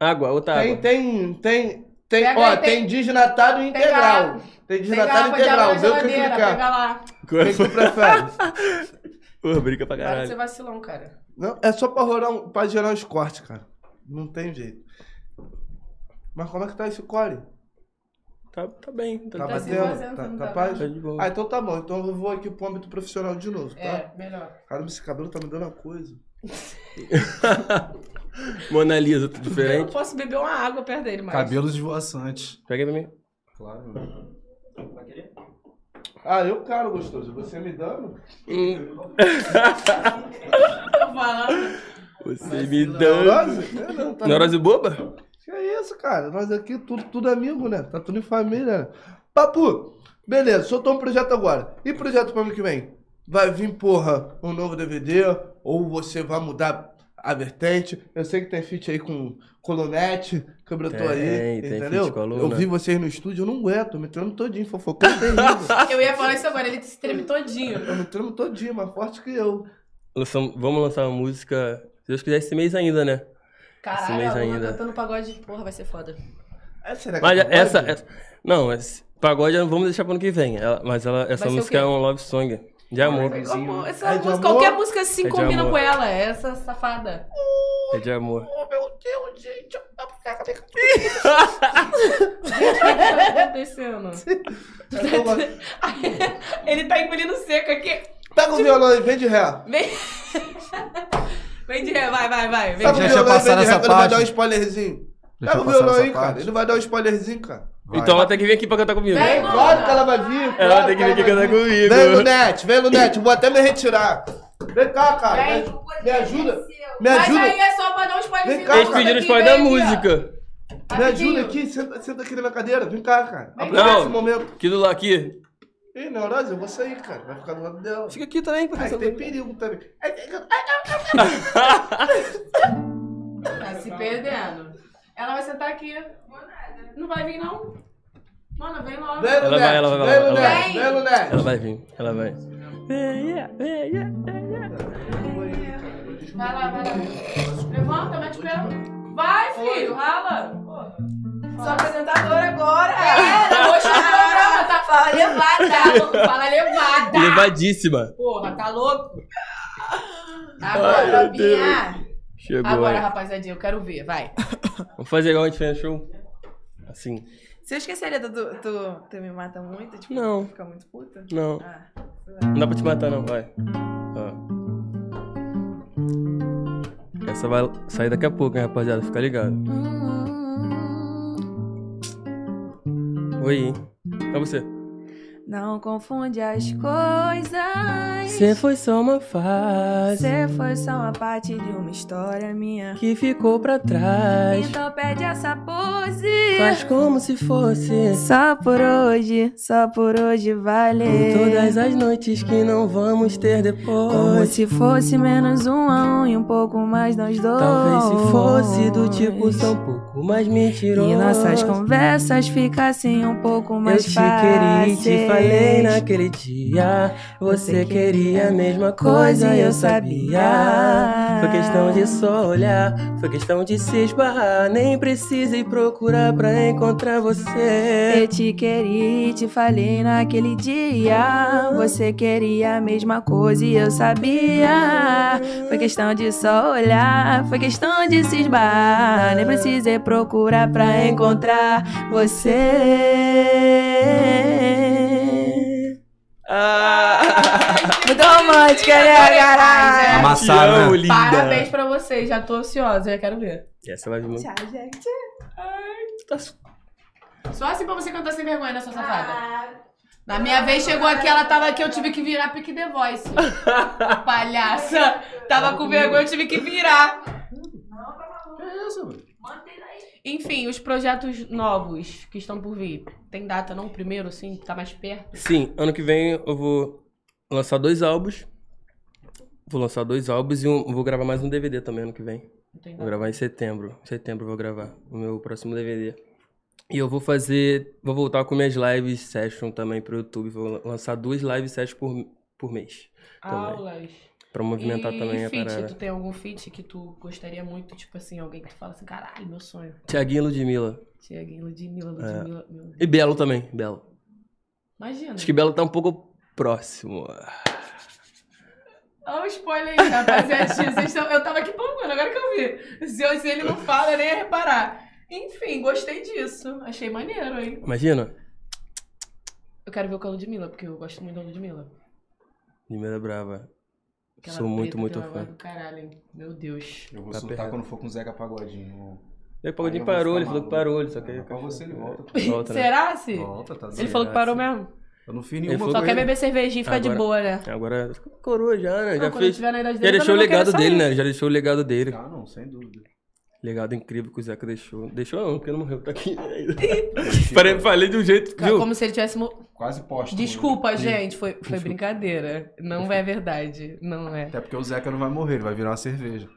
[SPEAKER 3] Água, outra
[SPEAKER 2] Tem,
[SPEAKER 3] água.
[SPEAKER 2] tem, tem, tem,
[SPEAKER 4] Pega
[SPEAKER 2] ó,
[SPEAKER 4] aí,
[SPEAKER 2] tem, dignatário integral. Tem
[SPEAKER 4] Pega a
[SPEAKER 2] dignatário
[SPEAKER 4] garrafa de
[SPEAKER 2] integral,
[SPEAKER 4] água na
[SPEAKER 2] vê o que
[SPEAKER 4] geladeira,
[SPEAKER 2] clicar.
[SPEAKER 4] pega lá.
[SPEAKER 2] O que que tu prefere?
[SPEAKER 3] Porra, briga pra
[SPEAKER 4] Para de ser
[SPEAKER 3] caralho.
[SPEAKER 4] vacilão, cara.
[SPEAKER 2] Não, é só pra, rolar um, pra gerar uns cortes, cara. Não tem jeito. Mas como é que tá esse core?
[SPEAKER 3] Tá, tá bem, tá,
[SPEAKER 2] Tá
[SPEAKER 3] tá,
[SPEAKER 4] se
[SPEAKER 2] batendo?
[SPEAKER 4] fazendo, não
[SPEAKER 2] Tá,
[SPEAKER 4] tá
[SPEAKER 2] tá paz?
[SPEAKER 3] tá de boa.
[SPEAKER 2] Ah, então tá bom. Então eu vou aqui pro âmbito profissional de novo, tá?
[SPEAKER 4] É, melhor.
[SPEAKER 2] Caramba, esse cabelo tá me dando uma coisa.
[SPEAKER 3] Mona Lisa, tá
[SPEAKER 4] Eu
[SPEAKER 3] diferente.
[SPEAKER 4] não posso beber uma água perto dele mais.
[SPEAKER 5] Cabelos esvoaçantes.
[SPEAKER 3] Pega aí pra mim.
[SPEAKER 5] Claro, né? mano.
[SPEAKER 2] Ah, eu quero, gostoso. Você me dando?
[SPEAKER 4] Tô falando.
[SPEAKER 3] Você me deu.
[SPEAKER 2] Neurose? É, não, tá
[SPEAKER 3] Neurose boba?
[SPEAKER 2] Que é isso, cara? Nós aqui, tudo, tudo amigo, né? Tá tudo em família, né? Papu, beleza, soltou um projeto agora. E projeto pro ano que vem? Vai vir, porra, um novo DVD? Ou você vai mudar a vertente? Eu sei que tem feat aí com Colonete, que eu brotou aí,
[SPEAKER 3] Tem, tem
[SPEAKER 2] entendeu?
[SPEAKER 3] feat com a Luna.
[SPEAKER 2] eu vi vocês no estúdio, eu não aguento, eu me tremo todinho, fofocando tem rindo.
[SPEAKER 4] Eu ia falar isso agora, ele se treme todinho.
[SPEAKER 2] Eu me tremo todinho, mais forte que eu.
[SPEAKER 3] Lançam- Vamos lançar uma música, se Deus quiser, esse mês ainda, né? Esse
[SPEAKER 4] Caralho,
[SPEAKER 3] mês
[SPEAKER 4] a Luna
[SPEAKER 3] ainda.
[SPEAKER 4] cantando pagode, porra, vai ser foda.
[SPEAKER 2] É, será que
[SPEAKER 3] Mas
[SPEAKER 2] é
[SPEAKER 3] essa,
[SPEAKER 2] pagode?
[SPEAKER 3] essa- Não, esse pagode vamos deixar pro ano que vem. Ela- mas ela, essa
[SPEAKER 4] Vai ser o
[SPEAKER 3] música
[SPEAKER 4] quê?
[SPEAKER 3] é um love song. De amor.
[SPEAKER 4] Como? Essa
[SPEAKER 2] É de
[SPEAKER 4] música,
[SPEAKER 2] amor?
[SPEAKER 4] qualquer música assim
[SPEAKER 3] É de
[SPEAKER 4] combina
[SPEAKER 3] amor.
[SPEAKER 4] com ela, essa safada.
[SPEAKER 3] É de amor.
[SPEAKER 2] Oh, meu Deus, gente, eu- eu-
[SPEAKER 4] Gente, o que tá acontecendo?
[SPEAKER 2] eu- eu- eu-
[SPEAKER 4] ele tá engolindo seco aqui.
[SPEAKER 2] Pega o violão aí, vem de ré.
[SPEAKER 4] Vem. Vem de ré, vai, vai, vai. Vem
[SPEAKER 2] Pega o violão aí, vem
[SPEAKER 4] de ré.
[SPEAKER 5] Já tinha passado
[SPEAKER 2] de ré,
[SPEAKER 5] essa
[SPEAKER 2] que ele vai
[SPEAKER 5] parte.
[SPEAKER 2] dar um spoilerzinho. Pega
[SPEAKER 5] Deixa eu
[SPEAKER 2] o
[SPEAKER 5] passar
[SPEAKER 2] violão
[SPEAKER 5] essa
[SPEAKER 2] aí, cara.
[SPEAKER 5] parte.
[SPEAKER 2] Ele vai dar um spoilerzinho, cara.
[SPEAKER 5] Vai.
[SPEAKER 3] Então ela tem que vir aqui pra cantar comigo.
[SPEAKER 4] Vem,
[SPEAKER 3] Ela
[SPEAKER 4] mano.
[SPEAKER 2] Claro que ela vai vir. claro
[SPEAKER 3] tem que vir
[SPEAKER 2] ela
[SPEAKER 3] aqui
[SPEAKER 2] vai
[SPEAKER 3] cantar
[SPEAKER 2] Vem,
[SPEAKER 3] comigo.
[SPEAKER 2] Lunete, vem, Lunete. Vou até me retirar. Vem cá, cara.
[SPEAKER 4] Vem.
[SPEAKER 2] Me, me ajuda. Me
[SPEAKER 4] Mas
[SPEAKER 2] ajuda.
[SPEAKER 4] aí é só pra dar um spoilerzinho.
[SPEAKER 2] Vem cá,
[SPEAKER 4] da
[SPEAKER 3] Eles
[SPEAKER 4] música
[SPEAKER 3] pediram
[SPEAKER 4] que
[SPEAKER 3] spoiler da
[SPEAKER 4] vem aqui, ó.
[SPEAKER 3] música.
[SPEAKER 2] Me
[SPEAKER 4] Rapidinho.
[SPEAKER 2] ajuda aqui. Senta, senta aqui na minha cadeira. Vem cá, cara.
[SPEAKER 4] Vem.
[SPEAKER 2] Aproveita
[SPEAKER 3] Não.
[SPEAKER 2] esse momento.
[SPEAKER 3] Aqui do lado aqui.
[SPEAKER 2] Ih, Neurose, eu vou sair, cara. Vai ficar do lado dela.
[SPEAKER 3] Fica aqui também,
[SPEAKER 2] Aí
[SPEAKER 3] professor.
[SPEAKER 5] um
[SPEAKER 2] tem perigo também. Ai, ai, ai.
[SPEAKER 4] Tá se perdendo. Ela vai sentar aqui. Não vai vir, não? Mano, vem logo.
[SPEAKER 2] Vem,
[SPEAKER 3] vai,
[SPEAKER 2] Lunete.
[SPEAKER 3] ela vai,
[SPEAKER 2] Vem,
[SPEAKER 3] ela vai.
[SPEAKER 2] Lunete. Vem,
[SPEAKER 3] Ela
[SPEAKER 2] Lunete.
[SPEAKER 3] vai vir, ela vai.
[SPEAKER 4] Vai lá, vai lá. Levanta, mete o pé. Vai, filho, rala. Porra.
[SPEAKER 6] Sou apresentadora agora.
[SPEAKER 4] Era, hoje o programa tá
[SPEAKER 6] Fala levada.
[SPEAKER 4] Fala levada.
[SPEAKER 3] Levadíssima.
[SPEAKER 4] Porra, tá louco?
[SPEAKER 3] Ai,
[SPEAKER 6] Agora,
[SPEAKER 3] meu
[SPEAKER 6] Robinha.
[SPEAKER 3] Chegou
[SPEAKER 4] Agora,
[SPEAKER 3] aí.
[SPEAKER 4] rapaziadinha, eu quero ver, vai.
[SPEAKER 3] Vamos fazer igual a gente fez no show? Assim.
[SPEAKER 6] Você esqueceria do, do, do Tu Me Mata Muito? Tipo,
[SPEAKER 3] Não.
[SPEAKER 6] Fica muito puta?
[SPEAKER 3] Não.
[SPEAKER 6] Ah.
[SPEAKER 3] Não dá pra te matar, não, vai. Ó. Essa vai sair daqui a pouco, hein, rapaziada? Fica ligado. Oi, hein? É você.
[SPEAKER 6] Não confunde as coisas.
[SPEAKER 3] Você foi só uma fase
[SPEAKER 6] Você foi só uma parte de uma história minha.
[SPEAKER 3] que ficou pra trás.
[SPEAKER 6] Então pede essa pose.
[SPEAKER 3] Faz como se fosse
[SPEAKER 6] Só por hoje, só por hoje vale.
[SPEAKER 3] todas as noites que não vamos ter
[SPEAKER 6] Como
[SPEAKER 3] depois.
[SPEAKER 6] se fosse menos um a um e um pouco mais nós dois.
[SPEAKER 3] Talvez se fosse do tipo são pouco mais mentiroso.
[SPEAKER 6] E nossas conversas ficassem um pouco
[SPEAKER 3] Eu
[SPEAKER 6] mais
[SPEAKER 3] te queria e
[SPEAKER 6] fáceis.
[SPEAKER 3] te falei né? naquele dia. Você queria a mesma coisa, eu sabia. Foi questão de só olhar, foi questão de se esbarrar. Nem precisei procurar pra encontrar você.
[SPEAKER 6] Eu te queria e te falei naquele dia. Você queria a mesma coisa e eu sabia. Foi questão de só olhar, foi questão de se esbarrar. Nem precisei procurar pra encontrar você.
[SPEAKER 3] Ah!
[SPEAKER 6] Muito romântica, né, caralho?
[SPEAKER 5] Amassaram, né?
[SPEAKER 3] Te amo, linda.
[SPEAKER 4] Parabéns pra vocês, já tô ansiosa, já quero ver.
[SPEAKER 3] Essa é vai vir muito.
[SPEAKER 6] Tchau, gente.
[SPEAKER 4] Só assim pra você cantar sem vergonha, né, sua safada? Na minha vez chegou aqui, ela tava aqui, eu tive que virar pique The Voice. Palhaça. Tava com vergonha, eu tive que virar.
[SPEAKER 5] Que isso, mano?
[SPEAKER 4] Enfim, os projetos novos que estão por vir. Tem data não? Primeiro, assim, tá mais perto?
[SPEAKER 3] Sim, ano que vem eu vou lançar dois álbuns. Vou lançar dois álbuns e um- vou gravar mais um DVD também ano que vem.
[SPEAKER 4] Não tem
[SPEAKER 3] Vou
[SPEAKER 4] data.
[SPEAKER 3] gravar em setembro. Em setembro eu vou gravar o meu próximo DVD. E eu vou fazer. Vou voltar com minhas lives session também pro YouTube. Vou lan- lançar duas live sessions por, por mês. Também.
[SPEAKER 4] Aulas.
[SPEAKER 3] Pra movimentar
[SPEAKER 4] e
[SPEAKER 3] também a
[SPEAKER 4] feat,
[SPEAKER 3] parada.
[SPEAKER 4] tu tem algum feat que tu gostaria muito, tipo assim, alguém que tu fala assim, caralho, meu sonho.
[SPEAKER 3] Tiaguinho e Ludmilla.
[SPEAKER 4] Tiaguinho, Ludmilla,
[SPEAKER 3] É.
[SPEAKER 4] Ludmilla, meu Deus.
[SPEAKER 3] E Belo também, Belo.
[SPEAKER 4] Imagina.
[SPEAKER 3] Acho que Belo tá um pouco próximo.
[SPEAKER 4] Olha o spoiler aí, rapaziadinha. Vocês tão- Eu tava aqui pulando, agora que eu vi. Se, eu- se ele não fala, eu nem ia reparar. Enfim, gostei disso. Achei maneiro, hein?
[SPEAKER 3] Imagina?
[SPEAKER 4] Eu quero ver o com a Ludmilla, porque eu gosto muito da Ludmilla.
[SPEAKER 3] Ludmilla é brava.
[SPEAKER 4] Aquela
[SPEAKER 3] Sou muito,
[SPEAKER 4] preta
[SPEAKER 3] muito
[SPEAKER 4] tem uma
[SPEAKER 3] fã.
[SPEAKER 4] voz do Caralho, hein? Meu Deus.
[SPEAKER 5] Eu vou
[SPEAKER 3] Tá
[SPEAKER 5] soltar
[SPEAKER 3] perrado.
[SPEAKER 5] quando for com o Zeca Pagodinho.
[SPEAKER 3] Aí o
[SPEAKER 5] Aí eu
[SPEAKER 3] Pagodinho
[SPEAKER 5] vou
[SPEAKER 3] parou,
[SPEAKER 5] ficar
[SPEAKER 3] ele falou que
[SPEAKER 5] maluco.
[SPEAKER 3] parou, ele só que.
[SPEAKER 5] Ah, pra você ele volta.
[SPEAKER 3] Volta, né?
[SPEAKER 4] Será, se?
[SPEAKER 5] Volta, tá
[SPEAKER 4] Ele falou que
[SPEAKER 3] Será,
[SPEAKER 4] parou
[SPEAKER 3] se?
[SPEAKER 4] mesmo?
[SPEAKER 5] Eu não fiz
[SPEAKER 3] Ele
[SPEAKER 5] nenhuma
[SPEAKER 3] falou
[SPEAKER 4] Só
[SPEAKER 3] com
[SPEAKER 4] quer
[SPEAKER 3] ele.
[SPEAKER 4] beber cervejinha e ficar de
[SPEAKER 3] Agora-
[SPEAKER 4] boa, né?
[SPEAKER 3] Agora, coroa já, né?
[SPEAKER 4] Não,
[SPEAKER 3] Já
[SPEAKER 4] quando
[SPEAKER 3] fez.
[SPEAKER 4] tiver na idade
[SPEAKER 3] Já
[SPEAKER 4] dele,
[SPEAKER 3] deixou o
[SPEAKER 4] também não quero
[SPEAKER 3] legado
[SPEAKER 4] só
[SPEAKER 3] dele,
[SPEAKER 4] isso.
[SPEAKER 3] né? Já deixou o legado dele.
[SPEAKER 5] Ah, não, sem dúvida.
[SPEAKER 3] Legado incrível que o Zeca deixou. Deixou não, porque não morreu, tá aqui. Falei, falei de um jeito,
[SPEAKER 4] Cara,
[SPEAKER 3] viu?
[SPEAKER 4] como se ele tivesse. mo-
[SPEAKER 5] Tipo, Quase posto.
[SPEAKER 4] Desculpa, gente, foi, foi brincadeira. Não é verdade. Não é.
[SPEAKER 5] Até porque o Zeca não vai morrer, ele vai virar uma cerveja.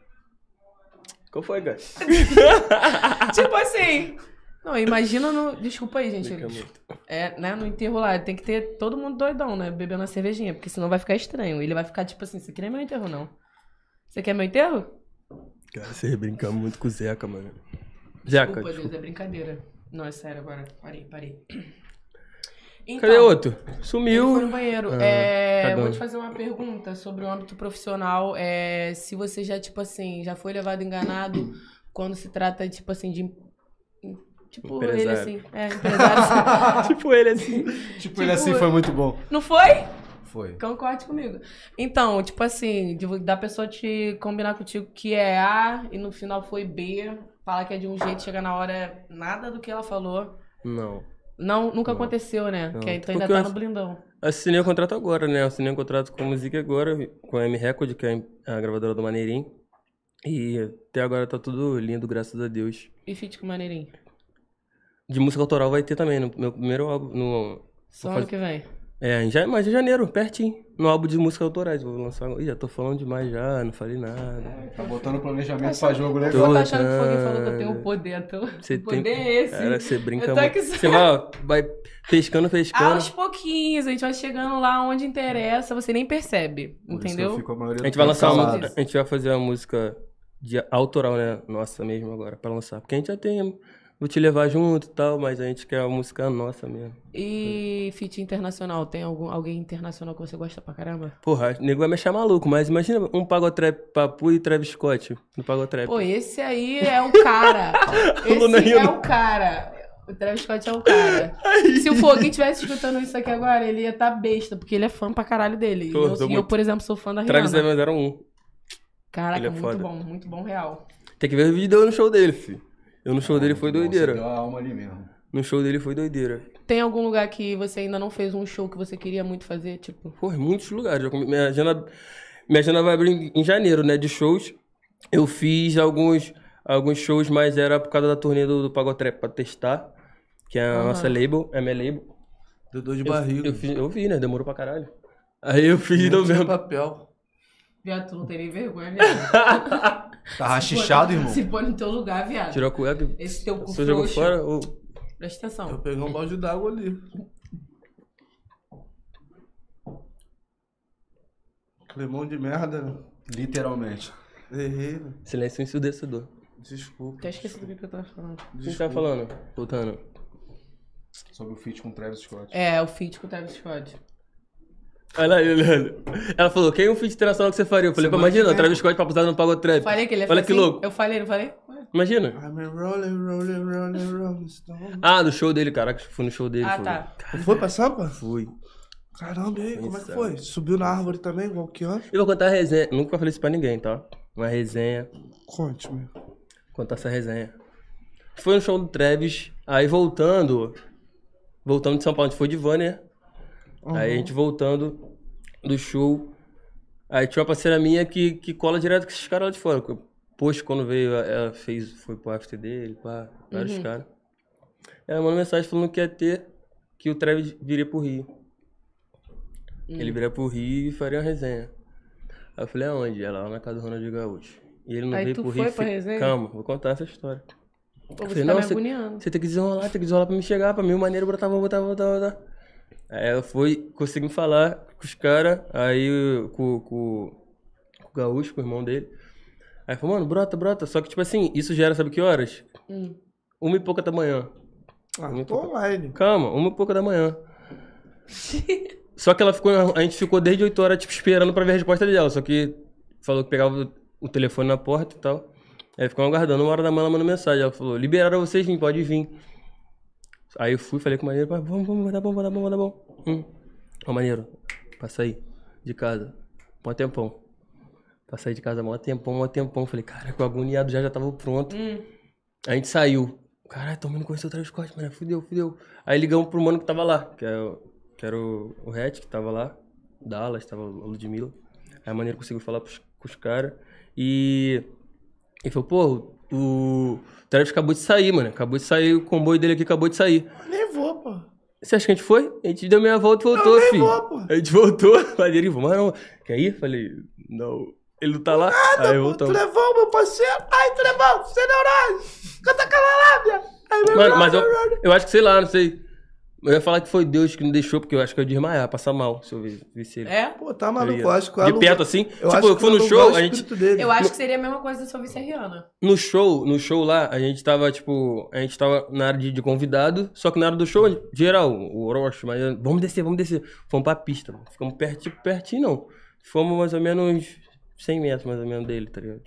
[SPEAKER 3] Qual foi, cara?
[SPEAKER 4] tipo assim. Não, imagina no. Desculpa aí, gente.
[SPEAKER 3] Fica muito.
[SPEAKER 4] É, né? No enterro lá, tem que ter todo mundo doidão, né? Bebendo a cervejinha, porque senão vai ficar estranho. Ele vai ficar tipo assim: você quer meu enterro, não? Você quer meu enterro?
[SPEAKER 3] Cara, você brinca muito com o Zeca, mano. Zeca,
[SPEAKER 4] Desculpa, Deus, é brincadeira. Não, é sério agora. Parei, parei. Então,
[SPEAKER 3] cadê outro?
[SPEAKER 4] Ele foi no
[SPEAKER 3] Sumiu.
[SPEAKER 4] banheiro.
[SPEAKER 3] Ah,
[SPEAKER 4] É,
[SPEAKER 3] cadê?
[SPEAKER 4] vou te fazer uma pergunta sobre o âmbito profissional. É, se você já, tipo assim, já foi levado enganado quando se trata, tipo assim, de. em- Tipo, ele
[SPEAKER 3] Empresário.
[SPEAKER 4] assim. É, empresário.
[SPEAKER 3] tipo ele assim.
[SPEAKER 5] Tipo, ele assim foi muito bom.
[SPEAKER 4] Não foi?
[SPEAKER 5] Foi.
[SPEAKER 4] Concorde comigo. Então, tipo assim, de- da pessoa te combinar contigo que é A e no final foi B, falar que é de um jeito, chega na hora é nada do que ela falou.
[SPEAKER 3] Não.
[SPEAKER 4] Não, nunca
[SPEAKER 3] Não.
[SPEAKER 4] aconteceu, né?
[SPEAKER 3] Não.
[SPEAKER 4] Que aí tu ainda
[SPEAKER 3] Porque
[SPEAKER 4] tá
[SPEAKER 3] eu-
[SPEAKER 4] no blindão.
[SPEAKER 3] Assinei o contrato agora, né? Assinei o contrato com a Music agora, com a M Record, que é a gravadora do Maneirim. E até agora tá tudo lindo, graças a Deus.
[SPEAKER 4] E fit com maneirinho.
[SPEAKER 3] De música autoral vai ter também, no meu primeiro álbum. No...
[SPEAKER 4] Só
[SPEAKER 3] Vou
[SPEAKER 4] ano que vem.
[SPEAKER 3] É, em ja- mas em janeiro, pertinho. No álbum de música autorais, vou lançar agora. Ih, já tô falando demais já, não falei nada.
[SPEAKER 5] Tá botando planejamento pra jogo, né?
[SPEAKER 4] Eu tô
[SPEAKER 3] Toda.
[SPEAKER 4] achando que foi quem falou que eu tenho o poder. Tô...
[SPEAKER 3] Você
[SPEAKER 4] o poder
[SPEAKER 3] tem-
[SPEAKER 4] é esse.
[SPEAKER 3] Cara, você brinca
[SPEAKER 4] eu tô
[SPEAKER 3] muito.
[SPEAKER 4] aqui
[SPEAKER 3] Você vai, ó, vai pescando, pescando.
[SPEAKER 4] Aos pouquinhos, a gente vai chegando lá onde interessa, você nem percebe,
[SPEAKER 5] Por isso que eu
[SPEAKER 4] entendeu?
[SPEAKER 5] fico a maioria
[SPEAKER 3] A
[SPEAKER 5] do
[SPEAKER 3] gente vai
[SPEAKER 5] tempo
[SPEAKER 3] lançar uma,
[SPEAKER 5] calado.
[SPEAKER 3] a gente vai fazer uma música de autoral, né? Nossa mesmo agora, pra lançar. Porque a gente já tem. Vou te levar junto e tal, mas a gente quer uma música nossa mesmo.
[SPEAKER 4] E fit internacional, tem algum, alguém internacional que você gosta pra caramba?
[SPEAKER 3] Porra, o nego vai me achar maluco, mas imagina um Pagotrap Papu e Travis Scott um no Pagotrap.
[SPEAKER 4] Pô, esse aí é o cara.
[SPEAKER 3] Luna
[SPEAKER 4] esse é
[SPEAKER 3] rindo.
[SPEAKER 4] o cara. O Travis Scott é o cara. Se o Foguinho estivesse escutando isso aqui agora, ele ia estar besta, porque ele é fã pra caralho dele. E
[SPEAKER 3] Pô,
[SPEAKER 4] eu, e
[SPEAKER 3] tô
[SPEAKER 4] eu,
[SPEAKER 3] muito.
[SPEAKER 4] por exemplo, sou fã da
[SPEAKER 3] Travis
[SPEAKER 4] Rihanna.
[SPEAKER 3] é 01.
[SPEAKER 4] Caraca,
[SPEAKER 3] ele é
[SPEAKER 4] muito
[SPEAKER 3] foda.
[SPEAKER 4] bom, muito bom real.
[SPEAKER 3] Tem que ver o vídeo de eu no show dele, filho. Eu no show dele foi
[SPEAKER 5] Muito bom,
[SPEAKER 3] doideira.
[SPEAKER 5] Você deu a alma ali mesmo.
[SPEAKER 3] No show dele foi doideira.
[SPEAKER 4] Tem algum lugar que você ainda não fez um show que você queria muito fazer? Tipo,
[SPEAKER 3] Pô, em muitos lugares. Já come- Minha agenda, minha agenda vai abrir em- em janeiro, né? De shows. Eu fiz alguns, alguns shows, mas era por causa da turnê do, do Pagotrap pra testar. Que é a nossa label, é minha label.
[SPEAKER 2] Deu dor de
[SPEAKER 3] Eu,
[SPEAKER 2] barriga.
[SPEAKER 3] eu, fiz, eu vi, né? Demorou pra caralho. Aí eu fiz em
[SPEAKER 2] Não tinha
[SPEAKER 3] novembro.
[SPEAKER 2] papel.
[SPEAKER 4] viado, tu não tem nem vergonha, viado.
[SPEAKER 5] Tá rachichado, irmão.
[SPEAKER 4] Se põe no teu lugar, viado.
[SPEAKER 3] Tirou a cueca.
[SPEAKER 4] Esse teu cu
[SPEAKER 3] Você jogou
[SPEAKER 4] frouxo.
[SPEAKER 3] fora? Ô,
[SPEAKER 4] Presta
[SPEAKER 2] Eu
[SPEAKER 4] atenção.
[SPEAKER 2] peguei um balde d'água ali. Clemão de merda, né?
[SPEAKER 5] Literalmente.
[SPEAKER 2] Errei, né?
[SPEAKER 3] silêncio ensurdecedor.
[SPEAKER 2] Desculpa.
[SPEAKER 4] Até esqueci do que eu tava falando.
[SPEAKER 3] O que você tava falando? Voltando.
[SPEAKER 5] Sobre o feat com o Travis Scott.
[SPEAKER 4] É, o feat com o Travis Scott.
[SPEAKER 3] Olha lá, ele, olha. Ela falou, quem é um feat internacional que você faria? Eu falei, pô,
[SPEAKER 5] Semana que
[SPEAKER 3] imagina,
[SPEAKER 5] vem,
[SPEAKER 3] Travis Scott pra usar no Pagotrap.
[SPEAKER 4] Falei que ele é
[SPEAKER 3] Olha que louco.
[SPEAKER 4] Eu falei, não falei?
[SPEAKER 3] Imagina.
[SPEAKER 2] I'm a rolling, rolling, rolling, rolling stone.
[SPEAKER 3] Ah, do show dele, caraca. Fui no show dele.
[SPEAKER 4] Ah,
[SPEAKER 3] fui.
[SPEAKER 4] tá.
[SPEAKER 2] Foi pra Sampa?
[SPEAKER 3] Fui.
[SPEAKER 2] Caramba, e aí, como é que
[SPEAKER 3] Isso.
[SPEAKER 2] foi? Subiu na árvore também, igual que ano?
[SPEAKER 3] Eu vou contar a resenha. Nunca falei isso pra ninguém, tá? Uma resenha.
[SPEAKER 2] Conte-me.
[SPEAKER 3] Contar essa resenha. Foi no show do Travis. Aí voltando. Voltando de São Paulo, a gente foi de van, né? Aí a gente
[SPEAKER 4] Uhum.
[SPEAKER 3] voltando do show. Aí tinha uma parceira minha que, que cola direto com esses caras lá de fora. que o Post, quando veio, ela fez, foi pro after dele, pá,
[SPEAKER 4] Uhum.
[SPEAKER 3] vários caras. Ela mandou mensagem falando que ia ter, que o Travis viria pro Rio.
[SPEAKER 4] Hum.
[SPEAKER 3] Ele viria pro Rio e faria uma resenha. Aí eu falei, aonde? Ela lá na casa do Ronaldinho Gaúcho. E ele não
[SPEAKER 4] Aí
[SPEAKER 3] veio
[SPEAKER 4] tu
[SPEAKER 3] pro
[SPEAKER 4] foi
[SPEAKER 3] Rio.
[SPEAKER 4] pra
[SPEAKER 3] fi-
[SPEAKER 4] resenha?
[SPEAKER 3] Calma, vou contar essa história.
[SPEAKER 4] Pô,
[SPEAKER 3] Eu
[SPEAKER 4] você
[SPEAKER 3] falei,
[SPEAKER 4] tá
[SPEAKER 3] não,
[SPEAKER 4] me
[SPEAKER 3] você-
[SPEAKER 4] agoniando.
[SPEAKER 3] Você tem que desenrolar, tem que desenrolar pra me chegar, pra mim o maneiro botar, botar, botar, botar. Aí eu fui, consegui falar com os caras, aí eu- com, com, com o Gaúcho, com o irmão dele. Aí falou, mano, brota, brota. Só que, tipo assim, isso já era, sabe que horas?
[SPEAKER 4] Hum.
[SPEAKER 3] Uma e pouca da manhã.
[SPEAKER 2] Ah,
[SPEAKER 3] Muito
[SPEAKER 2] tô online.
[SPEAKER 3] Calma, uma e pouca da manhã. só que ela ficou, a gente ficou desde 8 horas, tipo, esperando pra ver a resposta dela. Só que falou que pegava o- o telefone na porta e tal. Aí ficou aguardando, uma hora da manhã ela mandou mensagem. Ela falou, liberaram vocês, sim, pode vir. Aí eu fui, falei com o maneiro, "Pá, vamos, vamos, vai dar bom, vai dar bom, vai dar bom. Hum. Ó, maneiro, pra sair de casa, mó tempão. Pra sair de casa, mó tempão, mó tempão. Falei, caraca, o agoniado já, já tava pronto. A gente saiu. Caralho, todo mundo conheceu o Travis Scott, mano. Fudeu, fudeu. Aí ligamos pro mano que tava lá, que é o que era o, o Hatch, que tava lá, Dallas, tava a Ludmilla. Aí a maneira conseguiu falar pros, com os caras. E ele falou, pô, o Travis acabou de sair, mano. Acabou de sair, o comboio dele aqui acabou de sair.
[SPEAKER 2] Nem vou, pô.
[SPEAKER 3] Você acha que a gente foi? A gente deu meia volta e voltou,
[SPEAKER 2] nem
[SPEAKER 3] filho.
[SPEAKER 2] vou, pô.
[SPEAKER 3] A gente voltou. Falei, ele, vamos lá, não. Quer ir? Falei, não. Ele não tá lá? aí
[SPEAKER 2] Pô,
[SPEAKER 3] voltamos.
[SPEAKER 2] Trevão, meu parceiro. Ai, Trevão, você é neurose. Canta calalábia. Ai, meu
[SPEAKER 3] Mano,
[SPEAKER 2] brother,
[SPEAKER 3] mas eu,
[SPEAKER 2] meu brother.
[SPEAKER 3] eu acho que, sei lá, não sei. Eu ia falar que foi Deus que não deixou, porque eu acho que eu ia desmaiar, passar mal, se eu vi- visse ele.
[SPEAKER 4] É?
[SPEAKER 2] Pô, tá
[SPEAKER 3] Eu
[SPEAKER 2] maluco,
[SPEAKER 3] ia.
[SPEAKER 2] eu acho que
[SPEAKER 3] De perto assim?
[SPEAKER 2] Eu
[SPEAKER 3] tipo,
[SPEAKER 2] acho
[SPEAKER 3] eu
[SPEAKER 2] que
[SPEAKER 3] fui no
[SPEAKER 2] alugar
[SPEAKER 3] show,
[SPEAKER 2] o
[SPEAKER 3] a gente.
[SPEAKER 2] espírito Dele.
[SPEAKER 4] É, Eu acho que seria a mesma coisa se eu visse a Rihanna.
[SPEAKER 3] No show, no show lá, a gente tava, tipo, a gente tava na área de, de convidado, só que na área do show, geral, o Orochi, mas vamos descer, vamos descer. Fomos pra pista, mano. Ficamos pertinho, pertinho não. Fomos mais ou menos 100 metros, mais ou menos, dele, tá ligado?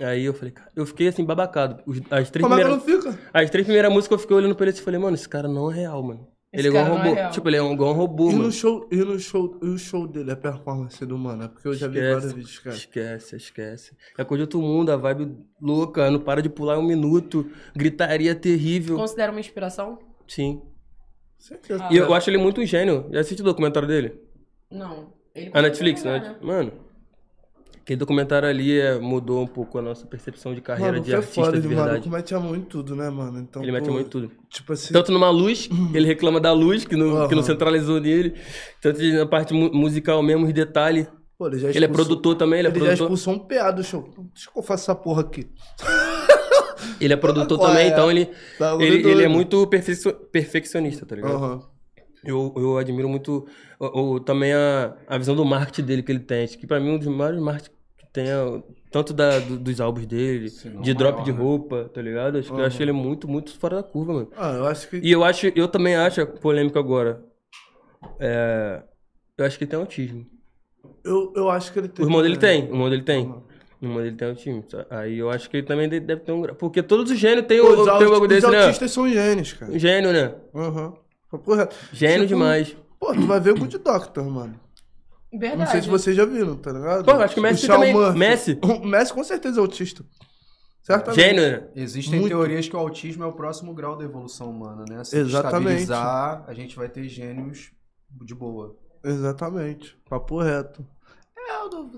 [SPEAKER 3] Aí eu falei, cara, eu fiquei assim, babacado. Os- As três
[SPEAKER 2] Como é que eu
[SPEAKER 3] primeiras...
[SPEAKER 2] não fica?
[SPEAKER 3] As três primeiras músicas eu fiquei olhando pra ele e falei, mano, esse cara não é real, mano.
[SPEAKER 4] Esse
[SPEAKER 3] ele é igual um
[SPEAKER 4] cara não é
[SPEAKER 3] robô.
[SPEAKER 4] real.
[SPEAKER 3] tipo, ele é um, igual um robô,
[SPEAKER 2] E
[SPEAKER 3] mano.
[SPEAKER 2] no, show, e, no show, e o show dele, a performance do mano? É porque eu já vi
[SPEAKER 3] Esquece.
[SPEAKER 2] vários vídeos, cara.
[SPEAKER 3] Esquece, esquece. É coisa de outro mundo, a vibe louca, não para de pular um minuto, gritaria terrível.
[SPEAKER 4] Considera uma inspiração?
[SPEAKER 3] Sim.
[SPEAKER 2] Certeza.
[SPEAKER 3] E eu acho ele muito um gênio. Já assistiu o documentário dele?
[SPEAKER 4] Não. Ele
[SPEAKER 3] A Netflix,
[SPEAKER 4] considera,
[SPEAKER 3] né? Mano, aquele documentário ali é, mudou um pouco a nossa percepção de carreira
[SPEAKER 2] Maluco
[SPEAKER 3] de
[SPEAKER 2] é
[SPEAKER 3] artista
[SPEAKER 2] foda,
[SPEAKER 3] de
[SPEAKER 2] o
[SPEAKER 3] verdade.
[SPEAKER 2] maluco mete a mão em tudo, né, mano? Então,
[SPEAKER 3] Ele
[SPEAKER 2] pô,
[SPEAKER 3] mete a mão em tudo. Então,
[SPEAKER 2] Tipo assim,
[SPEAKER 3] Tanto numa luz, ele reclama da luz, que não, que não
[SPEAKER 2] Aham.
[SPEAKER 3] centralizou nele. Tanto de- na parte mu- musical mesmo, os detalhes.
[SPEAKER 2] pô, ele já
[SPEAKER 3] Ele é
[SPEAKER 2] expulsou-
[SPEAKER 3] produtor também, ele é
[SPEAKER 2] Ele já
[SPEAKER 3] produtor.
[SPEAKER 2] expulsou um PA do show. Deixa que eu faço essa porra aqui.
[SPEAKER 3] Ele é produtor
[SPEAKER 2] Qual
[SPEAKER 3] também,
[SPEAKER 2] é?
[SPEAKER 3] então ele,
[SPEAKER 2] Tá
[SPEAKER 3] ele,
[SPEAKER 2] doido.
[SPEAKER 3] ele é muito perfe- perfeccionista, tá ligado?
[SPEAKER 2] Aham.
[SPEAKER 3] Eu, eu admiro muito o, o- também a, a visão do marketing dele que ele tem. Acho Que pra mim é um dos maiores marketing que tem, é, tanto da, do- dos álbuns dele,
[SPEAKER 5] não
[SPEAKER 3] de
[SPEAKER 5] o
[SPEAKER 3] drop
[SPEAKER 5] maior,
[SPEAKER 3] de
[SPEAKER 5] né?
[SPEAKER 3] roupa, tá ligado? Acho que eu acho ele muito, muito fora da curva, mano.
[SPEAKER 2] Ah, eu acho que.
[SPEAKER 3] E eu acho, eu também acho, polêmico agora. é, eu acho que ele tem autismo.
[SPEAKER 2] Eu, eu acho que ele tem.
[SPEAKER 3] O irmão dele
[SPEAKER 2] também. né?
[SPEAKER 3] tem, o irmão dele tem. O irmão dele tem autismo. tá? Aí eu acho que ele também de- deve ter um. gra- Porque todos os gênios têm
[SPEAKER 2] Pô,
[SPEAKER 3] o-
[SPEAKER 2] os
[SPEAKER 3] tem um bagulho
[SPEAKER 2] aut- os
[SPEAKER 3] desse, né?
[SPEAKER 2] autistas são gênios, cara.
[SPEAKER 3] Gênio, né?
[SPEAKER 2] Aham. Porra,
[SPEAKER 3] Gênio
[SPEAKER 2] tipo,
[SPEAKER 3] demais.
[SPEAKER 2] Pô, tu vai ver o Good Doctor, mano.
[SPEAKER 4] Verdade.
[SPEAKER 2] Não sei se vocês já viram, tá ligado?
[SPEAKER 3] Pô, acho que o Messi
[SPEAKER 2] Shawn
[SPEAKER 3] também.
[SPEAKER 2] Murphy.
[SPEAKER 3] Messi.
[SPEAKER 2] O Messi com certeza é autista. Certo?
[SPEAKER 3] Gênio, né?
[SPEAKER 5] Existem
[SPEAKER 2] Muito.
[SPEAKER 5] teorias que o autismo é o próximo grau da evolução humana, né? Se
[SPEAKER 2] Exatamente.
[SPEAKER 5] estabilizar, a gente vai ter gênios de boa.
[SPEAKER 2] Exatamente. Papo reto. É, eu não...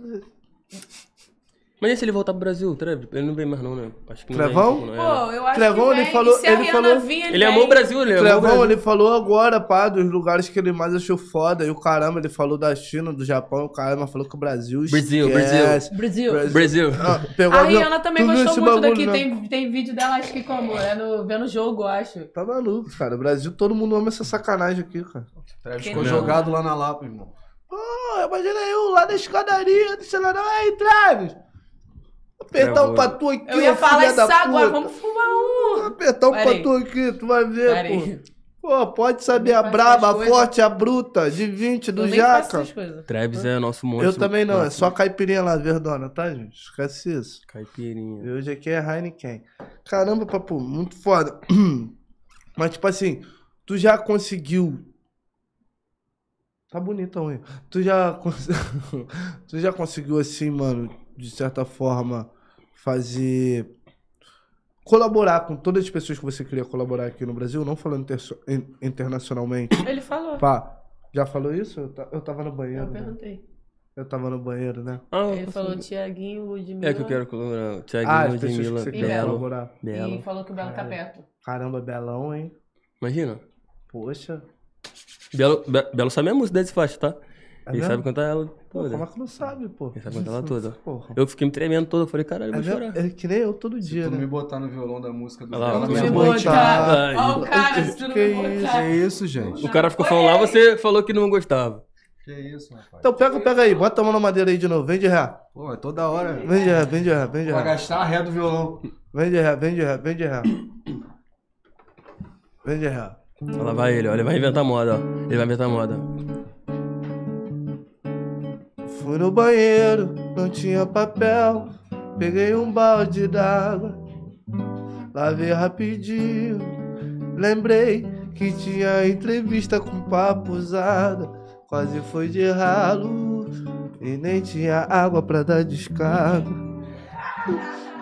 [SPEAKER 3] Mas e se ele voltar pro Brasil, Trev? Ele não vem mais não, né? Acho que não
[SPEAKER 2] Trevão?
[SPEAKER 3] Vem, não, é.
[SPEAKER 4] Pô, eu acho
[SPEAKER 2] Trevão,
[SPEAKER 4] que
[SPEAKER 2] ele
[SPEAKER 4] vem.
[SPEAKER 2] falou-
[SPEAKER 4] E se a
[SPEAKER 2] ele
[SPEAKER 4] Rihanna
[SPEAKER 2] falou-
[SPEAKER 4] vir, ele
[SPEAKER 3] Ele amou o
[SPEAKER 4] vem.
[SPEAKER 3] Brasil, ele amou o
[SPEAKER 2] Trevão,
[SPEAKER 3] Brasil.
[SPEAKER 2] ele falou agora, pá, dos lugares que ele mais achou foda. E o caramba, ele falou da China, do Japão. O caramba falou que o Brasil
[SPEAKER 3] Brasil,
[SPEAKER 2] esquece.
[SPEAKER 4] Brasil.
[SPEAKER 2] Brasil.
[SPEAKER 3] Brasil.
[SPEAKER 2] Ah, pegou
[SPEAKER 4] A
[SPEAKER 2] avião.
[SPEAKER 4] Rihanna também
[SPEAKER 2] Tu viu
[SPEAKER 4] gostou
[SPEAKER 2] esse
[SPEAKER 4] muito
[SPEAKER 2] bagulho,
[SPEAKER 4] daqui.
[SPEAKER 2] né?
[SPEAKER 4] Tem, tem vídeo dela, acho que como? É no, vendo jogo, eu acho.
[SPEAKER 2] Tá maluco, cara. O Brasil, todo mundo ama essa sacanagem aqui, cara.
[SPEAKER 5] Travis
[SPEAKER 4] Quem
[SPEAKER 5] ficou
[SPEAKER 3] não?
[SPEAKER 5] jogado lá na Lapa, irmão.
[SPEAKER 2] Pô, imagina eu lá na escadaria do celular. Aí, Travis! Apertar um
[SPEAKER 3] Travou.
[SPEAKER 2] patu aqui,
[SPEAKER 4] Eu ia
[SPEAKER 2] ô
[SPEAKER 4] falar
[SPEAKER 2] filha
[SPEAKER 4] isso
[SPEAKER 2] da
[SPEAKER 4] agora,
[SPEAKER 2] puta.
[SPEAKER 4] vamos fumar um.
[SPEAKER 2] Vou apertar um
[SPEAKER 4] Pera aí.
[SPEAKER 2] patu aqui, tu vai
[SPEAKER 4] Pera
[SPEAKER 2] ver, pô.
[SPEAKER 4] aí.
[SPEAKER 2] Pô, pode saber a
[SPEAKER 4] Faz
[SPEAKER 2] braba, a
[SPEAKER 4] essas coisas.
[SPEAKER 2] forte, a bruta, de 20, do
[SPEAKER 4] Eu nem faço
[SPEAKER 2] jaca.
[SPEAKER 4] essas coisas.
[SPEAKER 3] Travis é nosso monstro.
[SPEAKER 2] Eu também não, é
[SPEAKER 3] Nossa,
[SPEAKER 2] só caipirinha lá, verdona, tá, gente? Esquece isso.
[SPEAKER 3] Caipirinha.
[SPEAKER 2] E hoje aqui é Heineken. Caramba, papo, muito foda. Mas, tipo assim, tu já conseguiu. Tá bonita a unha. Tu já, cons- tu já conseguiu, assim, mano, de certa forma, fazer. Colaborar com todas as pessoas que você queria colaborar aqui no Brasil, não falando interso- in- internacionalmente.
[SPEAKER 4] Ele falou.
[SPEAKER 2] Pá, já falou isso? Eu, ta- eu tava no
[SPEAKER 4] Eu
[SPEAKER 2] banheiro. Né?
[SPEAKER 4] perguntei.
[SPEAKER 2] Eu tava no banheiro, né?
[SPEAKER 3] Ah, eu
[SPEAKER 4] Ele
[SPEAKER 3] posso-
[SPEAKER 4] falou Tiaguinho, Ludmilla.
[SPEAKER 3] É que eu quero colocar. o
[SPEAKER 2] Ah,
[SPEAKER 3] Thiaguinho,
[SPEAKER 2] as pessoas que
[SPEAKER 3] Ludmilla,
[SPEAKER 2] você queria
[SPEAKER 3] Belo.
[SPEAKER 2] colaborar.
[SPEAKER 4] E
[SPEAKER 3] Belo.
[SPEAKER 4] falou que o Belo tá perto.
[SPEAKER 2] Caramba, belão, hein?
[SPEAKER 3] Imagina.
[SPEAKER 2] Poxa.
[SPEAKER 3] Belo, Be- Belo sabe a música desse faixa, tá? ele
[SPEAKER 2] É mesmo?
[SPEAKER 3] sabe cantar ela
[SPEAKER 2] Pô, como é
[SPEAKER 3] toda.
[SPEAKER 2] que não sabe, pô?
[SPEAKER 3] Ele sabe cantar ela toda.
[SPEAKER 2] Porra.
[SPEAKER 3] Eu fiquei me tremendo todo. Eu falei, caralho, eu
[SPEAKER 2] É,
[SPEAKER 3] vou
[SPEAKER 2] mesmo?
[SPEAKER 3] chorar.
[SPEAKER 2] É que nem eu todo
[SPEAKER 5] Se
[SPEAKER 2] dia,
[SPEAKER 5] tu não me
[SPEAKER 2] né?
[SPEAKER 5] botar no violão da música do
[SPEAKER 3] Olha lá,
[SPEAKER 5] Belo,
[SPEAKER 3] ó,
[SPEAKER 5] minha
[SPEAKER 3] minha
[SPEAKER 5] mãe
[SPEAKER 2] boca.
[SPEAKER 5] tá-
[SPEAKER 3] Ai.
[SPEAKER 4] Tipo, Ó o cara, se tu não
[SPEAKER 2] Que
[SPEAKER 4] me
[SPEAKER 2] isso,
[SPEAKER 4] botar.
[SPEAKER 5] Que isso, gente?
[SPEAKER 3] O cara ficou falando lá, você falou que não gostava.
[SPEAKER 5] Que isso, rapaz?
[SPEAKER 2] Então pega, pega aí, bota a mão na madeira aí de novo, vem de ré.
[SPEAKER 5] Pô, é toda hora.
[SPEAKER 2] Vem de ré, vem de ré, vem de
[SPEAKER 5] Vai
[SPEAKER 2] ré.
[SPEAKER 5] gastar a ré do violão.
[SPEAKER 2] Vem de ré, vem de ré, vem de ré. Vem de ré.
[SPEAKER 3] Olha lá vai ele, olha, ele vai inventar moda, ó. Ele vai inventar moda.
[SPEAKER 2] Fui no banheiro, não tinha papel. Peguei um balde d'água, lavei rapidinho. Lembrei que tinha entrevista com papo usada. Quase foi de ralo e nem tinha água pra dar descarga.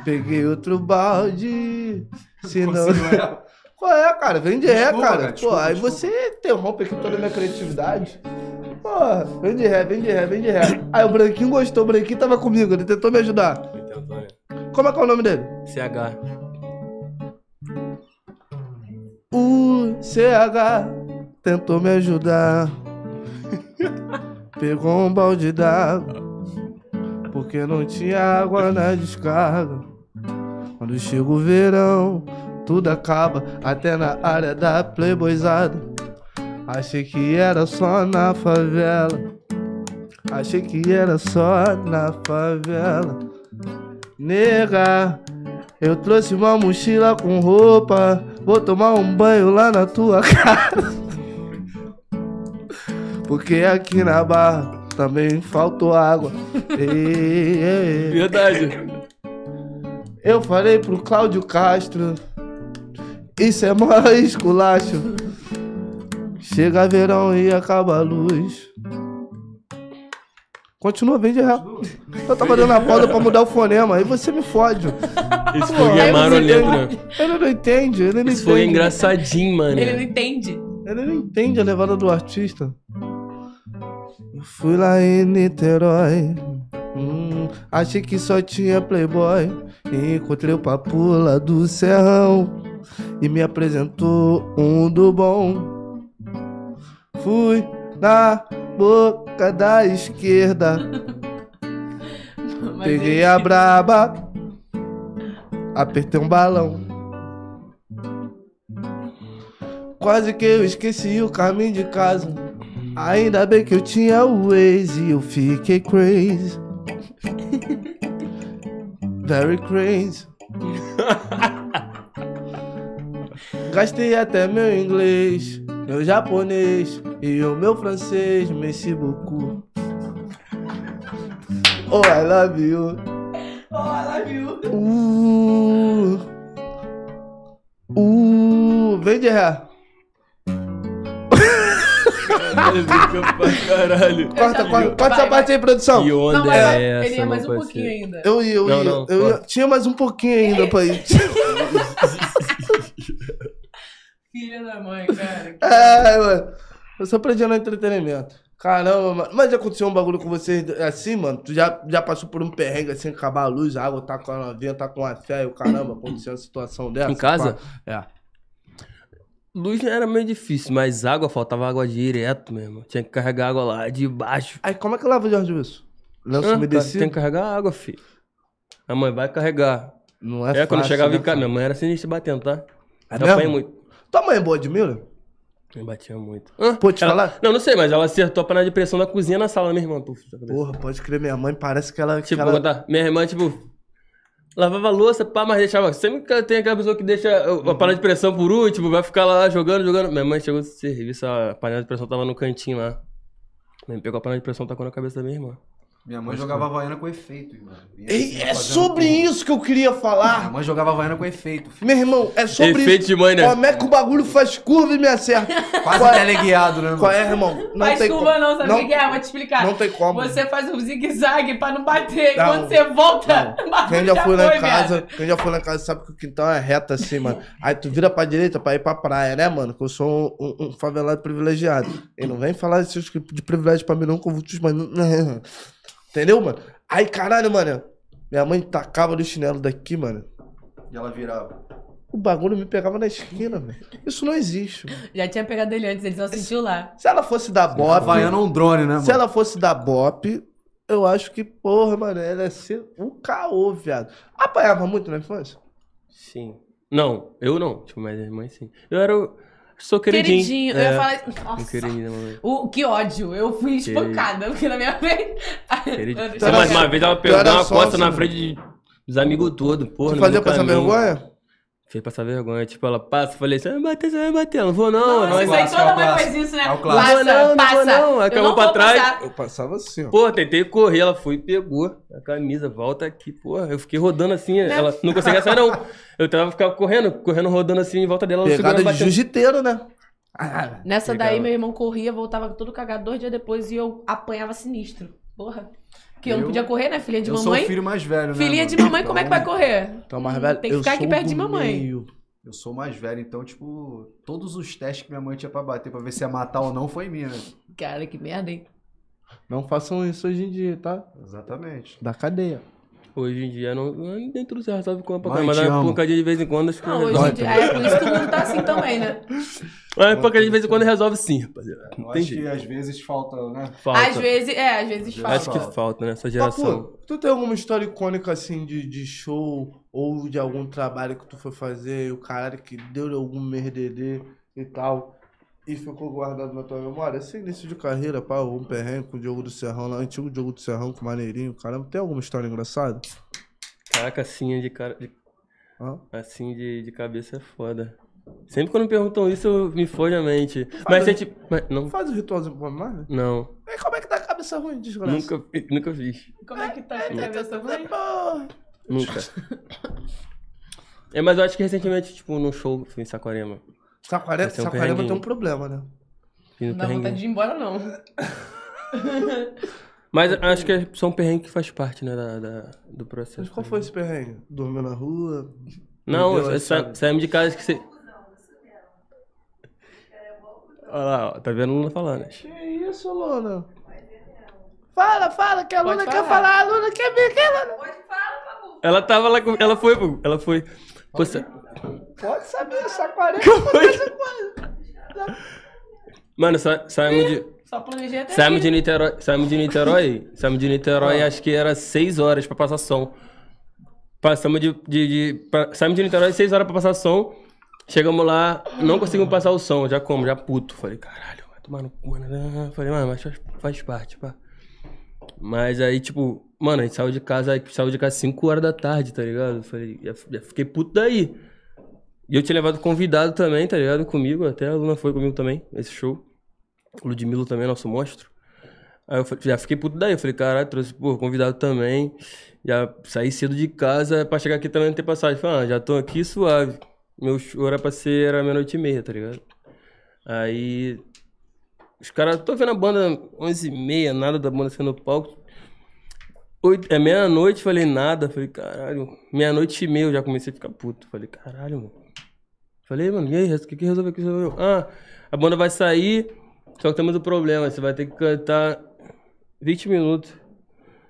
[SPEAKER 2] Peguei outro balde, senão
[SPEAKER 5] Conseguiu, né?
[SPEAKER 2] Qual é, cara? Vende ré,
[SPEAKER 5] Desculpa,
[SPEAKER 2] cara.
[SPEAKER 5] cara,
[SPEAKER 2] Pô,
[SPEAKER 5] desculpa,
[SPEAKER 2] aí
[SPEAKER 5] desculpa.
[SPEAKER 2] você interrompe aqui toda a minha criatividade. Porra, vende ré, vende ré, vende ré. Aí o Branquinho gostou, o Branquinho tava comigo, ele tentou me ajudar.
[SPEAKER 3] Me tentou, né?
[SPEAKER 2] Como é que é o nome dele?
[SPEAKER 3] CH.
[SPEAKER 2] O CH tentou me ajudar. Pegou um balde d'água. Porque não tinha água na descarga. Quando chega o verão, tudo acaba. Até na área da playboyzada. Achei que era só na favela. Achei que era só na favela. Nega, eu trouxe uma mochila com roupa. Vou tomar um banho lá na tua casa. Porque aqui na barra também faltou água. Ei, ei, ei.
[SPEAKER 3] Verdade.
[SPEAKER 2] Eu falei pro Cláudio Castro. Isso é maior esculacho. Chega verão e acaba a luz. Continua, vende real. Eu tava dando a pausa pra mudar o fonema. Aí você me fode.
[SPEAKER 3] Esse
[SPEAKER 2] Pô,
[SPEAKER 3] foguinho
[SPEAKER 2] aí você
[SPEAKER 3] é marolento,
[SPEAKER 2] entende.
[SPEAKER 3] né?
[SPEAKER 2] Ele não entende, ele não
[SPEAKER 3] Esse fogo é
[SPEAKER 2] entende.
[SPEAKER 3] engraçadinho, mano.
[SPEAKER 4] Ele não entende.
[SPEAKER 2] Ele não entende a levada do artista. Eu fui lá em Niterói. hum, achei que só tinha playboy. E encontrei o papula do serrão. E me apresentou um do bom. Fui na boca da esquerda.
[SPEAKER 4] Mas
[SPEAKER 2] Peguei
[SPEAKER 4] ele-
[SPEAKER 2] é
[SPEAKER 4] assim.
[SPEAKER 2] a braba, apertei um balão. Quase que eu esqueci o caminho de casa. Ainda bem que eu tinha o Waze, eu fiquei crazy. Very crazy. Gastei até meu inglês, meu japonês e o meu francês, merci beaucoup. Oh, I love you.
[SPEAKER 4] Oh,
[SPEAKER 2] Uh. Uh. Vem de ré.
[SPEAKER 3] Ele fica é pra caralho.
[SPEAKER 2] Corta, corta,
[SPEAKER 4] já
[SPEAKER 2] corta
[SPEAKER 4] vi. Vai,
[SPEAKER 2] essa
[SPEAKER 4] vai.
[SPEAKER 2] parte aí, produção.
[SPEAKER 3] Que onda
[SPEAKER 4] Não, mas vai-
[SPEAKER 3] é essa,
[SPEAKER 4] ele ia mais um
[SPEAKER 3] meu
[SPEAKER 4] pouquinho
[SPEAKER 3] parceiro?
[SPEAKER 4] ainda.
[SPEAKER 2] Eu ia, eu ia.
[SPEAKER 3] Não, não,
[SPEAKER 2] eu ia.
[SPEAKER 3] corta.
[SPEAKER 2] Tinha mais um pouquinho ainda pra ir.
[SPEAKER 4] Filha da mãe, cara.
[SPEAKER 2] Ai, É, mano. Eu só aprendi no entretenimento. Caramba, mano. Mas já aconteceu um bagulho com vocês assim, mano? Tu já, já passou por um perrengue assim, acabar a luz, a água tá com a novinha, tá com a fé e o caramba, aconteceu uma situação dessa?
[SPEAKER 3] Em casa?
[SPEAKER 2] pá. É.
[SPEAKER 3] Luz era meio difícil, mas água, faltava água direto mesmo. Tinha que carregar água lá de baixo.
[SPEAKER 2] Aí como é que lava o Jorge Wilson? Lenço
[SPEAKER 3] Ah, cara,
[SPEAKER 2] umedecido?
[SPEAKER 3] tem que carregar água, filho. A mãe vai carregar.
[SPEAKER 2] Não
[SPEAKER 3] É, quando eu chegava
[SPEAKER 2] né,
[SPEAKER 3] em casa,
[SPEAKER 2] cara?
[SPEAKER 3] minha mãe era sinistra batendo, tá?
[SPEAKER 2] É
[SPEAKER 3] eu apanhei
[SPEAKER 2] mesmo?
[SPEAKER 3] muito.
[SPEAKER 2] Tua mãe é boa de mira?
[SPEAKER 3] Eu batia muito. Hã?
[SPEAKER 2] Pô, te
[SPEAKER 3] Ela-
[SPEAKER 2] falar?
[SPEAKER 3] Não, não sei, mas ela acertou a panela de pressão na cozinha na sala da minha irmã. Puf,
[SPEAKER 2] Porra, pode crer, minha mãe parece que ela. que
[SPEAKER 3] Tipo,
[SPEAKER 2] ela-
[SPEAKER 3] vou contar. minha irmã, tipo, lavava a louça, pá, mas deixava. Sempre que tem aquela pessoa que deixa
[SPEAKER 2] Uhum.
[SPEAKER 3] a panela de pressão por último, vai ficar lá jogando, jogando. Minha mãe chegou do serviço, a panela de pressão tava no cantinho lá. Minha mãe pegou a panela de pressão, tacou na cabeça da minha irmã.
[SPEAKER 5] Minha mãe jogava Havaiana com efeito, irmão. Vinha
[SPEAKER 2] Ei,
[SPEAKER 5] assim,
[SPEAKER 2] é
[SPEAKER 5] fazendo
[SPEAKER 2] sobre
[SPEAKER 5] curva.
[SPEAKER 2] isso que eu queria falar.
[SPEAKER 5] Minha mãe jogava Havaiana com efeito, filho.
[SPEAKER 2] Meu irmão, é sobre
[SPEAKER 3] Efeito de mãe,
[SPEAKER 2] isso.
[SPEAKER 3] né?
[SPEAKER 2] Como é que o bagulho faz curva e me acerta?
[SPEAKER 5] Quase
[SPEAKER 2] Qual é?
[SPEAKER 5] teleguiado, né? mano?
[SPEAKER 2] Qual é, irmão? Não
[SPEAKER 4] faz
[SPEAKER 2] tem
[SPEAKER 4] curva
[SPEAKER 2] como.
[SPEAKER 4] não, sabe o que que é? Vou te explicar.
[SPEAKER 2] Não tem como.
[SPEAKER 4] Você faz um zigue-zague pra não bater.
[SPEAKER 2] Não,
[SPEAKER 4] Quando você volta, o bagulho
[SPEAKER 2] Quem já foi lá em
[SPEAKER 4] merda.
[SPEAKER 2] casa, quem já foi lá em casa sabe que o quintal é reto assim, mano. Aí tu vira pra direita pra ir pra praia, né, mano? Que eu sou um, um- um favelado privilegiado. E não vem falar esses tipos de privilégio pra mim, não, que eu vou te esmaiando. Entendeu, mano? Aí, caralho, mano. Minha mãe tacava do chinelo daqui, mano. é-
[SPEAKER 5] E ela virava.
[SPEAKER 2] O bagulho me pegava na esquina, velho. Isso não existe. mano.
[SPEAKER 4] Já tinha pegado ele antes, ele só sentiu lá.
[SPEAKER 2] Se ela fosse dar bop.
[SPEAKER 5] Havaiana é um drone, né, mano?
[SPEAKER 2] Se ela fosse dar bop, eu acho que, porra, mano, ela ia ser um caô, viado. Apanhava muito na infância?
[SPEAKER 3] Sim. Não, eu não. Tipo, mas minha irmã sim. Eu era o. Sou queridinho.
[SPEAKER 4] Queridinho, eu
[SPEAKER 3] É,
[SPEAKER 4] ia falar.
[SPEAKER 3] um
[SPEAKER 4] Nossa.
[SPEAKER 3] queridinho da mamãe.
[SPEAKER 4] O, que ódio, eu fui espancada, porque na minha vez.
[SPEAKER 3] Queridinho.
[SPEAKER 2] Tu era-
[SPEAKER 3] Mas uma vez ela pegou
[SPEAKER 2] era
[SPEAKER 3] uma
[SPEAKER 2] só
[SPEAKER 3] costa na
[SPEAKER 2] assim.
[SPEAKER 3] frente de- dos amigos todos, porra.
[SPEAKER 2] Tu
[SPEAKER 3] no
[SPEAKER 2] fazia
[SPEAKER 3] meu
[SPEAKER 2] passar
[SPEAKER 3] caminho.
[SPEAKER 2] vergonha?
[SPEAKER 3] Fez passar vergonha. Tipo, ela passa, eu falei, você vai me bater, você vai me bater. Eu não vou não, não.
[SPEAKER 4] Nossa,
[SPEAKER 3] vai
[SPEAKER 4] isso aí
[SPEAKER 5] clássico, é
[SPEAKER 4] toda
[SPEAKER 5] o
[SPEAKER 4] mãe
[SPEAKER 5] clássico.
[SPEAKER 4] faz isso, né?
[SPEAKER 5] É o clássico.
[SPEAKER 4] Passa,
[SPEAKER 3] Não, não,
[SPEAKER 4] passa.
[SPEAKER 3] não, não,
[SPEAKER 4] Eu
[SPEAKER 3] acabou
[SPEAKER 4] não
[SPEAKER 3] pra
[SPEAKER 4] vou
[SPEAKER 3] trás.
[SPEAKER 4] passar.
[SPEAKER 2] Eu passava assim, ó.
[SPEAKER 3] Pô, tentei correr, ela foi e pegou a camisa, volta aqui, porra. Eu fiquei rodando assim, ela não conseguia sair, não. Eu tava ficava correndo, correndo, rodando assim em volta dela, ela
[SPEAKER 2] Pegada
[SPEAKER 3] segurando
[SPEAKER 2] de
[SPEAKER 3] batendo.
[SPEAKER 2] jiu-jiteiro, né?
[SPEAKER 4] Nessa
[SPEAKER 3] Legal.
[SPEAKER 4] daí, meu irmão corria, voltava todo cagado dois dias depois e eu apanhava sinistro. Porra. Porque eu, não
[SPEAKER 5] Eu-
[SPEAKER 4] podia correr, né? Filha de
[SPEAKER 5] eu sou o
[SPEAKER 4] mamãe.
[SPEAKER 5] filho mais velho, né?
[SPEAKER 4] Filhinha
[SPEAKER 5] mano?
[SPEAKER 4] de mamãe, como é que vai
[SPEAKER 5] Então,
[SPEAKER 4] correr?
[SPEAKER 2] Então, mais velho,
[SPEAKER 4] Tem que
[SPEAKER 2] eu
[SPEAKER 4] ficar aqui
[SPEAKER 2] sou
[SPEAKER 4] perto
[SPEAKER 2] do
[SPEAKER 4] de mamãe.
[SPEAKER 2] meio.
[SPEAKER 5] Eu sou mais velho, então, tipo, todos os testes que minha mãe tinha pra bater pra ver se ia matar ou não foi em mim, né?
[SPEAKER 4] Cara, que merda, hein?
[SPEAKER 2] Não façam isso hoje em dia, tá?
[SPEAKER 5] Exatamente.
[SPEAKER 2] Da cadeia.
[SPEAKER 3] Hoje em dia não. não Nem tudo se resolve com uma pancada,
[SPEAKER 5] Mãe,
[SPEAKER 3] mas
[SPEAKER 5] te
[SPEAKER 3] uma
[SPEAKER 5] amo.
[SPEAKER 3] pancadinha de vez em quando acho que.
[SPEAKER 4] Não, hoje em dia. É por isso que o mundo tá assim também, né?
[SPEAKER 3] Uma pancadinha de vez em quando resolve sim, rapaziada.
[SPEAKER 5] Eu
[SPEAKER 3] Não tem
[SPEAKER 5] acho que
[SPEAKER 3] jeito.
[SPEAKER 5] às vezes falta, né?
[SPEAKER 3] Falta.
[SPEAKER 4] Às vezes, é, às vezes
[SPEAKER 5] Às
[SPEAKER 4] falta.
[SPEAKER 3] Acho que falta nessa geração.
[SPEAKER 2] Papu, tu tem alguma história icônica assim de, de show ou de algum trabalho que tu foi fazer e o caralho que deu algum merdedê e tal e ficou guardado na tua memória? Assim, início de carreira, pá, um perrengue com o Diogo do Serrão lá, antigo Diogo do Serrão com o Maneirinho, caramba, tem alguma história engraçada?
[SPEAKER 3] Caraca, assim de cara. de-
[SPEAKER 2] Hã?
[SPEAKER 3] assim de, de cabeça é foda. Sempre quando me perguntam isso, eu- me foge a mente. Mas se tipo. Mas, não.
[SPEAKER 2] Faz o ritualzinho pra nós, né?
[SPEAKER 3] Não.
[SPEAKER 2] E como é que dá cabeça ruim, desgraça?
[SPEAKER 3] Nunca, nunca fiz.
[SPEAKER 4] Como é que tá a cabeça ruim?
[SPEAKER 2] Porra.
[SPEAKER 3] Nunca. é, mas eu acho que recentemente, tipo, num show fui em Saquarema.
[SPEAKER 2] Saquarema,
[SPEAKER 3] Esse é um
[SPEAKER 2] Saquarema tem um
[SPEAKER 3] perrenguinho.
[SPEAKER 2] problema, né?
[SPEAKER 3] Fiz um
[SPEAKER 4] Não dá vontade
[SPEAKER 3] perrengue.
[SPEAKER 4] de ir embora, não.
[SPEAKER 3] Mas acho que é só um perrengue que faz parte, né, da, da- do processo.
[SPEAKER 2] Mas qual foi esse perrengue? Dormiu na rua?
[SPEAKER 3] Não,
[SPEAKER 2] Meu Deus,
[SPEAKER 3] eu sa
[SPEAKER 2] sabe?
[SPEAKER 3] saímos de casa que você. Olha lá, ó, tá vendo o Luna falando.
[SPEAKER 2] Que isso, Luna? Fala, fala, que a
[SPEAKER 4] Pode
[SPEAKER 2] Luna quer
[SPEAKER 4] falar.
[SPEAKER 2] falar, a Luna quer ver que ela.
[SPEAKER 3] Ela tava lá com. Ela foi, pô, ela foi. Pô, sa-
[SPEAKER 2] Pode saber, Saquarema foi essa coisa.
[SPEAKER 3] Mano, é sa saímos de.
[SPEAKER 4] Só planejei até.
[SPEAKER 3] Saímos
[SPEAKER 4] aqui.
[SPEAKER 3] de Niterói. Saímos de Niterói. Saímos de Niterói, acho que era 6 horas pra passar som. Passamos de. de, de pra- saímos de Niterói 6 horas pra passar som. Chegamos lá, não conseguimos passar o som, já como, já puto. Falei, caralho, vai tomar no cu, né? Falei, mano, mas faz, faz parte, pá. Mas aí, tipo, mano, a gente saiu de casa, aí saiu de casa 5 horas da tarde, tá ligado? Falei, já, já fiquei puto daí. E eu tinha levado convidado também, tá ligado? Comigo, até a Luna foi comigo também, esse show. O Ludmilo também, é nosso monstro. Aí eu fa- já fiquei puto daí, eu falei, caralho, trouxe, pô, convidado também. Já saí cedo de casa pra chegar aqui também não ter passagem. Falei, ah, já tô aqui suave. Meu show era pra ser era meia-noite e meia, tá ligado? Aí. Os caras, tô vendo a banda 11 e meia, nada da banda sendo no palco. Oito, é meia-noite, falei nada. Falei, caralho, meia-noite e meia eu já comecei a ficar puto. Falei, caralho, mano. Falei, mano, e aí, o que, que resolveu? O que resolveu? Ah, a banda vai sair, só que temos um problema, você vai ter que cantar 20 minutos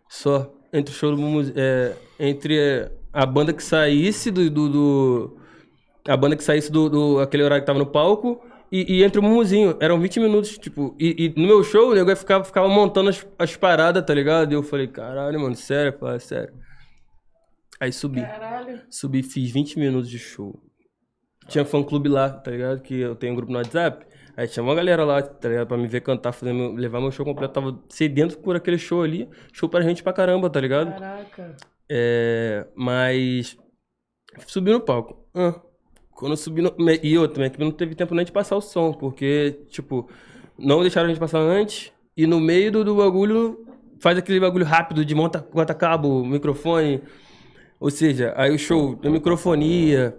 [SPEAKER 3] só entre o show do Mumu- é, entre a banda que saísse do. do, do- a banda que saísse do, do- aquele horário que tava no palco. E, e entre o mumuzinho, eram 20 minutos, tipo, e, e no meu show o nego ficava, ficava montando as, as paradas, tá ligado? E eu falei, caralho, mano, sério, pá, sério. Aí subi.
[SPEAKER 4] Caralho.
[SPEAKER 3] Subi, fiz 20 minutos de show. Tinha fã clube lá, tá ligado? Que eu tenho um grupo no WhatsApp. Aí tinha uma galera lá, tá ligado? Pra me ver cantar, fazer meu- levar meu show completo. Tava sedento por aquele show ali. Show pra gente pra caramba, tá ligado?
[SPEAKER 4] Caraca.
[SPEAKER 3] É, mas subi no palco. Ah, quando eu subi no. me- E outra, minha equipe não teve tempo nem de passar o som, porque, tipo, não deixaram a gente passar antes. E no meio do, do bagulho, faz aquele bagulho rápido de monta, monta cabo, microfone. Ou seja, aí o show deu microfonia.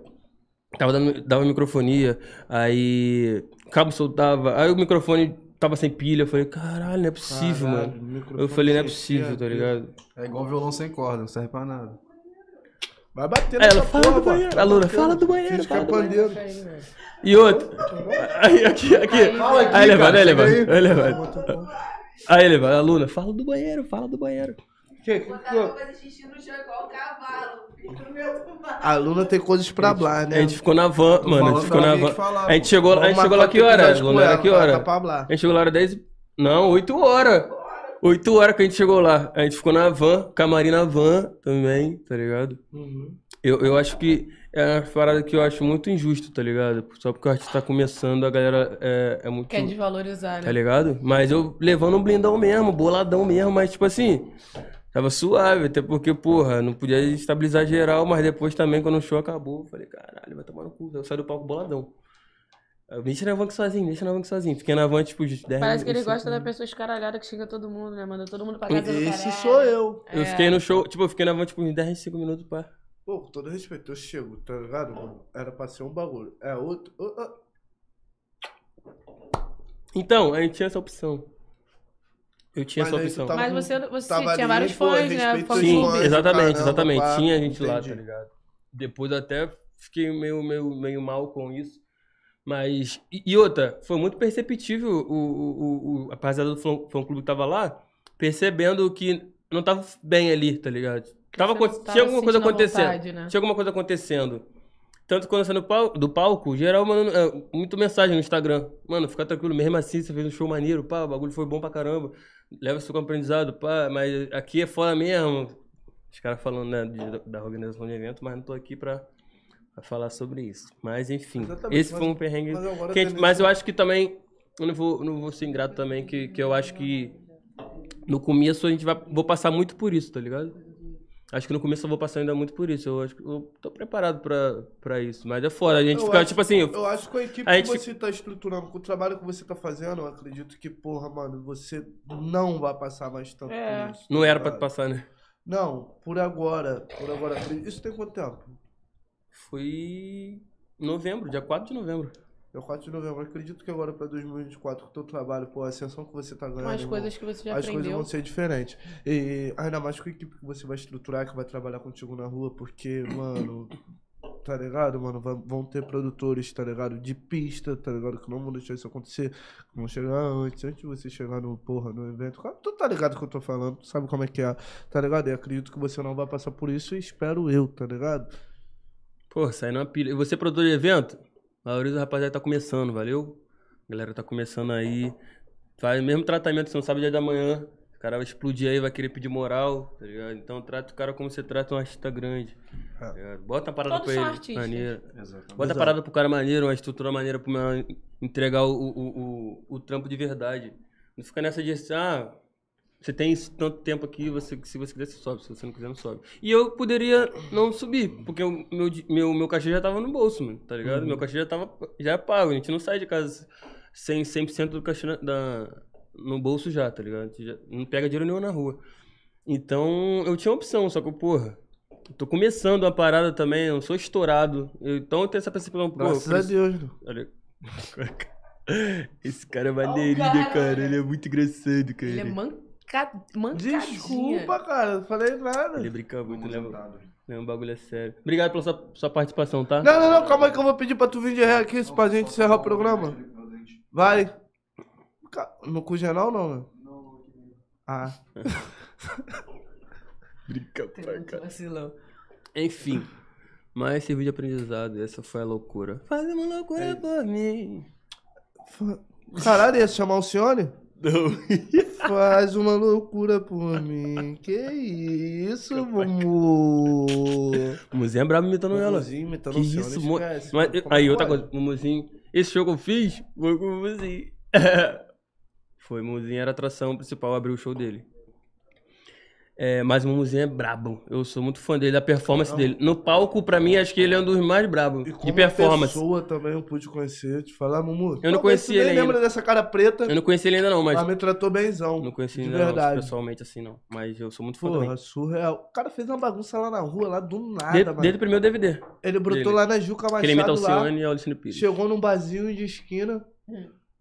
[SPEAKER 3] Tava dando, dava microfonia. Aí. Cabo soltava. Aí o microfone tava sem pilha. Eu falei, caralho, não é possível, mano. Eu falei, não é possível, tá ligado?
[SPEAKER 5] É igual violão sem corda, não serve pra nada.
[SPEAKER 2] Vai bater
[SPEAKER 3] Aí
[SPEAKER 2] nessa
[SPEAKER 3] ela fala
[SPEAKER 2] porra,
[SPEAKER 3] do
[SPEAKER 2] mano.
[SPEAKER 3] banheiro. A Luna, fala do banheiro.
[SPEAKER 2] Finge que
[SPEAKER 3] Fala
[SPEAKER 2] é
[SPEAKER 3] do banheiro.
[SPEAKER 2] pandeiro.
[SPEAKER 3] E outra. Aí, aqui, aqui. Aí, elevado, aí, elevado. Aí, elevado. Aí, elevado. A Luna, fala do banheiro, fala do banheiro.
[SPEAKER 2] Que- que- que-
[SPEAKER 6] fazer xixi no chão igual cavalo.
[SPEAKER 2] A Luna tem coisas pra hablar, né?
[SPEAKER 3] A gente ficou na van, mano. A gente
[SPEAKER 5] falando
[SPEAKER 3] ficou
[SPEAKER 5] pra
[SPEAKER 3] na
[SPEAKER 5] mim
[SPEAKER 3] van.
[SPEAKER 5] que falar,
[SPEAKER 3] A gente
[SPEAKER 5] pô.
[SPEAKER 3] chegou, a gente chegou lá que hora? Luna, era que hora?
[SPEAKER 2] Pra hablar.
[SPEAKER 3] A gente chegou lá era 10. Não, 8 horas. 8 horas que a gente chegou lá. A gente ficou na van, camarim na van também, tá ligado? Eu, eu acho que é uma parada que eu acho muito injusto, tá ligado? Só porque o artista tá começando, a galera é, é muito.
[SPEAKER 4] Quer desvalorizar,
[SPEAKER 3] Tá
[SPEAKER 4] né?
[SPEAKER 3] ligado? Mas eu levando um blindão mesmo, boladão mesmo, mas tipo assim, tava suave, até porque, porra, não podia estabilizar geral, mas depois também, quando o show acabou, eu falei, caralho, vai tomar no cu. Eu saí do palco boladão. Eu, Deixa na van que sozinho, deixa na van que sozinho. Fiquei na van, tipo, uns 10
[SPEAKER 4] Parece que ele
[SPEAKER 3] uns
[SPEAKER 4] gosta da
[SPEAKER 3] cinco
[SPEAKER 4] pessoa escaralhada que xinga todo mundo, né? Manda todo mundo pra casa do caralho.
[SPEAKER 2] Esse sou eu.
[SPEAKER 3] minutos. Eu fiquei
[SPEAKER 4] É.
[SPEAKER 3] no show, tipo, eu fiquei na van, tipo, uns 10, uns 5 minutos, pá.
[SPEAKER 2] Pô, com todo respeito, eu chego, tá ligado? mano? Era pra ser um bagulho. É outro. ô, ô.
[SPEAKER 3] Então, a gente tinha essa opção. Eu tinha
[SPEAKER 2] Mas
[SPEAKER 3] essa
[SPEAKER 2] aí tu
[SPEAKER 3] opção.
[SPEAKER 2] tava
[SPEAKER 4] Mas
[SPEAKER 2] com-
[SPEAKER 4] você, você
[SPEAKER 2] tava
[SPEAKER 4] tinha
[SPEAKER 2] ali,
[SPEAKER 4] vários
[SPEAKER 2] pô,
[SPEAKER 4] fãs, né?
[SPEAKER 2] respeito
[SPEAKER 4] Fã
[SPEAKER 2] os
[SPEAKER 3] Sim,
[SPEAKER 4] clube.
[SPEAKER 2] fãs.
[SPEAKER 3] exatamente,
[SPEAKER 2] caramba,
[SPEAKER 3] exatamente.
[SPEAKER 2] pá.
[SPEAKER 3] Tinha gente lá, tá
[SPEAKER 2] Entendi.
[SPEAKER 3] ligado? Depois até fiquei meio, meio, meio mal com isso. Mas, e, e outra, foi muito perceptível o, o, o, o a rapaziada do fã, fã clube que tava lá, percebendo que não tava bem ali, tá ligado? Tava, acon- tinha alguma coisa acontecendo.
[SPEAKER 4] É.
[SPEAKER 3] Tinha alguma coisa acontecendo. Tanto quando eu saí do palco, do palco, geral, mano, é, muito mensagem no Instagram. Mano, fica tranquilo, mesmo assim, você fez um show maneiro, pá, o bagulho foi bom pra caramba. Leva isso como aprendizado, pá, mas aqui é fora mesmo. Os caras falando, né, de- da organização de evento, mas não tô aqui pra, pra falar sobre isso. Mas, enfim,
[SPEAKER 2] Exatamente,
[SPEAKER 3] esse foi
[SPEAKER 2] mas-
[SPEAKER 3] um perrengue
[SPEAKER 2] Mas agora tá
[SPEAKER 3] que a gente-
[SPEAKER 2] tem-
[SPEAKER 3] mas assim, eu acho que também. Eu não vou, não vou ser ingrato também, que, que eu acho que no começo a gente vai. Vou passar muito por isso, tá ligado? Acho que no começo eu vou passar ainda muito por isso. Eu acho que eu tô preparado pra, pra isso. Mas é fora. A gente
[SPEAKER 2] Eu
[SPEAKER 3] fica,
[SPEAKER 2] acho-
[SPEAKER 3] tipo assim. eu-
[SPEAKER 2] Eu acho que com a equipe
[SPEAKER 3] A
[SPEAKER 2] que
[SPEAKER 3] gente-
[SPEAKER 2] você tá estruturando, com o trabalho que você tá fazendo, eu acredito que, porra, mano, você não vai passar mais tanto
[SPEAKER 4] É.
[SPEAKER 2] por isso.
[SPEAKER 3] não era pra
[SPEAKER 2] tá ligado?
[SPEAKER 3] passar, né?
[SPEAKER 2] Não, por agora. Por agora. acredito- Isso tem quanto tempo?
[SPEAKER 3] Foi. Novembro, dia 4 de novembro.
[SPEAKER 2] Eu 4 de novembro. Acredito que agora pra 2024, com o teu trabalho, pô, a ascensão que você tá ganhando.
[SPEAKER 4] Com as
[SPEAKER 2] irmão,
[SPEAKER 4] coisas que você já
[SPEAKER 2] as coisas
[SPEAKER 4] aprendeu.
[SPEAKER 2] vão ser diferentes. E ainda mais com a equipe que você vai estruturar, que vai trabalhar contigo na rua, porque, mano, tá ligado, mano? Va- Vão ter produtores, tá ligado? De pista, tá ligado? Que não vão deixar isso acontecer. que Vão chegar antes, antes de você chegar no, porra, no evento. Claro, Tu tá ligado que eu tô falando, tu sabe como é que é, tá ligado? E acredito que você não vai passar por isso e espero eu, tá ligado?
[SPEAKER 3] Pô, saindo uma pilha. E você, produtor de evento? Valoriza, rapaziada, tá começando, valeu? Galera tá começando aí. Faz o mesmo tratamento, você não sabe o dia da manhã. O cara vai explodir aí, vai querer pedir moral, tá ligado? Então trata o cara como você trata um artista grande. tá ligado? Bota a parada
[SPEAKER 4] Todos
[SPEAKER 3] pra
[SPEAKER 4] são
[SPEAKER 3] ele.
[SPEAKER 4] artistas.
[SPEAKER 3] Maneiro.
[SPEAKER 5] Exatamente.
[SPEAKER 3] Bota a parada pro cara maneiro, uma estrutura maneira pro meu entregar o, o, o, o trampo de verdade. Não fica nessa de assim, ah, você tem isso tanto tempo aqui, você, se você quiser, você sobe, se você não quiser, não sobe. E eu poderia não subir, porque o meu, di- meu, meu cachê já tava no bolso, mano, tá ligado? Meu cachê já tava já é pago, a gente não sai de casa sem 100% do cachê na- da, no bolso já, tá ligado? A gente já não pega dinheiro nenhum na rua. Então, eu tinha opção, só que, porra, eu tô começando a parada também, eu não sou estourado. Eu- então, eu tenho essa percepção, pô,
[SPEAKER 2] Graças
[SPEAKER 3] por
[SPEAKER 2] a
[SPEAKER 3] isso-
[SPEAKER 2] Deus, mano.
[SPEAKER 3] Olha. Esse cara é maneirinho, né, cara? Ele é muito engraçado, cara.
[SPEAKER 4] Ele é manca... mancadinha.
[SPEAKER 2] Desculpa, cara, não falei nada.
[SPEAKER 3] Ele brinca muito, ele
[SPEAKER 5] Vamos
[SPEAKER 3] é um-
[SPEAKER 5] andado.
[SPEAKER 3] ele é um bagulho é sério. Obrigado pela sua, sua participação, tá?
[SPEAKER 2] Não, não, não, calma aí que eu vou pedir pra tu vir de ré aqui
[SPEAKER 5] Tipo,
[SPEAKER 2] pra gente encerrar o programa. Vai. Ca- No cu geral não, né? Ah.
[SPEAKER 3] Brinca
[SPEAKER 4] Tem
[SPEAKER 3] pra
[SPEAKER 4] muito
[SPEAKER 3] cá.
[SPEAKER 4] vacilão.
[SPEAKER 3] Enfim. Mas serviu de aprendizado, essa foi a loucura. Faz uma loucura
[SPEAKER 2] É
[SPEAKER 3] por mim.
[SPEAKER 2] Caralho, ia se chamar o Cione?
[SPEAKER 3] Não.
[SPEAKER 2] Faz uma loucura por mim. Que isso, Mumu?
[SPEAKER 3] O Muzinho é brabo
[SPEAKER 2] Tá
[SPEAKER 3] imitando ela.
[SPEAKER 2] Mumuzinho imitando
[SPEAKER 3] Que
[SPEAKER 2] o Cione,
[SPEAKER 3] isso, mo...
[SPEAKER 2] esquece,
[SPEAKER 3] Mas-
[SPEAKER 2] mano, como
[SPEAKER 3] Aí,
[SPEAKER 2] é
[SPEAKER 3] outra
[SPEAKER 2] que
[SPEAKER 3] coisa. O Muzinho... Esse show que eu fiz foi com o Muzinho. foi, o Muzinho era a atração principal, abriu o show dele. É, mas o Mumuzinho é brabo. Eu sou muito fã dele, da performance dele. No palco, pra mim, acho que ele é um dos mais brabos
[SPEAKER 2] E
[SPEAKER 3] de
[SPEAKER 2] como
[SPEAKER 3] performance.
[SPEAKER 2] pessoa também eu pude conhecer, te falar, Mumu.
[SPEAKER 3] Eu não
[SPEAKER 2] talvez
[SPEAKER 3] conheci
[SPEAKER 2] tu nem
[SPEAKER 3] ele
[SPEAKER 2] lembra dessa cara preta,
[SPEAKER 3] Eu não conheci ele ainda não, mas...
[SPEAKER 2] mas me tratou benzão.
[SPEAKER 3] Não conheci
[SPEAKER 2] Ah, de
[SPEAKER 3] ainda não,
[SPEAKER 2] verdade.
[SPEAKER 3] pessoalmente assim não. Mas eu sou muito fã
[SPEAKER 2] Porra,
[SPEAKER 3] também.
[SPEAKER 2] surreal. O cara fez uma bagunça lá na rua, lá do nada,
[SPEAKER 3] De-
[SPEAKER 2] mano.
[SPEAKER 3] desde o primeiro DVD.
[SPEAKER 2] Ele brotou
[SPEAKER 3] dele.
[SPEAKER 2] lá na Juca
[SPEAKER 3] que ele imita
[SPEAKER 2] Machado
[SPEAKER 3] o
[SPEAKER 2] lá,
[SPEAKER 3] Ciane e o Alexandre Pires.
[SPEAKER 2] chegou num barzinho de esquina,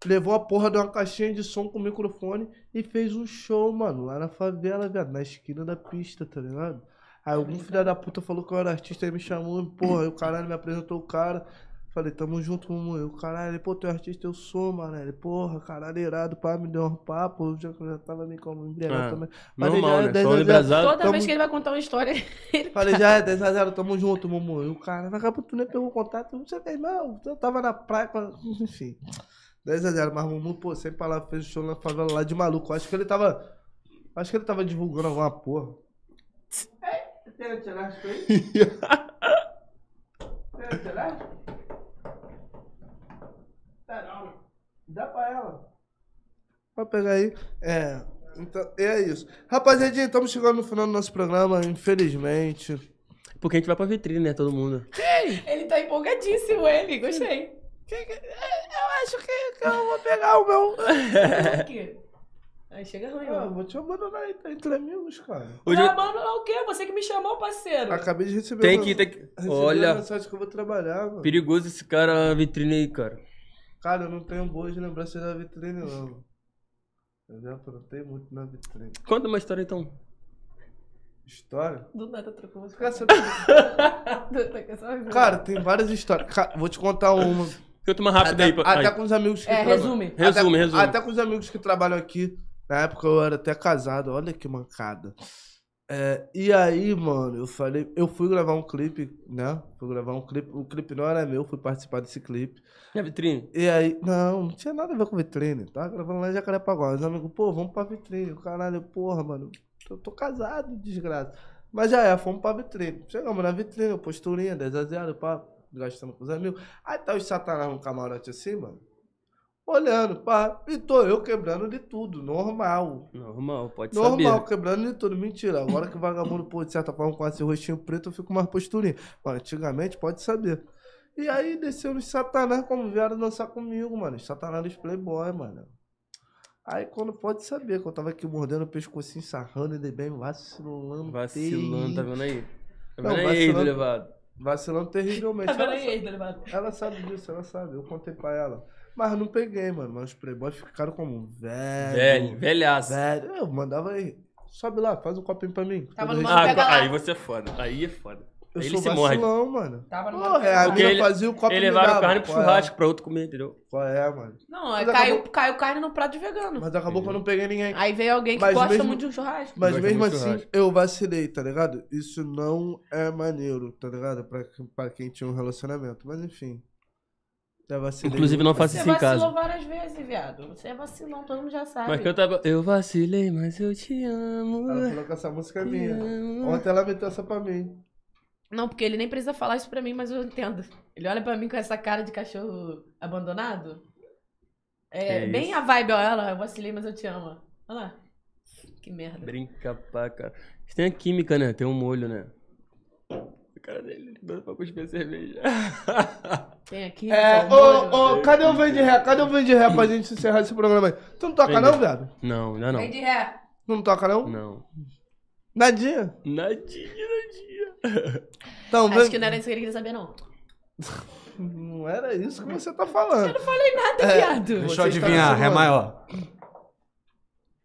[SPEAKER 2] levou a porra de uma caixinha de som com microfone e fez um show, mano, lá na favela, viado, na esquina da pista, tá ligado? Aí algum filho da puta falou que eu era artista e me chamou, e, porra, aí o caralho me apresentou o cara. Falei, tamo junto, mamãe. Eu, caralho, ele, pô, tu é artista, eu sou, mano. Ele, porra, caralho, irado, pá, me deu um papo. Eu já, já tava meio como embriagado
[SPEAKER 3] Ah,
[SPEAKER 2] também. Falei, já
[SPEAKER 3] Normal,
[SPEAKER 2] é
[SPEAKER 3] né?
[SPEAKER 2] 10
[SPEAKER 3] Só
[SPEAKER 2] a
[SPEAKER 3] um
[SPEAKER 2] 0.
[SPEAKER 3] embrasado.
[SPEAKER 4] Toda
[SPEAKER 2] Tamo-
[SPEAKER 4] vez que ele vai contar uma história,
[SPEAKER 2] Falei, já é 10 a 0 tamo junto, Mumu. E o cara, daqui a pouco tu nem pegou o contato. Você fez, não, eu tava na praia, com- enfim. 10 a 0 mas Mumu, pô, sem palavra, fez o show na favela lá de maluco. Acho que ele tava. Acho que ele tava divulgando alguma porra. Dá pra ela. Pode pegar aí. É. Então, é isso. Rapaziadinha, estamos chegando no final do nosso programa, infelizmente.
[SPEAKER 3] Porque a gente vai pra vitrine, né, todo mundo.
[SPEAKER 4] ele tá empolgadíssimo, ele. Gostei.
[SPEAKER 2] Acho que, que eu vou pegar o meu.
[SPEAKER 4] Por quê? Aí chega ruim,
[SPEAKER 2] Ah,
[SPEAKER 4] ó.
[SPEAKER 2] vou te abandonar aí, tá entre amigos, cara.
[SPEAKER 3] Hoje eu-
[SPEAKER 4] Tá mano, lá o quê? Você que me chamou, parceiro.
[SPEAKER 2] Acabei de receber.
[SPEAKER 3] tem
[SPEAKER 2] uma-
[SPEAKER 3] que, tem que...
[SPEAKER 2] recebi uma
[SPEAKER 3] Olha,
[SPEAKER 2] mensagem que eu vou trabalhar, mano.
[SPEAKER 3] perigoso esse cara na vitrine aí, cara.
[SPEAKER 2] Cara, eu não tenho boas lembranças da vitrine, não. Eu já aprontei muito na vitrine.
[SPEAKER 3] Conta uma história, então.
[SPEAKER 2] História?
[SPEAKER 4] Do nada trocou tá você.
[SPEAKER 2] Cara, você-
[SPEAKER 4] Cara,
[SPEAKER 2] assim. Cara, tem várias histórias. Cara, vou te contar uma.
[SPEAKER 3] Escuta mais rápido
[SPEAKER 2] Até,
[SPEAKER 3] aí, papai.
[SPEAKER 2] até com os amigos que
[SPEAKER 4] é,
[SPEAKER 2] trabalham-
[SPEAKER 4] resume.
[SPEAKER 2] Até-
[SPEAKER 3] Resume, resume.
[SPEAKER 2] Até com os amigos que trabalham aqui. Na época eu era até casado, olha que mancada. É, e aí, mano, eu falei, eu fui gravar um clipe, né? Fui gravar um clipe. O clipe não era meu, fui participar desse clipe.
[SPEAKER 3] Na vitrine.
[SPEAKER 2] E aí, não, não tinha nada a ver com vitrine. Tava gravando lá em Jacarepaguá. Os amigos, pô, vamos pra vitrine. O Caralho, porra, mano, eu tô casado, desgraça. Mas já é, fomos pra vitrine. Chegamos na vitrine, posturinha, 10 a 0, pá, gastando com os amigos. Aí tá os satanás no camarote assim, mano. Olhando, pá, e tô eu quebrando de tudo, normal.
[SPEAKER 3] Normal, pode
[SPEAKER 2] Normal,
[SPEAKER 3] saber.
[SPEAKER 2] quebrando de tudo. Mentira. Agora que o vagabundo, pô, de certa forma, com esse rostinho preto, eu fico mais posturinha. Mano, antigamente, pode saber. E aí desceu os satanás, como vieram dançar comigo, mano. Os satanás dos playboy, mano. Aí quando pode saber, que eu tava aqui mordendo o pescocinho, sarrando ele bem, vacilando.
[SPEAKER 3] Vacilando, tá
[SPEAKER 2] terri-
[SPEAKER 3] vendo aí? Tá
[SPEAKER 2] Não,
[SPEAKER 3] vendo aí,
[SPEAKER 2] vacilando.
[SPEAKER 3] Eido levado?
[SPEAKER 2] Vacilando terrivelmente.
[SPEAKER 4] Tá vendo
[SPEAKER 2] Ela,
[SPEAKER 4] aí, Eido, levado?
[SPEAKER 2] sa- ela sabe disso, ela sabe. Eu contei pra ela. Mas não peguei, mano. Mas os playboys ficaram como um velho.
[SPEAKER 3] Velho, velhaço.
[SPEAKER 2] É, Velho, eu mandava aí. Sobe lá, faz um copinho pra mim.
[SPEAKER 4] Tava
[SPEAKER 2] Todo
[SPEAKER 4] numa-
[SPEAKER 2] respeito.
[SPEAKER 3] Ah,
[SPEAKER 4] pega lá.
[SPEAKER 3] aí você é foda. Aí é foda.
[SPEAKER 2] eu
[SPEAKER 3] aí
[SPEAKER 2] sou
[SPEAKER 3] ele se
[SPEAKER 2] vacilão, mano.
[SPEAKER 4] Tava no
[SPEAKER 2] Porra, é, a
[SPEAKER 3] Porque
[SPEAKER 2] mina
[SPEAKER 3] ele-
[SPEAKER 2] fazia o copo
[SPEAKER 3] Ele
[SPEAKER 2] e me
[SPEAKER 3] levaram
[SPEAKER 2] dava.
[SPEAKER 3] carne pro
[SPEAKER 2] Qual é?
[SPEAKER 3] churrasco pra outro comer, entendeu?
[SPEAKER 2] Qual é, mano?
[SPEAKER 4] Não,
[SPEAKER 2] Mas
[SPEAKER 4] é, caiu,
[SPEAKER 2] acabou-
[SPEAKER 4] caiu carne no prato de vegano.
[SPEAKER 2] Mas acabou que eu não peguei ninguém.
[SPEAKER 4] Aí veio alguém que
[SPEAKER 2] Mas
[SPEAKER 4] gosta
[SPEAKER 2] mesmo-
[SPEAKER 4] muito de um churrasco.
[SPEAKER 2] Mas
[SPEAKER 3] Gosta
[SPEAKER 2] mesmo
[SPEAKER 3] muito de
[SPEAKER 2] assim,
[SPEAKER 3] churrasco.
[SPEAKER 2] eu vacilei, tá ligado? Isso não é maneiro, tá ligado? Pra, pra quem tinha um relacionamento. Mas enfim. Já vacilei.
[SPEAKER 3] Inclusive, não faça
[SPEAKER 4] Você
[SPEAKER 3] isso em
[SPEAKER 4] vacilou
[SPEAKER 3] casa.
[SPEAKER 4] várias vezes, viado. Você é vacilão, todo mundo já sabe.
[SPEAKER 3] Mas que eu tava. Eu vacilei, mas eu te amo.
[SPEAKER 2] Ela falou que essa música é
[SPEAKER 3] Te
[SPEAKER 2] minha.
[SPEAKER 3] amo.
[SPEAKER 2] Ontem ela meteu essa pra mim.
[SPEAKER 4] Não, porque ele nem precisa falar isso pra mim, mas eu entendo. Ele olha pra mim com essa cara de cachorro abandonado. É,
[SPEAKER 3] Que
[SPEAKER 4] bem
[SPEAKER 3] isso.
[SPEAKER 4] a vibe, ó, ela. Eu vacilei, mas eu te amo. Olha lá. Que merda.
[SPEAKER 3] Brinca pra cara. Isso tem a química, né? Tem um molho, né? O cara dele dando pra cuspir a cerveja.
[SPEAKER 4] Tem aqui.
[SPEAKER 2] É,
[SPEAKER 4] tá olho.
[SPEAKER 2] ô, ô, cadê o Vem de Ré? Cadê o Vem de Ré pra gente encerrar esse programa aí? Tu não toca
[SPEAKER 3] Vem de
[SPEAKER 2] não,
[SPEAKER 3] Ré.
[SPEAKER 2] viado?
[SPEAKER 3] Não, ainda não.
[SPEAKER 4] Vem de ré.
[SPEAKER 2] Tu não toca não?
[SPEAKER 3] Não.
[SPEAKER 2] Nadinha?
[SPEAKER 3] Nadinha, nadinha.
[SPEAKER 2] Então,
[SPEAKER 4] Acho
[SPEAKER 2] vem...
[SPEAKER 4] que não é- era isso que ele queria saber, não.
[SPEAKER 2] Não era isso que você tá falando.
[SPEAKER 4] Nada, viado.
[SPEAKER 5] Deixa eu
[SPEAKER 2] Você está
[SPEAKER 4] tá
[SPEAKER 5] adivinhar,
[SPEAKER 2] zoando.
[SPEAKER 5] Ré maior.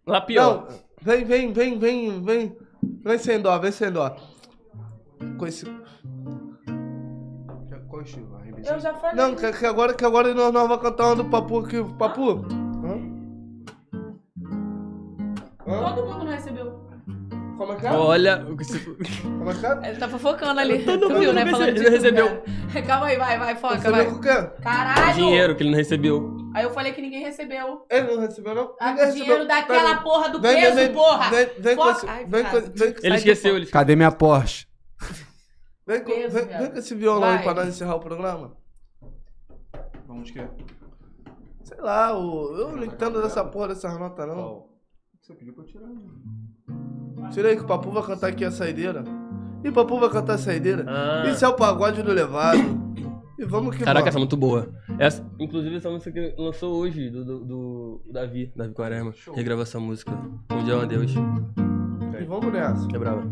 [SPEAKER 3] Lá pior.
[SPEAKER 2] Não, vem, vem, vem, vem, vem. Vem sem dó, vem sem dó. Com esse...
[SPEAKER 5] Qual estilo?
[SPEAKER 4] Eu já falei.
[SPEAKER 2] Não, que, que agora, que agora nós, nós vamos cantar uma do Papu aqui. Papu? Hã? Hã?
[SPEAKER 4] Todo mundo não recebeu.
[SPEAKER 2] Como é que é?
[SPEAKER 3] Olha.
[SPEAKER 2] Como é que é?
[SPEAKER 4] Ele tá fofocando ali.
[SPEAKER 3] Todo
[SPEAKER 4] tu
[SPEAKER 3] mundo
[SPEAKER 4] viu, né?
[SPEAKER 3] recebe-
[SPEAKER 4] Falando de
[SPEAKER 3] ele recebeu.
[SPEAKER 4] tudo, né? Calma aí, vai, vai, foca,
[SPEAKER 2] Recebeu
[SPEAKER 4] vai.
[SPEAKER 2] com o quê?
[SPEAKER 4] Caralho!
[SPEAKER 3] Dinheiro que ele não recebeu.
[SPEAKER 4] Aí eu falei que ninguém recebeu.
[SPEAKER 2] Ele não recebeu, não?
[SPEAKER 4] Ah,
[SPEAKER 2] Ninguém
[SPEAKER 4] dinheiro
[SPEAKER 2] recebeu.
[SPEAKER 4] daquela
[SPEAKER 2] Tá-
[SPEAKER 4] porra do
[SPEAKER 2] Vem,
[SPEAKER 4] peso,
[SPEAKER 2] vem, vem,
[SPEAKER 4] porra!
[SPEAKER 2] Vem, vem com
[SPEAKER 4] Foca.
[SPEAKER 2] esse...
[SPEAKER 4] Ai,
[SPEAKER 2] Vem com,
[SPEAKER 4] viado.
[SPEAKER 2] vem, com-
[SPEAKER 3] Ele esqueceu, ele esqueceu.
[SPEAKER 5] Cadê minha Porsche?
[SPEAKER 2] vem, com,
[SPEAKER 4] Peso,
[SPEAKER 2] vem,
[SPEAKER 4] viado.
[SPEAKER 2] vem com esse violão aí
[SPEAKER 4] Vai.
[SPEAKER 2] pra nós encerrar o programa.
[SPEAKER 5] Vamos é. de quê?
[SPEAKER 4] Então.
[SPEAKER 2] Sei lá, o- eu não entendo dessa porra, dessas notas, não.
[SPEAKER 5] Você pediu pra eu tirar. né?
[SPEAKER 2] Tira aí que o Papu vai cantar aqui a saideira. E o Papu vai cantar a saideira.
[SPEAKER 3] Ah.
[SPEAKER 2] Isso é o pagode do levado. E vamos que
[SPEAKER 3] Caraca, essa é
[SPEAKER 2] vamos.
[SPEAKER 3] muito boa. Essa, inclusive, essa música que lançou hoje, do, do, do Davi, Davi Quaresma. Regravou essa música. Um dia, um Deus.
[SPEAKER 2] E vamos nessa.
[SPEAKER 3] Que brava.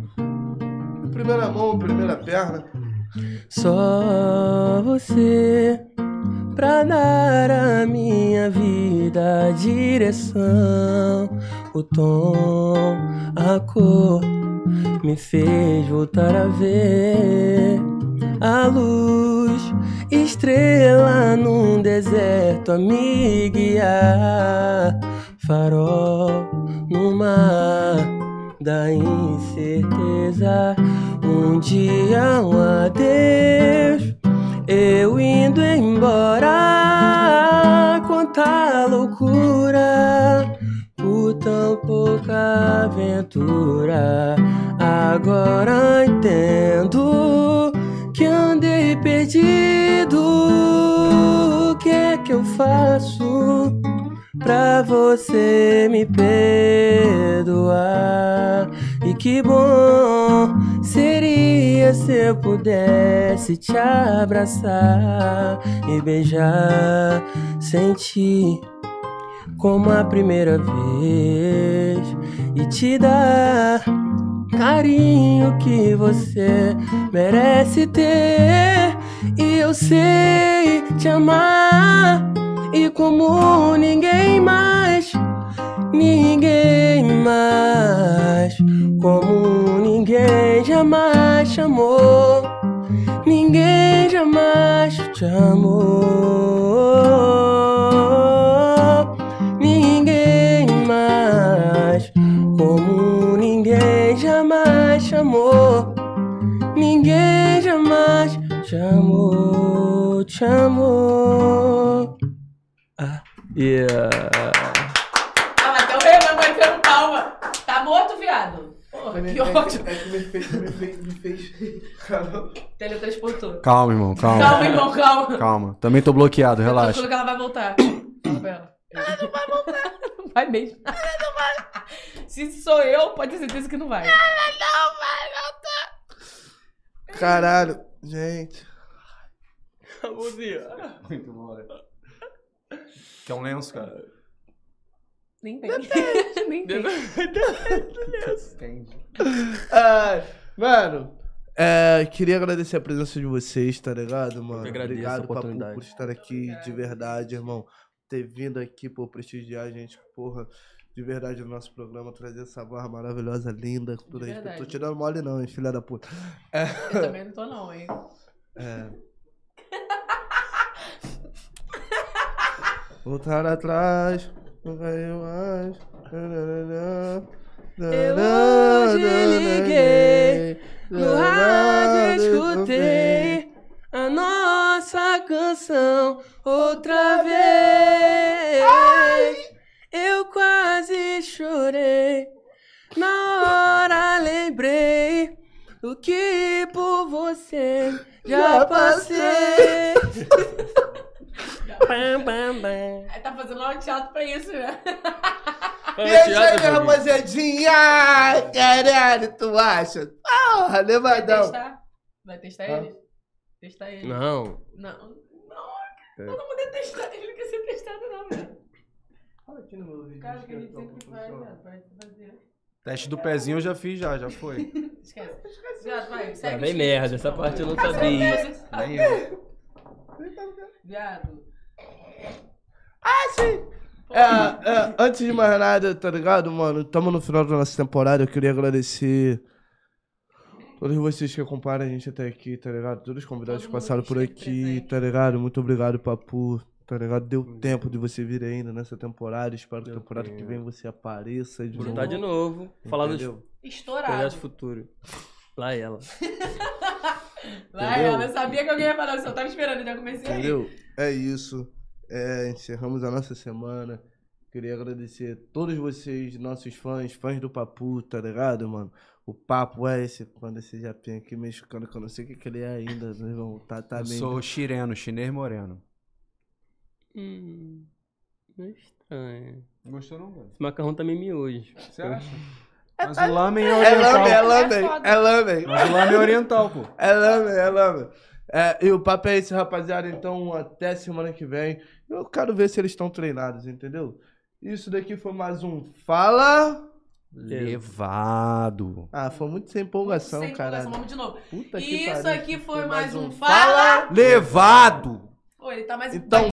[SPEAKER 2] Primeira mão, primeira perna.
[SPEAKER 3] Só você pra dar à minha vida a direção, o tom, a cor me fez voltar a ver a luz, estrela num deserto a me guiar, farol no mar da incerteza. Um dia um adeus, eu indo embora, quanta loucura, por tão pouca aventura. Agora entendo que andei perdido. O que é que eu faço? pra você me perdoar. E que bom seria se eu pudesse te abraçar e beijar, sentir como a primeira vez e te dar carinho que você merece ter. E eu sei te amar e como ninguém mais, ninguém mais, como ninguém chamou. Ninguém mais, como ninguém jamais chamou. Ninguém jamais chamou, te chamou. Ah, yeah.
[SPEAKER 4] Calma, até o Renan batendo um palma. Tá morto, viado. Porra, que ódio.
[SPEAKER 2] É que me fez, me fez, me fez. Caramba.
[SPEAKER 4] Teletransportou.
[SPEAKER 5] Calma, irmão, calma.
[SPEAKER 4] Calma, irmão, calma.
[SPEAKER 5] Calma. Também tô bloqueado,
[SPEAKER 4] Eu tô
[SPEAKER 5] relaxa.
[SPEAKER 4] que ela vai voltar. Fala pra ela. Ela não vai voltar. não vai mesmo. Ela não vai. Se sou eu, pode ter certeza que não vai.
[SPEAKER 2] Caralho, gente.
[SPEAKER 5] Muito bom, né? Quer um lenço, cara?
[SPEAKER 4] Nem vem. Nem vem.
[SPEAKER 5] Entende.
[SPEAKER 2] Ai, mano, é, queria agradecer a presença de vocês, tá ligado, mano?
[SPEAKER 7] que agradeço a
[SPEAKER 2] Obrigado, Papu,
[SPEAKER 7] oportunidade.
[SPEAKER 2] por estar aqui de verdade, irmão. Ter vindo aqui, por prestigiar a gente, porra. De verdade, o nosso programa, trazer essa barra maravilhosa, linda, com tudo
[SPEAKER 4] De
[SPEAKER 2] isso. Não Tô
[SPEAKER 4] verdade.
[SPEAKER 2] tirando mole, não, hein, filha da puta.
[SPEAKER 4] Eu também não tô, não, hein?
[SPEAKER 2] Voltar atrás, não caiu mais. Nananã,
[SPEAKER 3] Eu
[SPEAKER 2] nananã,
[SPEAKER 3] hoje
[SPEAKER 2] nananã,
[SPEAKER 3] liguei, No
[SPEAKER 2] nananã,
[SPEAKER 3] rádio escutei a nossa canção outra vez. Eu quase chorei. Na hora lembrei do que por você já
[SPEAKER 2] Já
[SPEAKER 3] passei. Bam, bam, bam.
[SPEAKER 4] Aí Tá fazendo aula de teatro pra isso, né?
[SPEAKER 2] E é isso aí, minha rapaziadinha! Caralho, tu acha? Porra,
[SPEAKER 4] Vai
[SPEAKER 2] levadão!
[SPEAKER 4] testar? Vai testar
[SPEAKER 2] Hã?
[SPEAKER 4] ele? Testar ele.
[SPEAKER 7] Não.
[SPEAKER 4] Não. Não, eu não poder testar. Ele não quer ser testado, não, né? velho. Cara, que é ele sempre faz, velho. Parece que fazer.
[SPEAKER 5] Teste do pezinho eu já fiz, já, já foi.
[SPEAKER 4] Esquece. Viado, vai,
[SPEAKER 7] Tá
[SPEAKER 4] segue.
[SPEAKER 7] bem merda, essa parte eu não
[SPEAKER 2] Tá,
[SPEAKER 7] sabia.
[SPEAKER 5] Nem eu.
[SPEAKER 4] Viado.
[SPEAKER 2] É, é, antes de mais nada, tá ligado, mano? Tamo no final da nossa temporada, eu queria agradecer todos vocês que acompanharam a gente até aqui, tá ligado? Todos os convidados
[SPEAKER 4] Todo
[SPEAKER 2] que
[SPEAKER 4] mundo
[SPEAKER 2] passaram
[SPEAKER 4] que
[SPEAKER 2] por
[SPEAKER 4] esteve
[SPEAKER 2] aqui,
[SPEAKER 4] presente.
[SPEAKER 2] tá ligado? Muito obrigado, Papu. Tá ligado? Deu tempo de você vir ainda nessa temporada. Espero que a temporada que vem você apareça de novo.
[SPEAKER 7] Voltar de novo. Falar dos
[SPEAKER 2] entendeu?
[SPEAKER 4] Estourado.
[SPEAKER 7] projetos futuros. Lá ela.
[SPEAKER 4] Lá
[SPEAKER 2] Entendeu?
[SPEAKER 4] ela, eu sabia que alguém ia falar isso, eu tava esperando, eu já comecei a rir.
[SPEAKER 2] Entendeu? É isso. É, encerramos a nossa semana. Queria agradecer a todos vocês, nossos fãs, fãs do Papu, tá ligado, mano? O papo é esse, quando esse japinha aqui mexicano, que eu não sei o que, que ele é ainda, meu irmão. Tá, tá
[SPEAKER 5] Eu
[SPEAKER 2] bem.
[SPEAKER 5] sou chireno, chinês moreno.
[SPEAKER 7] Hum. Não é estranho.
[SPEAKER 5] Gostou não, velho?
[SPEAKER 7] Esse macarrão tá meio miojo.
[SPEAKER 5] Você acha? Mas o lamen é
[SPEAKER 2] É lame, é
[SPEAKER 5] oriental.
[SPEAKER 2] lame, é lame.
[SPEAKER 5] Mas o lamen é oriental, pô.
[SPEAKER 2] É lame, é lame. É, e o papo é esse, rapaziada. Então, até semana que vem. Eu quero ver se eles estão treinados, entendeu? Isso daqui foi mais um Fala.
[SPEAKER 5] Levado.
[SPEAKER 2] Ah, foi muito sem empolgação,
[SPEAKER 4] Sem empolgação,
[SPEAKER 2] caralho.
[SPEAKER 4] vamos de novo.
[SPEAKER 2] Puta que
[SPEAKER 4] Isso
[SPEAKER 2] pariu.
[SPEAKER 4] aqui foi mais um
[SPEAKER 2] Fala.
[SPEAKER 5] Levado!
[SPEAKER 4] Pô, ele tá mais
[SPEAKER 2] Então,